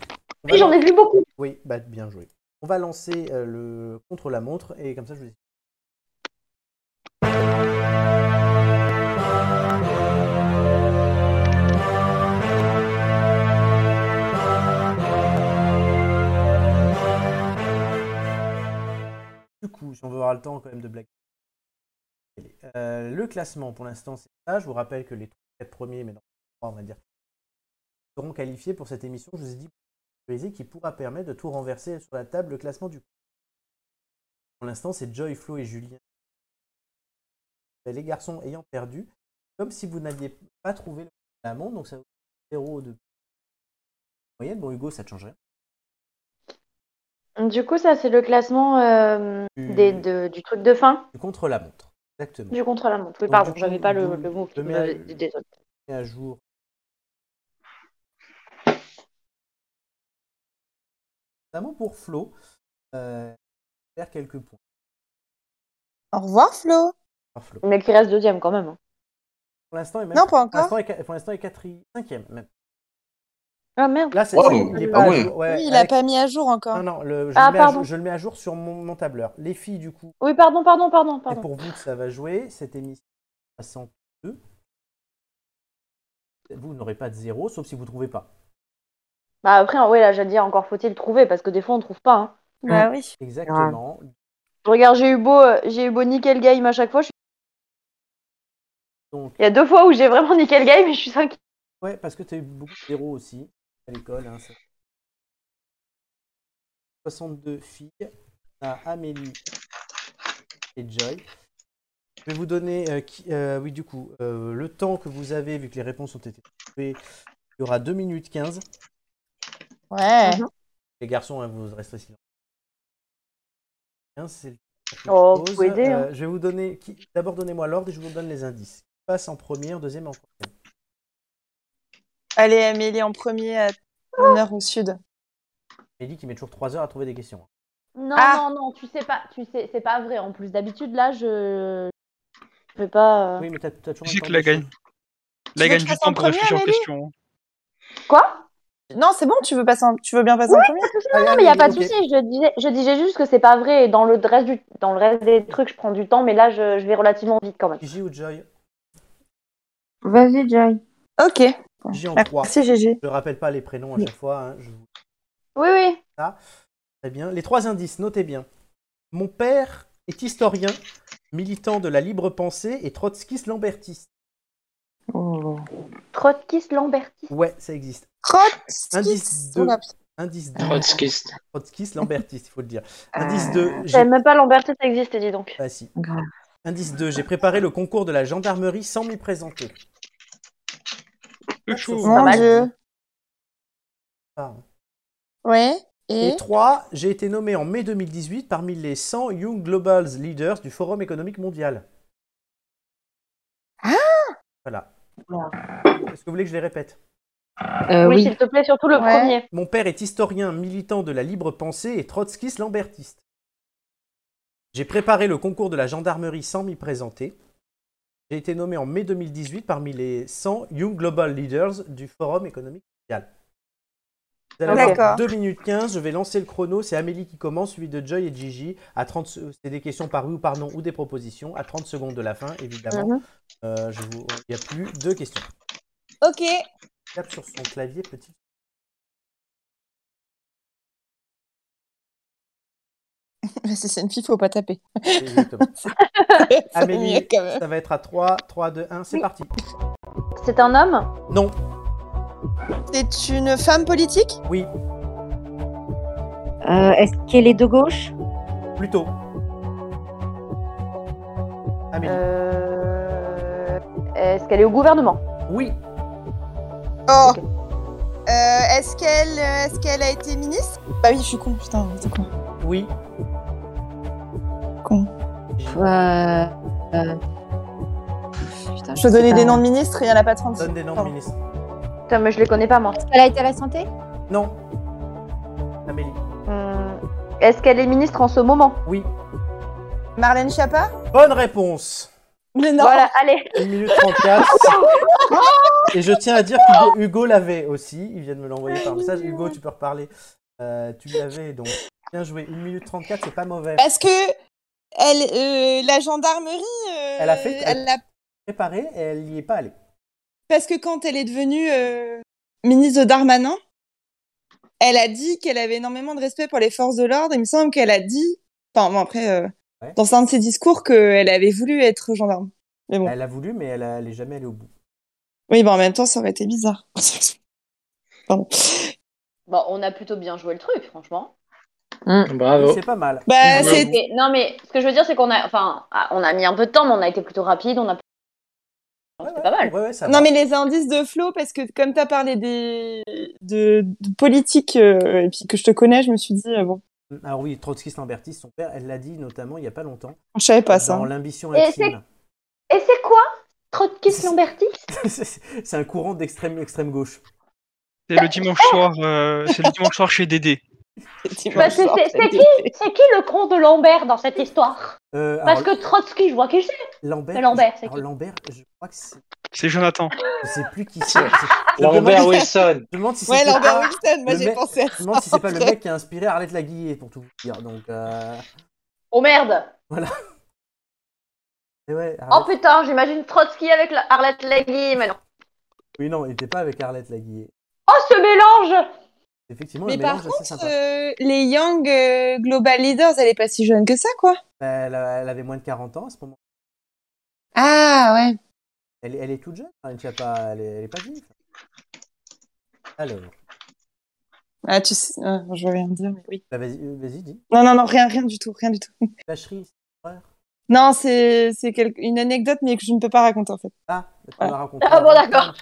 S4: Oui,
S1: va
S4: j'en ai
S1: lan-
S4: vu beaucoup.
S1: Oui, bah, bien joué. On va lancer euh, le contre-la-montre et comme ça, je vous dis. Du coup, si on veut avoir le temps quand même de blaguer. Euh, le classement, pour l'instant, c'est ça. Je vous rappelle que les 4 premiers, mais non, on va dire, seront qualifiés pour cette émission. Je vous ai dit Brésil qui pourra permettre de tout renverser sur la table le classement du coup. Pour l'instant, c'est Joy, Flo et Julien. Les garçons ayant perdu, comme si vous n'aviez pas trouvé le l'amont, donc ça vous fait 0 de moyenne. Bon, Hugo, ça ne change rien.
S4: Du coup, ça, c'est le classement euh, des, de- du truc de fin,
S1: Du contre-la-montre. Exactement.
S4: du contre-la-montre. Oui,
S1: Donc,
S4: pardon,
S1: du coup,
S4: j'avais pas le,
S1: vous
S4: le mot. qui
S1: le
S4: me-
S1: meilleur-
S4: Euh, désolé.
S1: met à jour. Notamment pour Flo, euh, faire quelques points.
S8: Au revoir, Flo.
S1: Par Flo.
S4: Mais qui reste deuxième quand même. hein.
S1: Pour l'instant, il est même-
S8: Non, pas encore.
S1: pour l'instant, il est ca- Pour l'instant, il est quatrième, cinquième
S4: <laughs>
S1: même.
S4: Ah merde.
S1: Là, c'est
S8: Wow.
S1: il est
S8: Ah
S1: pas à
S8: ouais.
S1: jour, ouais,
S8: Oui, il a
S1: avec-
S8: pas mis à jour encore.
S1: Non, non, le- je,
S8: Ah,
S1: le mets à jour-
S8: pardon.
S1: je le mets à jour sur mon, mon tableur. Les filles, du coup,
S4: Oui, pardon, pardon, pardon,
S1: c'est
S4: pardon.
S1: pour vous que ça va jouer. Cette émission 62. Vous n'aurez pas de zéro, sauf si vous ne trouvez pas.
S4: Bah après, ouais, là, j'allais dire, encore faut-il trouver, parce que des fois, on trouve pas. Hein.
S1: Bah oui. Exactement.
S4: Je regarde, j'ai eu beau, euh, j'ai eu beau nickel game à chaque fois. je suis-
S1: Donc,
S4: Il y a deux fois où j'ai vraiment nickel game et je suis cinquième.
S1: ouais, parce que tu as eu beaucoup de zéros aussi à l'école. hein, ça- 62 filles. On a Amélie et Joy. Je vais vous donner, euh, qui- euh, oui, du coup, euh, le temps que vous avez, vu que les réponses ont été trouvées, il y aura 2 minutes 15.
S8: Ouais.
S4: Mhm.
S1: Les garçons, hein, vous resterez silencieux. Hein, c'est la
S4: Oh,
S1: chose.
S4: vous pouvez aider, hein.
S1: Euh, je vais vous donner. qui- D'abord, donnez-moi l'ordre et je vous donne les indices. Qui passe en premier, en deuxième, en troisième.
S8: Allez, Amélie en premier,
S10: euh,
S8: à
S4: Ah.
S8: l'honneur au sud.
S1: Ellie qui met toujours 3 heures à trouver des questions.
S4: Non,
S1: Ah.
S4: non, non, tu sais pas, tu sais, c'est pas vrai. En plus, d'habitude, là, je, je vais pas. euh,
S1: Oui, mais t'as t'as toujours. un
S11: Musique
S1: temps
S11: Ah. la
S1: dessus.
S11: gagne. La
S8: veux que
S11: gagne
S8: je
S11: du
S8: fasse
S11: temps
S8: en
S11: pour
S8: premier,
S11: réfléchir aux
S8: Amélie
S11: questions.
S4: Quoi
S8: Non, c'est bon, tu veux, passer en- tu veux bien passer en premier
S4: Non,
S1: Ah,
S4: non, mais il n'y a pas de souci. Je disais, je disais juste que c'est pas vrai. Et dans le reste du, dans le reste des trucs, je prends du temps, mais là, je, je vais relativement vite quand même.
S1: Gigi ou Joy
S2: Vas-y, Joy.
S8: Ok.
S1: Gigi
S2: Bah,
S4: Ah,
S1: en
S8: Merci,
S1: 3.
S8: Gigi.
S1: Je rappelle pas les prénoms à chaque fois. hein, je vous-
S4: Oui, oui.
S1: ça. Très bien. Les trois indices, notez bien. Mon père est historien, militant de la libre pensée et trotskiste lambertiste.
S4: Trotskiste Lamberti.
S1: Ouais, ça existe.
S8: Trotskiste
S1: Indice
S4: on
S1: 2.
S4: a-
S1: Indice 2.
S19: Trotskiste.
S1: Trotskiste lambertiste, il faut le dire. Indice 2.
S4: Je
S1: j'ai-
S4: savais même pas Lamberti, ça existe, dis donc.
S1: Ah, si. Indice 2. J'ai préparé le concours de la gendarmerie sans m'y présenter.
S8: chaud. Mon Dieu.
S1: Ah.
S8: Ouais. Et,
S1: Et 3. J'ai été nommé en mai 2018 parmi les 100 Young Global Leaders du Forum économique mondial.
S4: Ah
S1: Voilà. Est-ce que vous voulez que je les répète
S17: Euh,
S4: Euh, oui, s'il te plaît, surtout le premier.
S1: Mon père est historien, militant de la libre pensée et trotskiste lambertiste. J'ai préparé le concours de la gendarmerie sans m'y présenter. J'ai été nommé en mai 2018 parmi les 100 Young Global Leaders du Forum économique mondial. Vous allez avoir
S8: D'accord.
S1: 2 minutes 15, je vais lancer le chrono. C'est Amélie qui commence, suivi de Joy et Gigi. À 30, se- c'est des questions par oui ou par non ou des propositions. À 30 secondes de la fin, évidemment.
S8: Mhm.
S1: Euh, je vous- Il n'y a plus deux questions.
S8: ok.
S4: <laughs>
S8: <laughs>
S1: Tape sur son clavier, petit.
S8: Mais si c'est une fille, faut pas taper.
S1: Exactement.
S17: <laughs>
S8: <laughs> C'est mieux
S1: Amélie,
S8: quand même.
S1: ça va être à 3, 3, 2, 1, c'est
S4: Oui.
S1: parti.
S4: C'est un homme
S1: Non,
S8: C'est une femme politique
S1: oui,
S2: Euh, Est-ce qu'elle est de gauche
S1: plutôt. Amélie,
S4: Euh, Est-ce qu'elle est au gouvernement
S1: oui,
S8: Oh. Euh, est-ce qu'elle euh, est-ce qu'elle a été ministre Bah oui, je suis con, putain, c'est con.
S1: oui,
S2: Euh, euh, putain,
S8: Je peux
S2: sais
S8: donner
S2: pas.
S8: des noms de ministres, il y en a pas 36.
S1: donne des noms de
S8: Pardon.
S1: ministres.
S4: Putain, mais je les connais pas, moi.
S20: Elle a été à la santé
S1: Non, Amélie,
S4: Hmm. Hum, Est-ce qu'elle est ministre en ce moment
S1: oui,
S21: Marlène Chapa
S1: Bonne réponse.
S21: Mais non.
S1: Voilà,
S21: allez.
S1: 1 minute 34. Et je tiens à dire que Hugo l'avait aussi. Il vient de me l'envoyer par message. Hugo, tu peux reparler. Euh, tu l'avais donc. Bien joué. 1 minute 34, c'est pas mauvais.
S8: Parce que elle, euh, la gendarmerie, euh,
S1: Elle a fait.
S8: elle a-
S1: préparé et elle n'y est pas allée.
S8: parce que quand elle est devenue euh, ministre Darmanin, elle a dit qu'elle avait énormément de respect pour les forces de l'ordre. Il me semble qu'elle a dit, enfin bon, après, euh,
S1: Ouais.
S8: dans un de ses discours, qu'elle avait voulu être gendarme.
S1: Elle a voulu, mais elle n'est jamais allée au bout.
S8: Oui, bah en même temps, ça aurait été bizarre. <laughs> Pardon.
S4: Bon, Bah, on a plutôt bien joué le truc, franchement.
S1: Oui, C'est pas mal.
S8: Bah,
S4: Non, mais- Non, mais ce que je veux dire, c'est qu'on a, enfin, ah, on a mis un peu de temps, mais on a été plutôt rapide. On a. C'était pas mal.
S8: non, mais les indices de Flo, parce que comme tu as parlé des... de, de politique euh, et puis que je te connais, je me suis dit, euh, bon,
S1: Alors Ah oui, Trotskiste-Lambertiste, son père, elle l'a dit notamment il n'y a pas longtemps.
S8: je savais pas ça.
S1: Dans l'ambition
S4: Et
S1: intime.
S4: Et c'est quoi Trotkis Lambertis
S1: <laughs> C'est un courant d'extrême extrême gauche.
S5: C'est le dimanche soir, euh, c'est le
S6: <laughs>
S5: dimanche soir chez Dédé.
S4: <laughs>
S8: Bah,
S4: Parce que Bah, c'est c'est qui, c'est qui le con de Lambert dans cette histoire
S1: Euh, alors,
S4: Parce que Trotsky, je vois qui c'est.
S1: Lambert,
S4: c'est Lambert, c'est
S1: alors,
S4: qui
S1: Lambert, je crois que c'est.
S5: C'est Jonathan.
S1: Je sais plus qui c'est.
S6: <laughs>
S1: Je
S6: Lambert
S1: demande-
S6: Wilson.
S1: Je me demande si
S8: Ouais,
S1: c'est pas
S8: Lambert Wilson, moi,
S1: le
S8: j'ai
S1: mec-
S8: pensé à
S1: Je me demande si c'est pas le
S8: ça.
S1: mec qui a inspiré Arlette Laguiller, pour tout vous dire. Donc, euh, <laughs>
S4: Oh merde
S1: voilà. Et Ah, ouais, Arlette-
S4: Oh putain, j'imagine Trotsky avec la Arlette Leggy, mais non. Ah,
S1: Oui, non, il n'était pas avec Arlette Laguiller.
S4: Oh ce mélange
S1: Effectivement,
S8: Mais
S1: le
S8: par
S1: mélange est assez
S8: contre,
S1: sympa.
S8: euh, les Young euh, Global Leaders, elle est pas si jeune que ça, quoi.
S1: Elle, a- elle avait moins de 40 ans à ce moment.
S8: Ah ouais.
S1: Elle, est- elle est toute jeune, hein, elle, pas, elle, est, elle est pas vieille. Alors,
S8: Ah, tu sais, ah, je veux rien dire, mais oui.
S1: bah, vas-y, euh, vas-y, dis.
S8: Non, non, non, rien, rien du tout, rien du tout. <laughs>
S1: Vacherie, c'est vrai.
S8: Non, c'est c'est quel- une anecdote, mais que je ne peux pas raconter, en fait.
S1: Ah, tu
S8: Voilà.
S1: l'as raconté.
S8: Ah, bon,
S1: d'accord.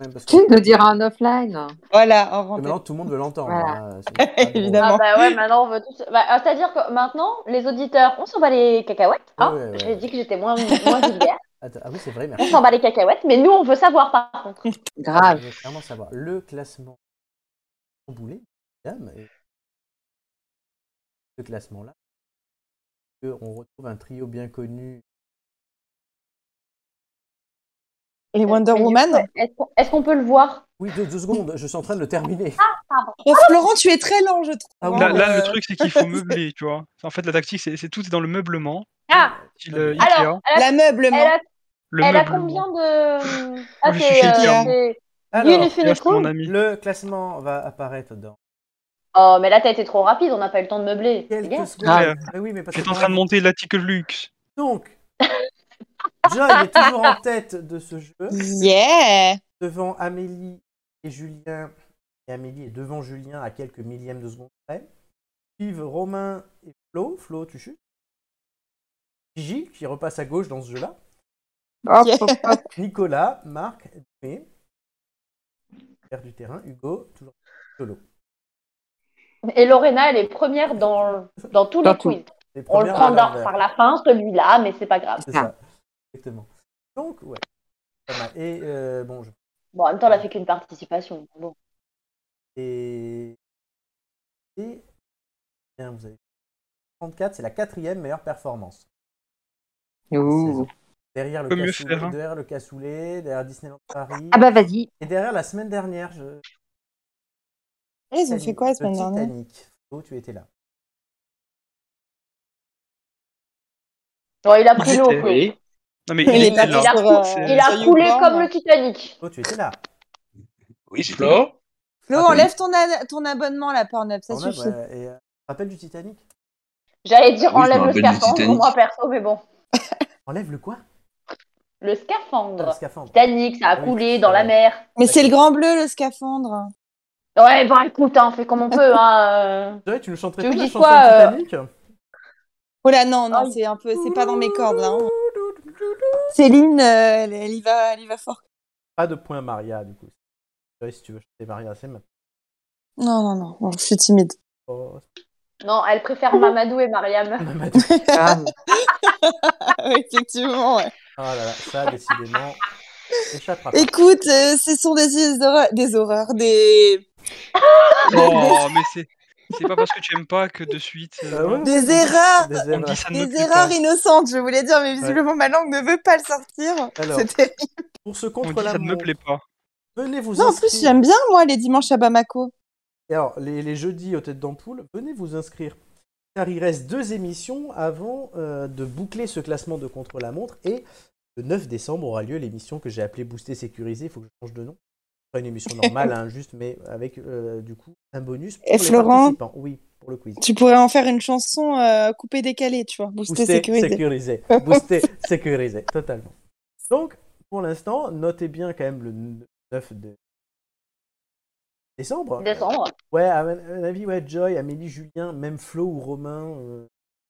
S1: hein,
S2: Tu nous diras en offline.
S8: Voilà, en
S1: Maintenant, tout le monde veut l'entendre.
S2: Voilà.
S1: hein, c'est-
S8: <laughs>
S4: Ah bah ouais, maintenant on veut tous. Bah, euh, C'est-à-dire que maintenant, les auditeurs, on s'en bat les cacahuètes. Hein
S1: Ouais, ouais, ouais.
S4: J'ai dit que j'étais moins, moins
S1: <laughs>
S4: vulgaire.
S1: Attends, ah oui, c'est vrai,
S4: On
S1: merci.
S4: s'en bat les cacahuètes, mais nous on veut savoir par
S1: <laughs>
S4: contre.
S1: Grave. Je veux clairement savoir. Le classement emboulé, mesdames, et ce classement-là, que on retrouve un trio bien connu.
S8: Les Wonder
S4: Mais du coup,
S8: Woman.
S4: Est-ce qu'on- est-ce qu'on peut le voir
S1: Oui, deux, deux secondes, je suis en train de le terminer.
S4: Ah,
S8: Oh, Florent, tu es très lent, je trouve.
S1: Ah oui,
S5: Là, là,
S1: euh,
S5: le truc, c'est qu'il
S1: <laughs>
S5: faut meubler, tu vois. En fait, la tactique, c'est c'est tout est dans le meublement.
S4: Ah
S5: Style, euh, Ikea.
S4: Alors, elle a-
S8: La meublement.
S4: Elle a,
S5: Le
S4: elle a
S5: meublement.
S4: combien de. Ah,
S5: je suis
S4: c'est.
S5: chez Ikea.
S4: c'est-
S1: Alors,
S4: Une fine écrou.
S1: le classement va apparaître dans.
S4: Oh, mais là, t'as été trop rapide, on n'a pas eu le temps de meubler. les gars.
S5: Grave.
S1: Mais Ah oui, mais parce
S5: J'étais
S1: que-
S5: en train de monter l'article luxe.
S1: Donc, John est toujours en tête de ce jeu.
S8: Yeah
S1: Devant Amélie et Julien. Et Amélie est devant Julien à quelques millièmes de seconde près. Suivent Romain et Flo. Flo, tu chutes. Gigi, qui repasse à gauche dans ce jeu-là.
S2: Hop, hop, hop.
S1: <laughs> Nicolas, Marc, Dumé. Père du terrain, Hugo, toujours solo.
S4: Et Lorena, elle est première dans, dans tous
S1: Dans
S4: les
S1: tout.
S4: quiz.
S1: Les
S4: On le
S1: premières
S4: prend
S1: à
S4: dans-
S1: l'envers.
S4: par la fin, celui-là, mais c'est pas grave.
S1: C'est ça, exactement. Donc, ouais. Pas mal. Et euh, bon, je
S4: Bon, en même temps, elle a fait qu'une participation. Bon.
S1: Et. et- Bien, vous avez. 34, c'est la quatrième meilleure performance. Derrière le,
S5: Peut mieux
S1: cassoulet,
S5: faire, hein.
S1: derrière le cassoulet, derrière Disneyland Paris.
S2: Ah bah vas-y.
S1: Et derrière la semaine dernière, je.
S8: Eh,
S4: Eh,
S8: Ils ont fait quoi la
S1: Le
S8: semaine dernière
S1: Titanic. Flo, tu étais là.
S4: Bon, Oh, il a pris l'eau. Flo.
S6: Oui.
S5: Non, mais
S4: Il,
S5: il
S4: a-
S5: était
S4: il a,
S5: là.
S4: cou-
S5: C'est-
S8: euh,
S4: il a coulé comme le Titanic.
S1: Flo, tu étais là.
S7: Oui, j'ai
S6: Flo
S8: Flo, enlève ton, a- ton abonnement, la Pornhub, ça
S1: Pornhub,
S8: suffit.
S1: ouais, et, euh, rappel du Titanic
S4: J'allais dire
S1: Oui, je me
S4: enlève le
S1: rappelle du
S4: scaphandre,
S1: Titanic.
S4: moi perso, mais bon.
S1: Enlève le quoi
S4: Le scaphandre.
S1: Le scaphandre.
S4: Titanic, ça a
S1: Ah oui,
S4: coulé dans la mer.
S8: Mais c'est le grand bleu, le scaphandre.
S4: Ouais, bah écoute, hein, on fait comme on peut. Hein.
S1: euh. tu nous chanterais
S4: Tu
S1: pas
S4: me
S1: la
S4: dis
S1: chanson
S4: quoi,
S1: de
S4: euh,
S1: Titanic
S8: <laughs> Oh là, non, non, c'est un peu, c'est pas dans mes cordes, là. hein. Céline, euh, elle, elle y va, elle y va fort.
S1: Pas de point Maria, du coup. Ouais, si tu veux chanter Maria, c'est maintenant.
S8: Non, non, non, bon, je suis timide.
S1: Oh,
S4: Non, elle préfère Mamadou
S1: <laughs>
S4: et Mariam. Ah
S8: Effectivement, ouais.
S1: Ah là là, ça, décidément, échappera pas.
S8: <laughs>
S5: <laughs>
S8: Écoute, euh, ce sont des, des horreurs, des horreurs, des...
S5: Oh, mais c'est. C'est pas parce que tu aimes pas que de suite. euh,
S1: Ah
S5: non.
S8: Des
S5: On
S8: erreurs
S5: dit ça ne
S8: Des
S5: m'occupe
S8: erreurs
S5: pas.
S8: innocentes, je voulais dire, mais visiblement ma langue ne veut pas le sortir.
S1: Alors,
S8: C'est terrible.
S1: Pour ce
S5: On dit ça ne me
S1: contre-la-montre,
S5: plaît pas.
S1: venez vous
S8: Non, en plus,
S1: inscrire.
S8: j'aime bien, moi, les dimanches à Bamako.
S1: Et Alors, les, les jeudis aux têtes d'ampoule, venez vous inscrire. Car il reste deux émissions avant euh, de boucler ce classement de contre-la-montre. Et le 9 décembre aura lieu l'émission que j'ai appelée Booster Sécurisé. Il faut que je change de nom. Pas une émission
S8: <laughs>
S1: normale, hein, juste, mais avec euh, du coup un bonus. Pour les
S8: Et Florent
S1: participants. Oui, pour le quiz.
S8: Tu pourrais en faire une chanson euh, coupée décalée, tu vois, Euh, boostée, sécurisée.
S1: sécurisé. Boosté, sécurisé, totalement. Donc, pour l'instant, notez bien quand même le 9 de- décembre.
S4: Décembre.
S1: Ouais, à mon à mon avis, ouais, Joy, Amélie, Julien, même Flo ou Romain. euh,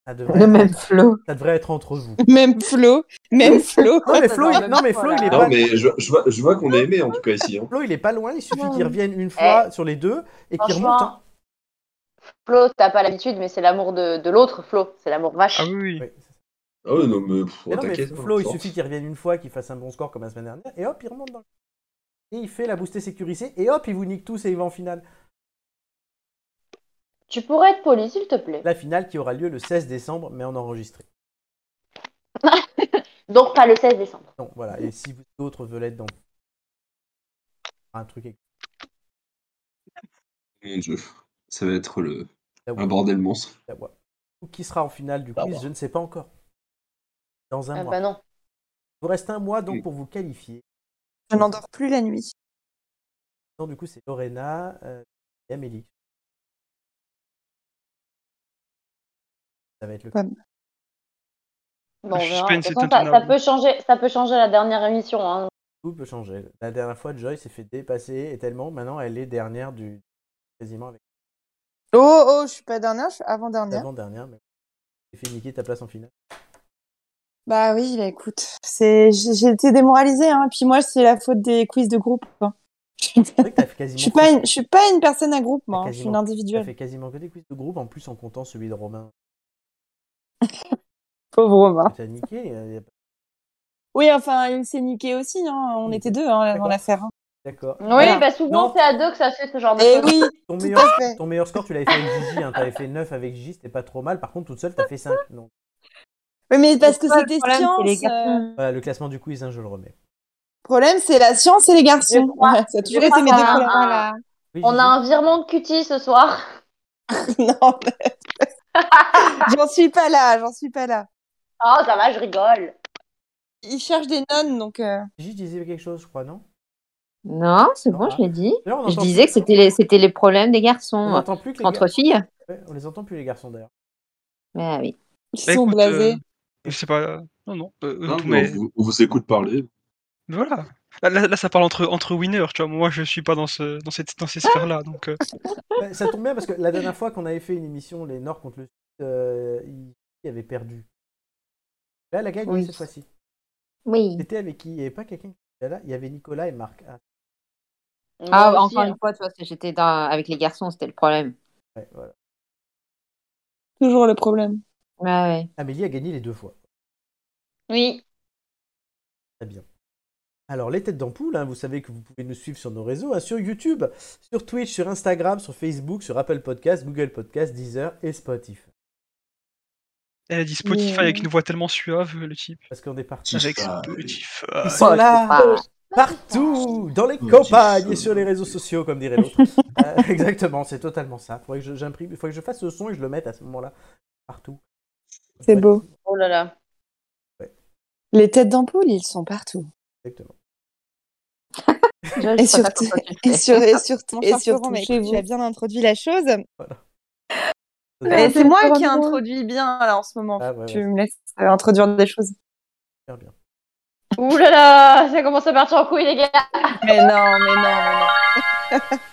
S1: ça devrait
S8: Le
S1: être-
S8: même Flo.
S1: Ça devrait être entre vous.
S8: Même oh, Flo, <laughs> même Flo.
S1: Non, mais Flo, il, non, mais Flo, il est pas.
S7: Non, mais je, je vois, je vois qu'on est aimé en tout cas ici. hein.
S1: Flo, il est pas loin, il suffit
S4: Non. Eh.
S1: qu'il revienne une fois sur les deux et qu'il remonte. hein.
S4: Franchement, Flo, t'as pas l'habitude, mais c'est l'amour de, de l'autre, Flo. C'est l'amour vache.
S5: Ah oui,
S1: oui.
S7: Ah ouais, non, mais pff,
S1: Mais non, mais
S7: t'inquiète.
S1: Flo, il
S7: hein,
S1: suffit qu'il revienne une fois, qu'il fasse un bon score comme la semaine dernière, et hop, il remonte dans le. Et il fait la boostée sécurisée, et hop, il vous nique tous et il va en finale.
S4: Tu pourrais être poli, s'il te plaît.
S1: La finale qui aura lieu le 16 décembre, mais en enregistré.
S4: Donc, pas le 16 décembre.
S1: Donc voilà, et si vous- d'autres veulent être dans un truc avec-
S7: Mon dieu, ça va être le...
S1: Ah oui.
S7: un bordel monstre.
S1: la voix. Ou qui sera en finale du quiz, je ne sais pas encore. Dans un
S4: Ah
S1: mois.
S4: bah non.
S1: Il vous reste un mois donc pour vous qualifier.
S8: Je n'endors plus la nuit.
S1: Non, du coup, c'est Lorena euh, et Amélie. Ça va être le
S8: Ouais.
S4: Bon, on verra.
S1: suspense
S4: De
S1: est
S4: toute façon, ça, ça
S1: intenable.
S4: peut changer, ça peut changer la dernière émission. hein.
S1: Tout peut changer. La dernière fois, Joy s'est fait dépasser et tellement maintenant elle est dernière du quasiment avec
S8: Oh, oh, je suis pas dernière, je suis avant-dernière.
S1: l'avant dernière, mais elle s'est fait niquer ta place en finale.
S8: Bah oui, bah écoute, c'est... j'ai j'ai été démoralisée, hein. Puis moi, c'est la faute des quiz de groupe. hein. <laughs>
S1: C'est vrai que t'as fait
S8: Je
S1: quasiment.
S8: suis pas une, je suis pas une personne à groupe, moi. hein. Je suis
S1: quasiment- t'as
S8: une individuelle.
S1: fait quasiment que des quiz de groupe en plus en comptant celui de Romain.
S8: <laughs> Pauvre Romain.
S1: T'as niqué. euh, y a pas-
S8: Oui, enfin, il s'est niqué aussi, hein. On était deux, hein, avant
S1: D'accord.
S8: l'affaire. hein.
S1: D'accord.
S4: Oui,
S8: Voilà.
S4: bah souvent,
S1: Non.
S4: c'est à deux que ça se fait ce genre de
S8: Eh
S4: choses.
S8: oui,
S1: Ton
S8: tout
S1: meilleur,
S8: à fait.
S1: ton meilleur score, tu l'avais fait avec Gigi. Hein. T'avais fait 9 avec Gigi, c'était pas trop mal. Par contre, toute seule, t'as fait 5. Donc,
S8: Oui, mais parce que
S2: pas le
S8: c'était
S2: problème, c'est les
S8: science.
S2: garçons.
S8: euh,
S1: voilà, le classement du quiz, hein, je le remets.
S8: Le problème, c'est la science et les
S4: Je
S8: garçons.
S4: crois-
S8: Voilà, ça a
S4: je
S8: toujours
S4: crois
S8: été mes
S4: qu'on
S8: deux
S4: a
S8: problèmes.
S4: un-
S1: Oui,
S4: On
S1: Gigi
S4: a un virement de cutie ce soir. <laughs>
S8: Non, mais- j'en suis pas là, j'en suis pas là.
S4: Oh, ça va, je rigole.
S8: Ils cherchent des nonnes, donc. euh,
S1: Gigi disait quelque chose, je crois, non
S2: Non, c'est bon,
S1: Non,
S2: je l'ai dit.
S1: D'ailleurs, on
S2: Je
S1: entend
S2: disais
S1: plus-
S2: que c'était les, c'était les problèmes des
S1: On
S2: garçons.
S1: entend plus que les
S2: Entre
S1: gar-
S2: filles
S1: Ouais, on les entend plus, les garçons, d'ailleurs.
S2: Bah oui.
S8: Ils
S5: Bah,
S8: sont
S5: écoute,
S8: blasés.
S5: euh, je sais pas. Non, non. euh,
S7: Non,
S5: tout
S7: mais
S5: mais-
S7: on, vous, on vous écoute parler.
S5: mais voilà. Là, là- là, ça parle entre, entre winners, tu vois. Moi, je suis pas dans, ce, dans, cette, dans ces sphères-là. Donc,
S8: <laughs>
S5: euh,
S1: Ouais, Bah, ça tombe bien parce que la dernière fois qu'on avait fait une émission, les Nord contre le Sud, euh, ils avaient perdu. Là, la gagne
S2: Oui.
S1: cette fois-ci.
S2: Oui.
S1: C'était avec qui Il n'y avait pas quelqu'un qui était là. Il y avait Nicolas et Marc. Ah,
S2: Ah,
S4: Moi aussi,
S2: encore
S4: hein.
S2: une fois, tu vois, parce que j'étais dans- avec les garçons, c'était le problème.
S1: ouais, voilà.
S8: Toujours le problème.
S2: Bah ouais.
S1: Amélie a gagné les deux fois.
S4: Oui.
S1: Très bien. Alors, les têtes d'ampoule, hein, vous savez que vous pouvez nous suivre sur nos réseaux, hein, sur YouTube, sur Twitch, sur Instagram, sur Facebook, sur Apple Podcast, Google Podcast, Deezer et Spotify.
S5: elle a dit Spotify avec une voix tellement suave, le type.
S1: Parce qu'on est parti.
S5: Avec
S7: Spotify.
S5: Spotify.
S1: Ils sont là
S2: Ah.
S1: Partout, dans les
S7: Oh,
S1: campagnes
S7: Dieu.
S1: et sur les réseaux sociaux, comme dirait
S4: <laughs>
S1: l'autre. Euh, exactement, c'est totalement ça. Faudrait que je- j'imprime, faudrait que je fasse ce son et je le mette à ce moment-là partout.
S8: C'est
S1: Ouais,
S8: beau.
S4: Oh là là.
S8: Les têtes d'ampoule, ils sont partout.
S22: <laughs>
S1: Exactement.
S2: Je- je
S8: Et
S2: crois pas
S8: surtout,
S2: qu'on peut le
S8: <laughs> et
S2: faire.
S8: sur, et surtout,
S22: Mon
S8: et
S22: cher
S8: surtout
S22: Florent, mais
S8: chez
S22: écoute,
S8: vous.
S22: tu as bien introduit la chose.
S1: Ça doit être
S8: Mais
S22: Ouais,
S8: c'est moi qui
S22: Florent.
S8: introduis bien là en ce moment.
S1: Ah, ouais,
S8: tu
S1: ouais.
S8: me laisses euh, introduire des choses.
S1: super bien.
S4: Ouh là là, ça commence à partir en couille, les gars.
S8: <laughs> Mais non, mais non, mais non.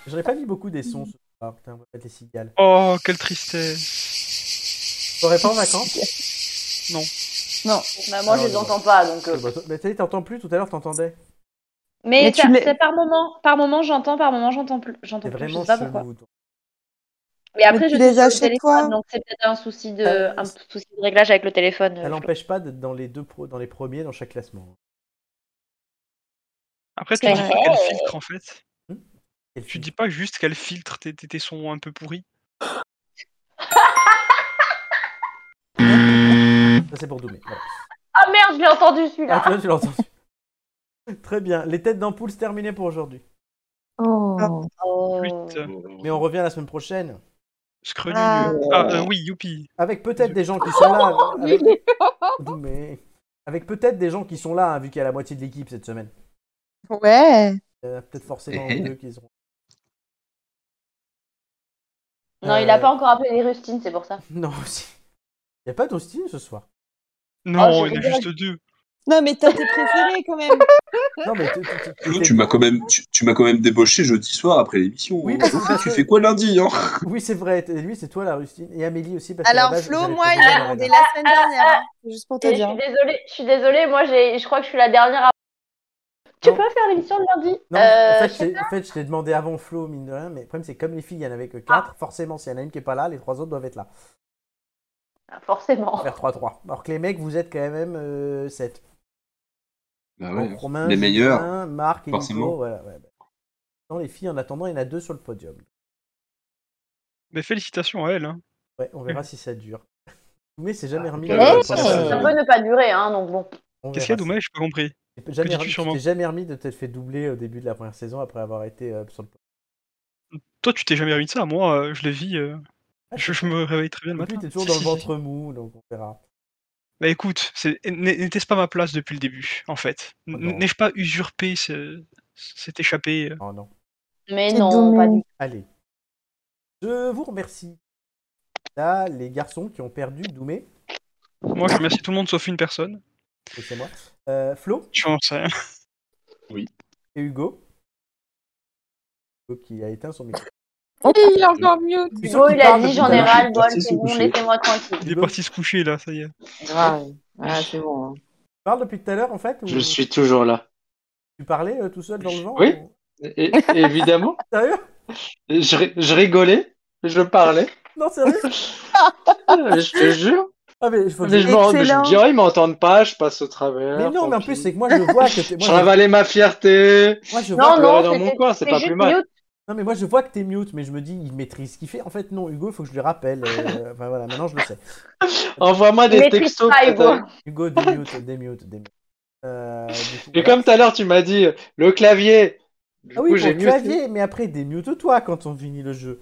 S1: J'aurais pas mis beaucoup des sons ce soir. Putain, on va mettre les cigales.
S5: Oh, quelle tristesse.
S1: T'aurais pas en vacances
S4: Bah, moi,
S1: Alors,
S4: je
S1: je
S4: les entends pas, donc. euh.
S1: Bah, t- Mais t'as dit, t'entends plus Tout à l'heure, t'entendais.
S4: Mais,
S8: Mais tu
S4: ça-
S8: l'es-
S4: c'est par moment, par moment, j'entends, par moment, j'entends plus. J'entends
S1: T'es
S4: plus, je
S1: vraiment
S4: sais pas pourquoi.
S1: chelou. toi.
S4: Mais après,
S8: Mais
S4: je
S8: tu les
S4: suis sur
S8: as
S4: le
S8: chez
S4: téléphone,
S8: toi
S4: donc c'est peut-être un souci de,
S1: Euh,
S4: un souci de réglage avec le téléphone. euh,
S1: Ça
S4: Flo.
S1: l'empêche pas d'être dans les deux pro... dans les premiers dans chaque classement.
S5: Après, tu
S4: C'est
S5: dis pas
S4: vrai.
S5: qu'elle filtre, en fait.
S1: Hmm. Quel
S5: Tu
S1: film.
S5: dis pas juste qu'elle filtre tes, tes- tes sons un peu pourris.
S1: Ça, c'est pour Doumé. voilà.
S4: Ah merde, je l'ai entendu celui-là.
S1: Ah, tu vois, tu l'as entendu. <laughs> Très bien. Les têtes d'ampoule, c'est terminé pour aujourd'hui.
S2: Oh.
S1: Mais on revient la semaine prochaine.
S5: Screnu. Ah. Ah, euh, oui, youpi.
S1: Avec peut-être des gens qui sont
S4: <laughs>
S1: là. Avec, Doumé. Avec peut-être des gens qui sont là, hein, vu qu'il y a la moitié de l'équipe cette semaine.
S8: Ouais.
S1: Euh, peut-être forcément
S4: Eh.
S1: deux qui seront.
S4: Non,
S1: Euh,
S4: il a pas encore appelé les rustines, c'est pour ça.
S1: <laughs> Non, aussi. Il n'y a pas d'hostile ce soir.
S5: Non, il y en a juste deux.
S8: Non, mais t'as tes préférés quand même.
S1: <laughs> non, mais
S7: tu m'as quand même, tu, tu m'as quand même débauché jeudi soir après l'émission.
S1: Oui,
S7: hein.
S1: parce que-
S7: Oh, tu fais quoi lundi hein
S1: Oui, c'est vrai. Et lui, c'est toi la rustine. Et Amélie aussi. Parce qu'à la
S8: Alors,
S1: base,
S8: Flo,
S1: j'avais
S8: moi, il
S1: prévu
S8: a
S1: Lorena.
S8: demandé la semaine dernière. hein. Juste pour te
S4: Ah, Et je
S8: dire.
S4: suis désolée, je suis désolée, moi j'ai, je crois que je suis la dernière à. Tu peux faire l'émission de lundi
S1: Non,
S4: Euh,
S1: en, fait,
S4: je sais
S1: j'ai-
S4: pas.
S1: en fait, je t'ai demandé avant Flo, mine de rien, mais le problème, c'est que comme les filles, il y en avait que 4, forcément, s'il y en a une qui n'est pas là, les trois autres doivent être là.
S4: Forcément.
S1: Faire 3-3. Alors que les mecs, vous êtes quand même 7.
S7: Bah ouais,
S1: Romain,
S7: les
S1: Julien,
S7: meilleurs.
S1: Marc et Nico,
S7: forcément.
S1: voilà. ouais, bah. Non, les filles, en attendant, il y en a deux sur le podium.
S5: Mais félicitations à elle. Hein.
S1: Ouais, on verra si ça dure. <laughs> Mais c'est
S5: Ah,
S1: jamais remis.
S4: Mais
S5: Oh
S1: dans le
S4: ça
S1: podium.
S4: peut ne pas durer, hein, donc bon.
S1: On
S5: Qu'est-ce
S1: verra
S5: qu'il y a,
S1: ça.
S5: Doumé J'ai pas compris.
S1: T'es bah, Jamais
S5: Que dis-tu
S1: remis,
S5: sur
S1: tu t'es jamais remis de t'être fait doubler au début de la première saison après avoir été euh, sur le podium.
S5: Toi, tu t'es jamais remis de ça. Moi, euh, je le vis. euh,
S1: Ah,
S5: je, je me réveille très bien le
S1: Et puis,
S5: matin.
S1: t'es toujours
S5: Si, <laughs>
S1: dans le
S5: si, si.
S1: ventre mou, donc on verra.
S5: Bah écoute, c'est- n- n'était-ce pas ma place depuis le début, en fait
S1: Oh
S5: N- N'ai-je pas usurpé ce- cet échappé euh
S1: Oh non.
S4: Mais
S1: C'est
S4: non, pas
S1: dommage.
S4: du tout.
S1: Allez. Je vous remercie. Là, les garçons qui ont perdu, Doumé,
S5: Moi, je remercie tout le monde sauf une personne.
S1: et c'est moi. Euh, Flo
S5: Je pense. hein.
S7: Oui.
S1: Et Hugo. Hugo qui a éteint son micro.
S8: Oh, il est encore mieux.
S1: Je suis sûr qu'il
S4: il a
S1: parle
S4: dit
S1: depuis
S4: j'en
S1: tout à
S4: ai
S1: l'heure.
S4: ras le bol,
S1: Parti se
S4: c'est bon,
S1: coucher.
S4: laissez-moi
S8: <laughs>
S4: tranquille.
S5: Il est parti se coucher là, ça y est.
S2: Grave. Ah, c'est bon.
S1: Tu parles depuis tout à l'heure en fait ou
S6: Je suis toujours là.
S1: Tu parlais euh, tout seul dans le vent
S6: Oui,
S1: ou-
S6: é- évidemment.
S1: Sérieux
S6: Je, ri- je rigolais, je parlais, <laughs>
S1: Non, sérieux
S6: euh, je te jure.
S1: Ah, mais faut que
S6: Mais
S1: je-
S6: je me rends- mais je me dis,
S1: Excellent.
S6: oh, ils m'entendent pas, je passe au travers.
S1: Mais non,
S6: tant
S1: mais en
S6: pis.
S1: plus, c'est que moi je vois que t'es.
S6: Je
S1: Moi, je-
S6: ravalais ma fierté. <laughs>
S1: Moi, je
S6: Je
S1: vois
S6: pleurais dans mon coin, c'est pas plus mal.
S1: Non, mais moi, je vois que t'es mute, mais je me dis, il maîtrise ce qu'il fait. En fait, non, Hugo, il faut que je lui
S6: <laughs>
S1: rappelle. euh, Enfin, voilà, maintenant, je le sais.
S6: Envoie-moi des Il maîtrise textos, pas, Hugo. peut-être.
S1: Hugo, démute, démute, démute. Euh, du coup,
S6: Et comme tout à l'heure, tu m'as dit, le clavier. Du
S1: ah oui,
S6: coup,
S1: pour
S6: j'ai
S1: le
S6: mieux.
S1: clavier, mais après, démute-toi quand on finit le jeu.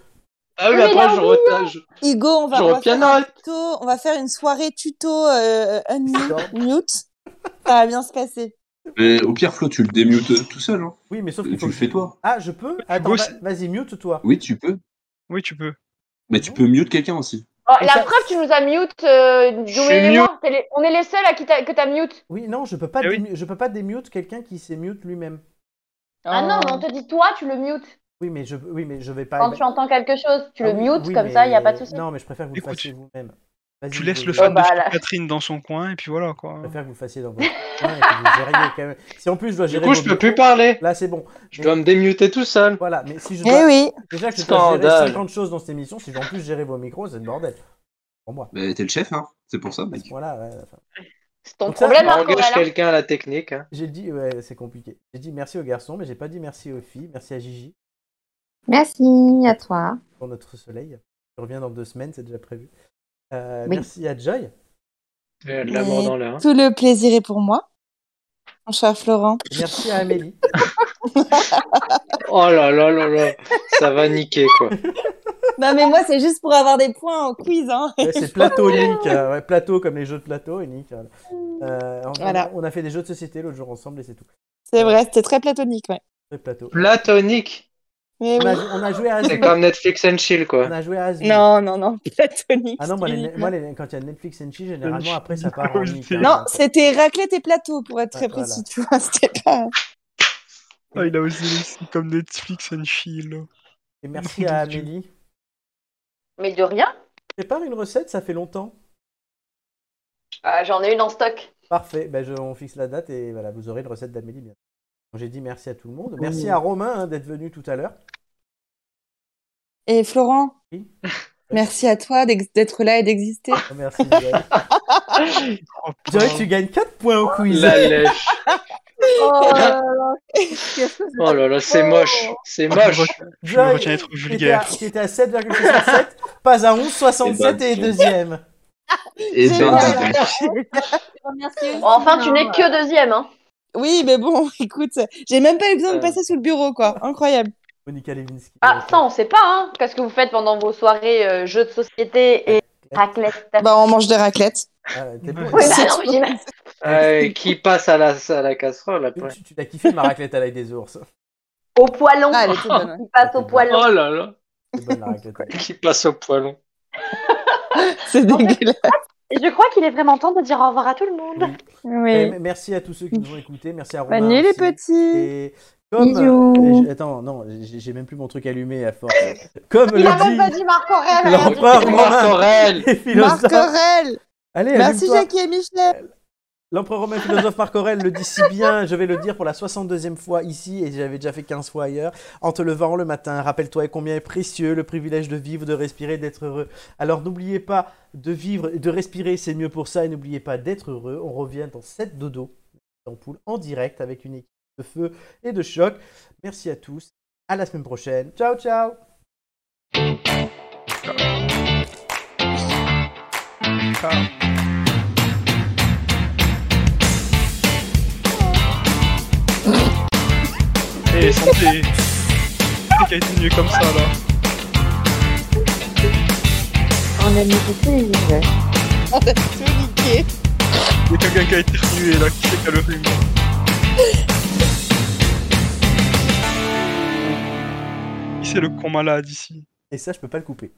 S6: Ah oui, mais après, je retage.
S8: Hugo, on va,
S6: Je
S8: on va
S6: reviens
S8: faire un tuto- on va faire une soirée tuto euh, unmute. mute. Ça va bien se passer.
S7: Mais au pire, Flo, tu le démutes tout seul. Hein.
S1: Oui, mais sauf
S7: Tu le fais toi.
S1: Ah, je peux Attends, va- vas-y, mute-toi.
S7: Oui, tu peux.
S5: Oui, tu peux.
S7: Mais
S1: Ah
S7: tu peux mute quelqu'un aussi.
S4: Oh,
S1: Et
S4: la
S1: ça-
S4: preuve, tu nous as mute, euh, Doumé et
S1: mute.
S4: moi. T'es les- On est les seuls à qui t'as- que t'as mute.
S1: Oui, non, je peux
S6: Ah
S1: pas, dému- je peux pas démute quelqu'un qui s'est mute lui-même.
S4: Ah non, mais on te dit toi, tu le mutes.
S1: Oui, mais je, oui, mais je vais pas.
S4: Quand tu entends quelque chose, tu
S1: Ah
S4: le
S1: oui,
S4: mutes,
S1: oui,
S4: comme ça, il n'y a
S1: mais-
S4: pas de souci. Oh, bah,
S1: Non, mais je préfère que vous le fassiez vous-même. Vas-y,
S5: Tu laisses
S1: Hugo,
S5: le
S1: je-
S5: fan de Sir Catherine dans son coin et puis voilà quoi.
S1: Je préfère que vous le fassiez
S4: <laughs>
S1: dans votre coin et que vous gériez quand même. Si en plus je dois
S5: Du
S1: gérer.
S5: coup,
S1: vos
S5: je peux
S1: micros,
S5: plus parler.
S1: Oh, Là, c'est bon.
S6: Je dois me démuter tout seul.
S1: Voilà, mais si je
S6: Eh
S1: dois.
S6: oui.
S1: Déjà que je dois gérer
S6: Scandale.
S1: 50 choses dans cette émission, si je dois en plus gérer vos micros, c'est le bordel. Pour moi.
S7: Mais t'es le chef, hein. C'est pour ça, mec.
S1: Voilà, ouais, enfin.
S4: C'est ton
S1: Donc ça,
S4: problème,
S1: on
S4: hein,
S1: engage
S4: Corella.
S1: quelqu'un.
S6: Quelqu'un à la technique. hein.
S1: J'ai dit, ouais, c'est compliqué. J'ai dit merci aux garçons, mais j'ai pas dit merci aux filles. Merci à Gigi
S2: Merci à toi.
S1: pour notre soleil. Je reviens dans deux semaines, c'est déjà prévu. Euh,
S2: Oui.
S1: Merci à Joy.
S6: de l'amour dans l'air. hein.
S8: Tout le plaisir est pour moi, mon cher Florent.
S1: Merci à Amélie.
S6: Oh là là là là, ça va niquer quoi.
S8: non, mais moi, c'est juste pour avoir des points au quiz. Hein.
S1: Ouais, c'est plateau Nick, euh, ouais, plateau comme les jeux de plateau et Nick. voilà. Euh, on-
S8: Voilà.
S1: On a fait des jeux de société l'autre jour ensemble et c'est tout.
S8: <laughs> C'est vrai, c'était très platonique. Ouais.
S1: Très plateau.
S6: Platonique.
S8: Mais
S1: On a,
S8: oui.
S1: on a joué à
S6: C'est
S1: Azul.
S6: comme Netflix and Chill quoi.
S1: On a joué à Azul.
S8: Non, non, <laughs> non, platonique.
S1: Ah non, moi, les-
S8: uniquement.
S1: moi, les- quand il y a Netflix and Chill, généralement après ça part en Nick. hein.
S8: Non, c'était raclette et plateau, pour être très
S1: Ouais, voilà.
S8: précis, tu vois. <laughs> C'était pas...
S5: Ah, il a osé laisser comme Netflix and chill.
S1: Et merci à Amélie.
S4: Mais de rien,
S1: Prépare une recette, ça fait longtemps.
S4: euh, j'en ai une en <laughs> stock.
S1: Parfait, ben, je- on fixe la date et voilà, vous aurez une recette d'Amélie. bien. Donc, J'ai dit merci à tout le monde. Merci
S8: Oui.
S1: à Romain hein, d'être venu tout à l'heure.
S8: Et Florent,
S1: Oui.
S8: merci à toi d'ex- d'être là et
S1: <laughs>
S8: d'exister.
S1: Oh,
S8: <laughs>
S1: Merci, Joy. Joy, tu gagnes 4 points au quiz.
S6: La lèche. Oh là là, c'est moche. C'est moche.
S1: Je me retiens d'être vulgaire. Qui était à 7,67, pas à
S6: Eh
S1: 11,67
S6: ben,
S1: et
S6: dis
S1: deuxième.
S7: Et
S4: C'est
S7: ben, t'as
S4: vrai.
S7: perdu.
S4: Enfin, tu n'es que deuxième. Hein.
S8: Oui, mais bon, <laughs> écoute, j'ai même pas eu
S1: Euh.
S8: besoin de passer sous le bureau, quoi. Incroyable.
S1: Monica Lewinsky.
S4: Ah, ça, on sait pas, hein. Qu'est-ce que vous faites pendant vos soirées euh, jeux de société et raclette <laughs>
S8: Bah, on mange des raclettes.
S1: Oui,
S4: bah non, mais j'imagine.
S6: Ouais, Euh, qui passe à la, à la casserole après
S1: Tu l'as kiffé ma raclette à l'ail des ours.
S4: Au poilon.
S6: Ah, elle est toute bonne, ouais.
S4: <laughs> Il passe au poilon.
S6: Oh là là
S1: C'est bonne la raclette.
S6: Qui passe au poilon
S8: C'est dégueulasse.
S4: Je crois qu'il est vraiment temps de dire au revoir à tout le monde.
S1: Eh, m- merci à tous ceux qui nous ont écoutés. Merci à Romain.
S4: Bonne nuit, les
S1: aussi.
S4: petits.
S1: Et comme...
S4: Bisous.
S1: euh, j- Attends, non, j'ai j'ai même plus mon truc allumé à force. Comme
S4: Il
S1: le
S4: a même pas
S1: dit
S4: dit Marc Aurèle.
S1: l'empereur
S4: rien.
S1: Romain. et philosophe-
S8: Marc Aurèle.
S1: Allez,
S8: Merci
S1: allume-toi.
S8: Jackie et Michel.
S1: L'empereur romain philosophe Marc Aurèle le dit si bien, je vais le dire pour la 62e fois ici, et j'avais déjà fait 15 fois ailleurs. En te levant le matin, rappelle-toi combien est précieux le privilège de vivre, de respirer, d'être heureux. Alors n'oubliez pas de vivre, et de respirer, c'est mieux pour ça, et n'oubliez pas d'être heureux. On revient dans 7 dodo, d'ampoule en direct avec une équipe de feu et de choc. Merci à tous, à la semaine prochaine. Ciao, ciao
S5: Et santé C'est qui a été mieux comme ça là
S2: On a mis tous les visuels.
S8: On <laughs> a tout niqué.
S5: Il y a quelqu'un qui a été remué là, qui c'est qui a le rhume Qui c'est le con malade ici
S1: Et ça, je peux pas le couper.